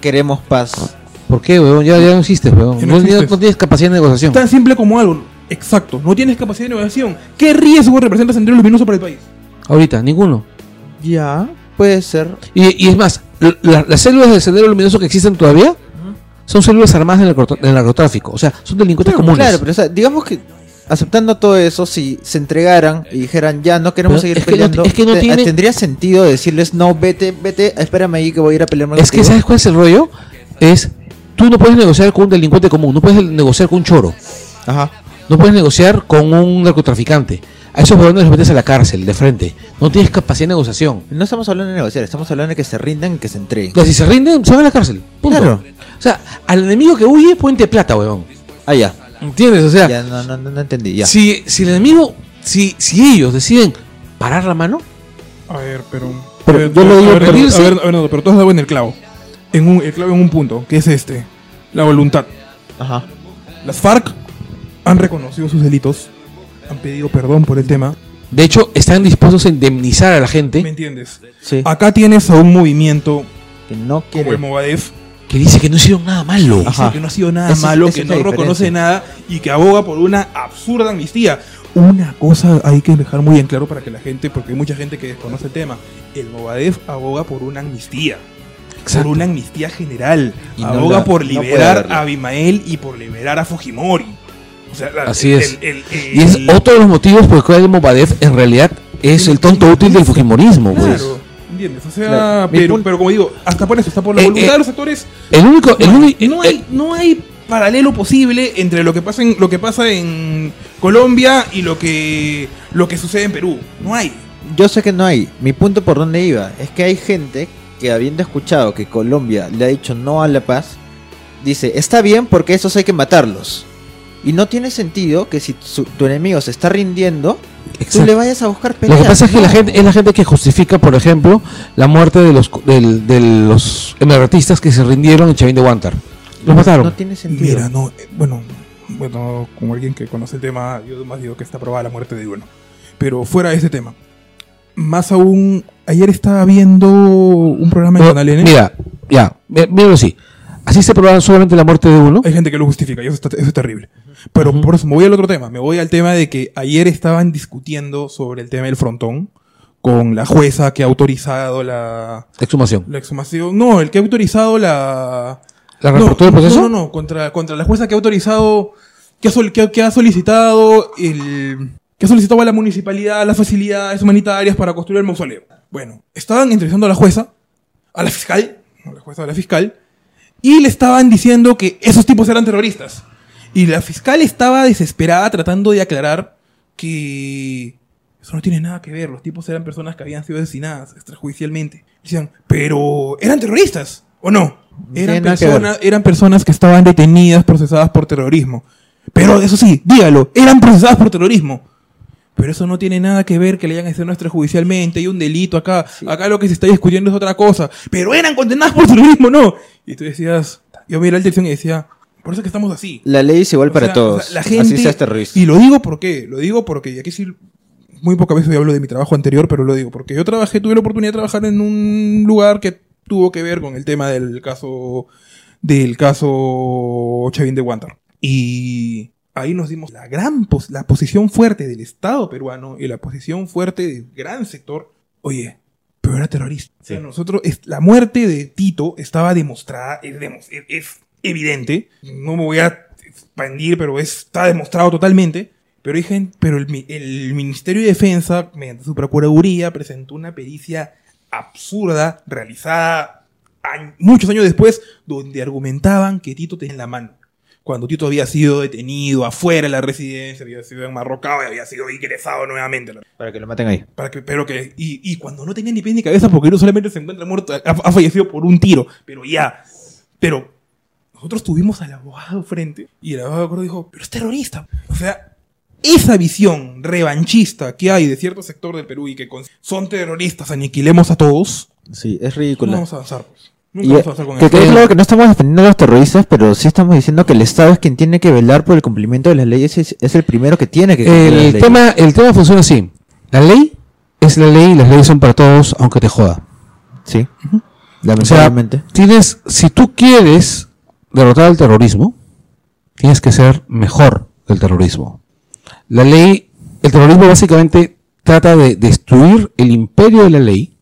Speaker 3: queremos paz.
Speaker 1: ¿Por qué, weón? Ya, ya no existes, weón.
Speaker 4: Ya no
Speaker 1: No, ya
Speaker 4: existes.
Speaker 1: no tienes capacidad de negociación.
Speaker 4: tan simple como algo. Exacto, no tienes capacidad de innovación. ¿Qué riesgo representa Sendero Luminoso para el país?
Speaker 1: Ahorita, ninguno.
Speaker 3: Ya, puede ser.
Speaker 1: Y, y es más, l- la- las células del sendero luminoso que existen todavía son células armadas del narcotr- del narcotráfico. O sea, son delincuentes
Speaker 3: Claro,
Speaker 1: comunes.
Speaker 3: claro, pero o sea, digamos que aceptando todo eso, si se entregaran y dijeran ya no queremos
Speaker 1: Pero
Speaker 3: seguir
Speaker 1: es que no
Speaker 3: peleando,
Speaker 1: ti- es que no
Speaker 3: te-
Speaker 1: tiene-
Speaker 3: tendría sentido decirles no, vete, vete, espérame ahí que voy a ir a pelearme
Speaker 1: Es que,
Speaker 3: contigo"?
Speaker 1: ¿sabes cuál es el rollo? Es, tú no puedes negociar con un delincuente común, no puedes negociar con un choro,
Speaker 3: Ajá.
Speaker 1: no puedes negociar con un narcotraficante. A esos huevones los metes a la cárcel, de frente. No tienes capacidad de negociación.
Speaker 3: No estamos hablando de negociar, estamos hablando de que se rindan y que se entreguen.
Speaker 1: Ya, si se rinden, se van a la cárcel. Punto.
Speaker 3: Claro.
Speaker 1: O sea, al enemigo que huye, puente de plata, huevón.
Speaker 3: Ah, ya.
Speaker 1: ¿Entiendes? O sea,
Speaker 3: Ya, no, no, no, no entendí, ya.
Speaker 1: si, si el enemigo, si, si ellos deciden parar la mano,
Speaker 4: A ver, pero.
Speaker 3: Pero
Speaker 4: a ver,
Speaker 3: yo lo
Speaker 4: a
Speaker 3: digo
Speaker 4: ver,
Speaker 3: por
Speaker 4: a ver,
Speaker 1: irse.
Speaker 4: a ver, a ver, no, pero tú has dado en el clavo. En un, el clavo en un punto, que es este: la voluntad.
Speaker 3: Ajá.
Speaker 4: Las FARC han reconocido sus delitos, han pedido perdón por el tema.
Speaker 1: de hecho, están dispuestos a indemnizar a la gente. Ah,
Speaker 4: ¿Me entiendes?
Speaker 3: Sí.
Speaker 4: Acá tienes a un movimiento
Speaker 3: que no
Speaker 4: como el
Speaker 3: quiere.
Speaker 4: Movadef,
Speaker 1: Que dice que no hicieron nada malo.
Speaker 4: dice
Speaker 3: Ajá.
Speaker 4: que no ha sido nada
Speaker 3: Esa es-
Speaker 4: malo,
Speaker 3: esa
Speaker 4: que
Speaker 3: es la
Speaker 4: no reconoce
Speaker 3: diferencia.
Speaker 4: nada y que aboga por una absurda amnistía. Una cosa hay que dejar muy en claro para que la gente, porque hay mucha gente que desconoce el tema, el Movadef aboga por una amnistía. Por una amnistía general.
Speaker 3: Y no
Speaker 4: aboga
Speaker 3: la-
Speaker 4: por
Speaker 3: no puede
Speaker 4: liberar
Speaker 3: haberla.
Speaker 4: a Abimael y por liberar a Fujimori. O sea, la-
Speaker 1: Así
Speaker 4: el-
Speaker 1: es.
Speaker 4: el- el-
Speaker 1: Y es
Speaker 4: el-
Speaker 1: otro de los motivos por los cuales Mobadev en realidad es el tonto útil del fujimorismo. pues.
Speaker 4: Claro, ¿entiendes? O sea,
Speaker 3: Claro. Mi
Speaker 4: pero,
Speaker 3: punto-
Speaker 4: pero como digo, hasta por eso, está por la
Speaker 1: Eh,
Speaker 4: voluntad
Speaker 1: eh,
Speaker 4: de los actores.
Speaker 1: El único, eh, el
Speaker 4: No,
Speaker 1: uni-
Speaker 4: hay- no hay, no hay paralelo posible entre lo que pasa en, lo que pasa en Colombia y lo que, lo que sucede en Perú. No hay.
Speaker 3: Yo sé que no hay. Mi punto por dónde iba es que hay gente que habiendo escuchado que Colombia le ha dicho no a la paz, dice, está bien porque esos hay que matarlos. Y no tiene sentido que si su- tu enemigo se está rindiendo, tú
Speaker 1: Exacto.
Speaker 3: le vayas a buscar
Speaker 1: Lo
Speaker 3: peleas.
Speaker 1: que pasa es que la
Speaker 3: No.
Speaker 1: gente es la gente que justifica, por ejemplo, la muerte de los del- de los emeritistas que se rindieron en Chavín de Guantar. Los
Speaker 3: No
Speaker 1: mataron.
Speaker 3: tiene sentido.
Speaker 4: no, eh, bueno, bueno, como alguien que conoce el tema, yo más digo que está aprobada la muerte de uno. Pero fuera de ese tema. Más aún, ayer estaba viendo un programa en
Speaker 1: Pero,
Speaker 4: Canal N.
Speaker 1: Mira, ya, mi- míralo así. Así se probaron solamente la muerte de uno.
Speaker 4: Hay gente que lo justifica y eso, está- eso es terrible. Pero por eso me voy al otro tema. Me voy al tema de que ayer estaban discutiendo sobre el tema del frontón con la jueza que ha autorizado la,
Speaker 1: Exhumación.
Speaker 4: la exhumación. No, el que ha autorizado la.
Speaker 1: ¿La
Speaker 4: no,
Speaker 1: reapertura del proceso?
Speaker 4: No, no, no, Contra, contra la jueza que ha autorizado. Que ha, sol- que, ha- que ha solicitado el. Que ha solicitado a la municipalidad las facilidades humanitarias para construir el mausoleo. Bueno, estaban entrevistando a la jueza, a la fiscal, a la jueza, a la fiscal, y le estaban diciendo que esos tipos eran terroristas. Y la fiscal estaba desesperada tratando de aclarar que eso no tiene nada que ver. Los tipos eran personas que habían sido asesinadas extrajudicialmente. Decían, pero eran terroristas, ¿o no? Eran,
Speaker 3: tiene nada que ver.
Speaker 4: personas- eran personas que estaban detenidas, procesadas por terrorismo. Pero eso sí, dígalo, eran procesadas por terrorismo. Pero eso no tiene nada que ver que le hayan hecho extrajudicialmente. Hay un delito acá. Acá lo que se está discutiendo es otra cosa. Pero eran condenados por terrorismo, no. Y tú decías, yo miré la televisión y decía, por eso es que estamos así.
Speaker 3: La ley es igual
Speaker 4: O
Speaker 3: para
Speaker 4: sea,
Speaker 3: todos.
Speaker 4: o sea, la gente,
Speaker 3: Así seas terrorista.
Speaker 4: Y lo digo porque, lo digo porque, y aquí sí, muy pocas veces yo hablo de mi trabajo anterior, pero lo digo porque yo trabajé, tuve la oportunidad de trabajar en un lugar que tuvo que ver con el tema del caso, del caso Chavín de Guantar. Y ahí nos dimos la gran, pos- la posición fuerte del Estado peruano y la posición fuerte del gran sector. Oye, pero era terrorista. O sea, nosotros, es- la muerte de Tito estaba demostrada, es, demos- es- es evidente. No me voy a expandir, pero es- está demostrado totalmente. Pero, hay gen- pero el, mi- el Ministerio de Defensa, mediante su Procuraduría, presentó una pericia absurda realizada a- muchos años después, donde argumentaban que Tito tenía la mano. Cuando Tito había sido detenido afuera de la residencia, había sido enmarrocado y había sido ingresado nuevamente a la
Speaker 3: Para que lo maten ahí.
Speaker 4: para que, pero que, y, y cuando no tenía ni pies ni cabeza, porque uno solamente se encuentra muerto, ha, ha fallecido por un tiro, pero ya. Pero nosotros tuvimos al abogado frente y el abogado de acuerdo dijo, pero es terrorista. O sea, esa visión revanchista que hay de cierto sector del Perú y que con- son terroristas, aniquilemos a todos,
Speaker 3: Sí, es
Speaker 4: no
Speaker 3: ridículo.
Speaker 4: vamos a avanzar. pues. Nunca
Speaker 3: Y,
Speaker 4: vamos a avanzar con
Speaker 3: que
Speaker 4: eso.
Speaker 3: quede claro que no estamos defendiendo a los terroristas, pero sí estamos diciendo que el Estado es quien tiene que velar por el cumplimiento de las leyes, es, es el primero que tiene que cumplir las
Speaker 1: El
Speaker 3: leyes.
Speaker 1: tema, el tema funciona así. La ley es la ley y las leyes son para todos, aunque te joda.
Speaker 3: Sí,
Speaker 1: O sea,
Speaker 3: lamentablemente.
Speaker 1: tienes, si tú quieres derrotar al terrorismo, tienes que ser mejor del terrorismo. La ley, el terrorismo básicamente trata de destruir el imperio de la ley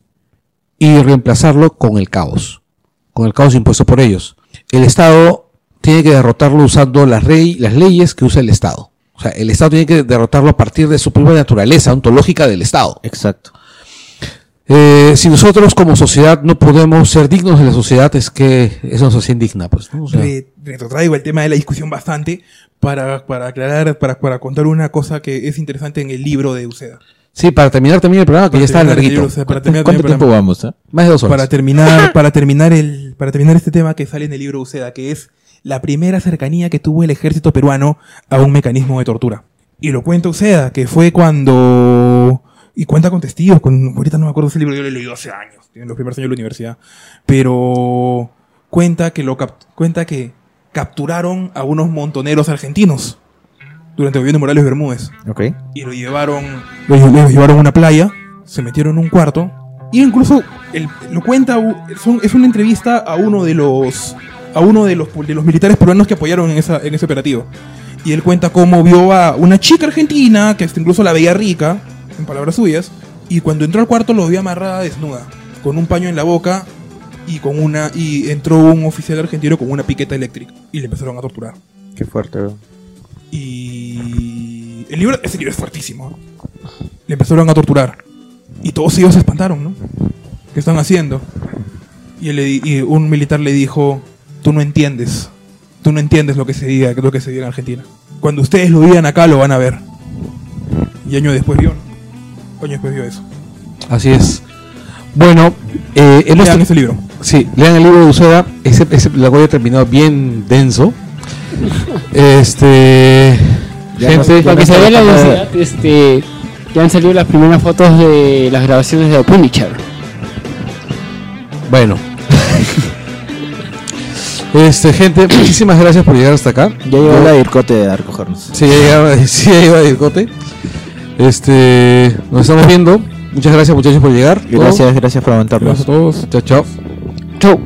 Speaker 1: y reemplazarlo con el caos, con el caos impuesto por ellos. El Estado tiene que derrotarlo usando las, rey- las leyes que usa el Estado. O sea, el Estado tiene que derrotarlo a partir de su propia naturaleza ontológica del Estado.
Speaker 3: Exacto.
Speaker 1: Eh, si nosotros como sociedad no podemos ser dignos de la sociedad, es que es una sociedad indigna, pues. ¿no? O sea,
Speaker 4: Re- retrotraigo el tema de la discusión bastante para, para aclarar, para, para contar una cosa que es interesante en el libro de Uceda.
Speaker 1: sí, para terminar también el programa, que ya está larguito.
Speaker 4: Para terminar
Speaker 3: ¿Cuánto
Speaker 4: el
Speaker 3: tiempo
Speaker 4: programa.
Speaker 3: vamos? ah?
Speaker 1: Más de dos
Speaker 4: para
Speaker 1: horas.
Speaker 4: terminar, para terminar el, para terminar este tema que sale en el libro Uceda, que es la primera cercanía que tuvo el ejército peruano a un mecanismo de tortura. Y lo cuenta Uceda, que fue cuando y cuenta con testigos, con ahorita no me acuerdo ese libro, yo lo he leído hace años, en los primeros años de la universidad, pero cuenta que lo cap- cuenta que capturaron a unos montoneros argentinos durante el gobierno de Morales Bermúdez
Speaker 3: Ok.
Speaker 4: y lo llevaron, lo, lle- lo llevaron a una playa, se metieron en un cuarto, y incluso el- lo cuenta, u- son- es una entrevista a uno de los a uno de los, de los militares peruanos que apoyaron en, esa, en ese operativo. Y él cuenta cómo vio a una chica argentina, que hasta incluso la veía rica, en palabras suyas, y cuando entró al cuarto lo vio amarrada desnuda, con un paño en la boca y con una y entró un oficial argentino con una piqueta eléctrica y le empezaron a torturar.
Speaker 3: Qué fuerte, bro.
Speaker 4: Y el libro, ese libro es fuertísimo. ¿no? Le empezaron a torturar. Y todos ellos se espantaron, ¿no? ¿Qué están haciendo? Y, él le di- y un militar le dijo, tú no entiendes. Tú no entiendes lo que se diga, lo que se diga en Argentina. Cuando ustedes lo digan acá, lo van a ver. Y años después vio. ¿no? Años después vio eso.
Speaker 1: Así es. Bueno, eh, en
Speaker 4: Lean
Speaker 1: nuestro-
Speaker 4: ese libro.
Speaker 1: Sí, lean el libro de Uceda. Ese, ese, la Guardia terminó bien denso. Este.
Speaker 3: Ya
Speaker 1: gente.
Speaker 3: no-
Speaker 5: Para que se vea la
Speaker 3: Jonathan,
Speaker 5: densidad, este, ya han salido las primeras fotos de las grabaciones de Punisher.
Speaker 1: Bueno. este, gente, muchísimas gracias por llegar hasta acá.
Speaker 3: Ya llegó la dircote a recogernos.
Speaker 1: Sí, ya llegaba, sí, ya llegaba el cote. Este. Nos estamos viendo. Muchas gracias, muchachos, por llegar.
Speaker 3: Gracias, gracias por aguantarnos.
Speaker 1: Gracias a todos. Chao, chao.
Speaker 5: Chau.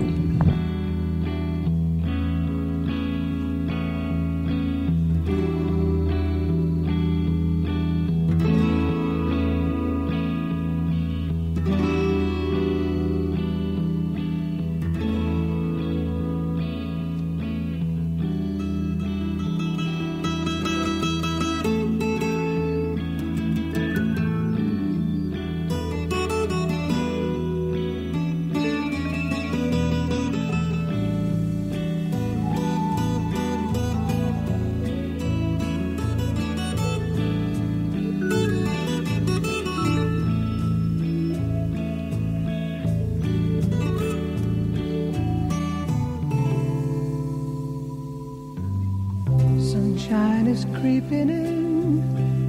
Speaker 7: Sunshine is creeping in,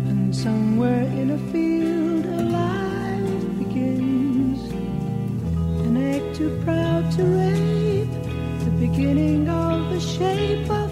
Speaker 7: and somewhere in a field a life begins. An egg too proud to rape, the beginning of the shape of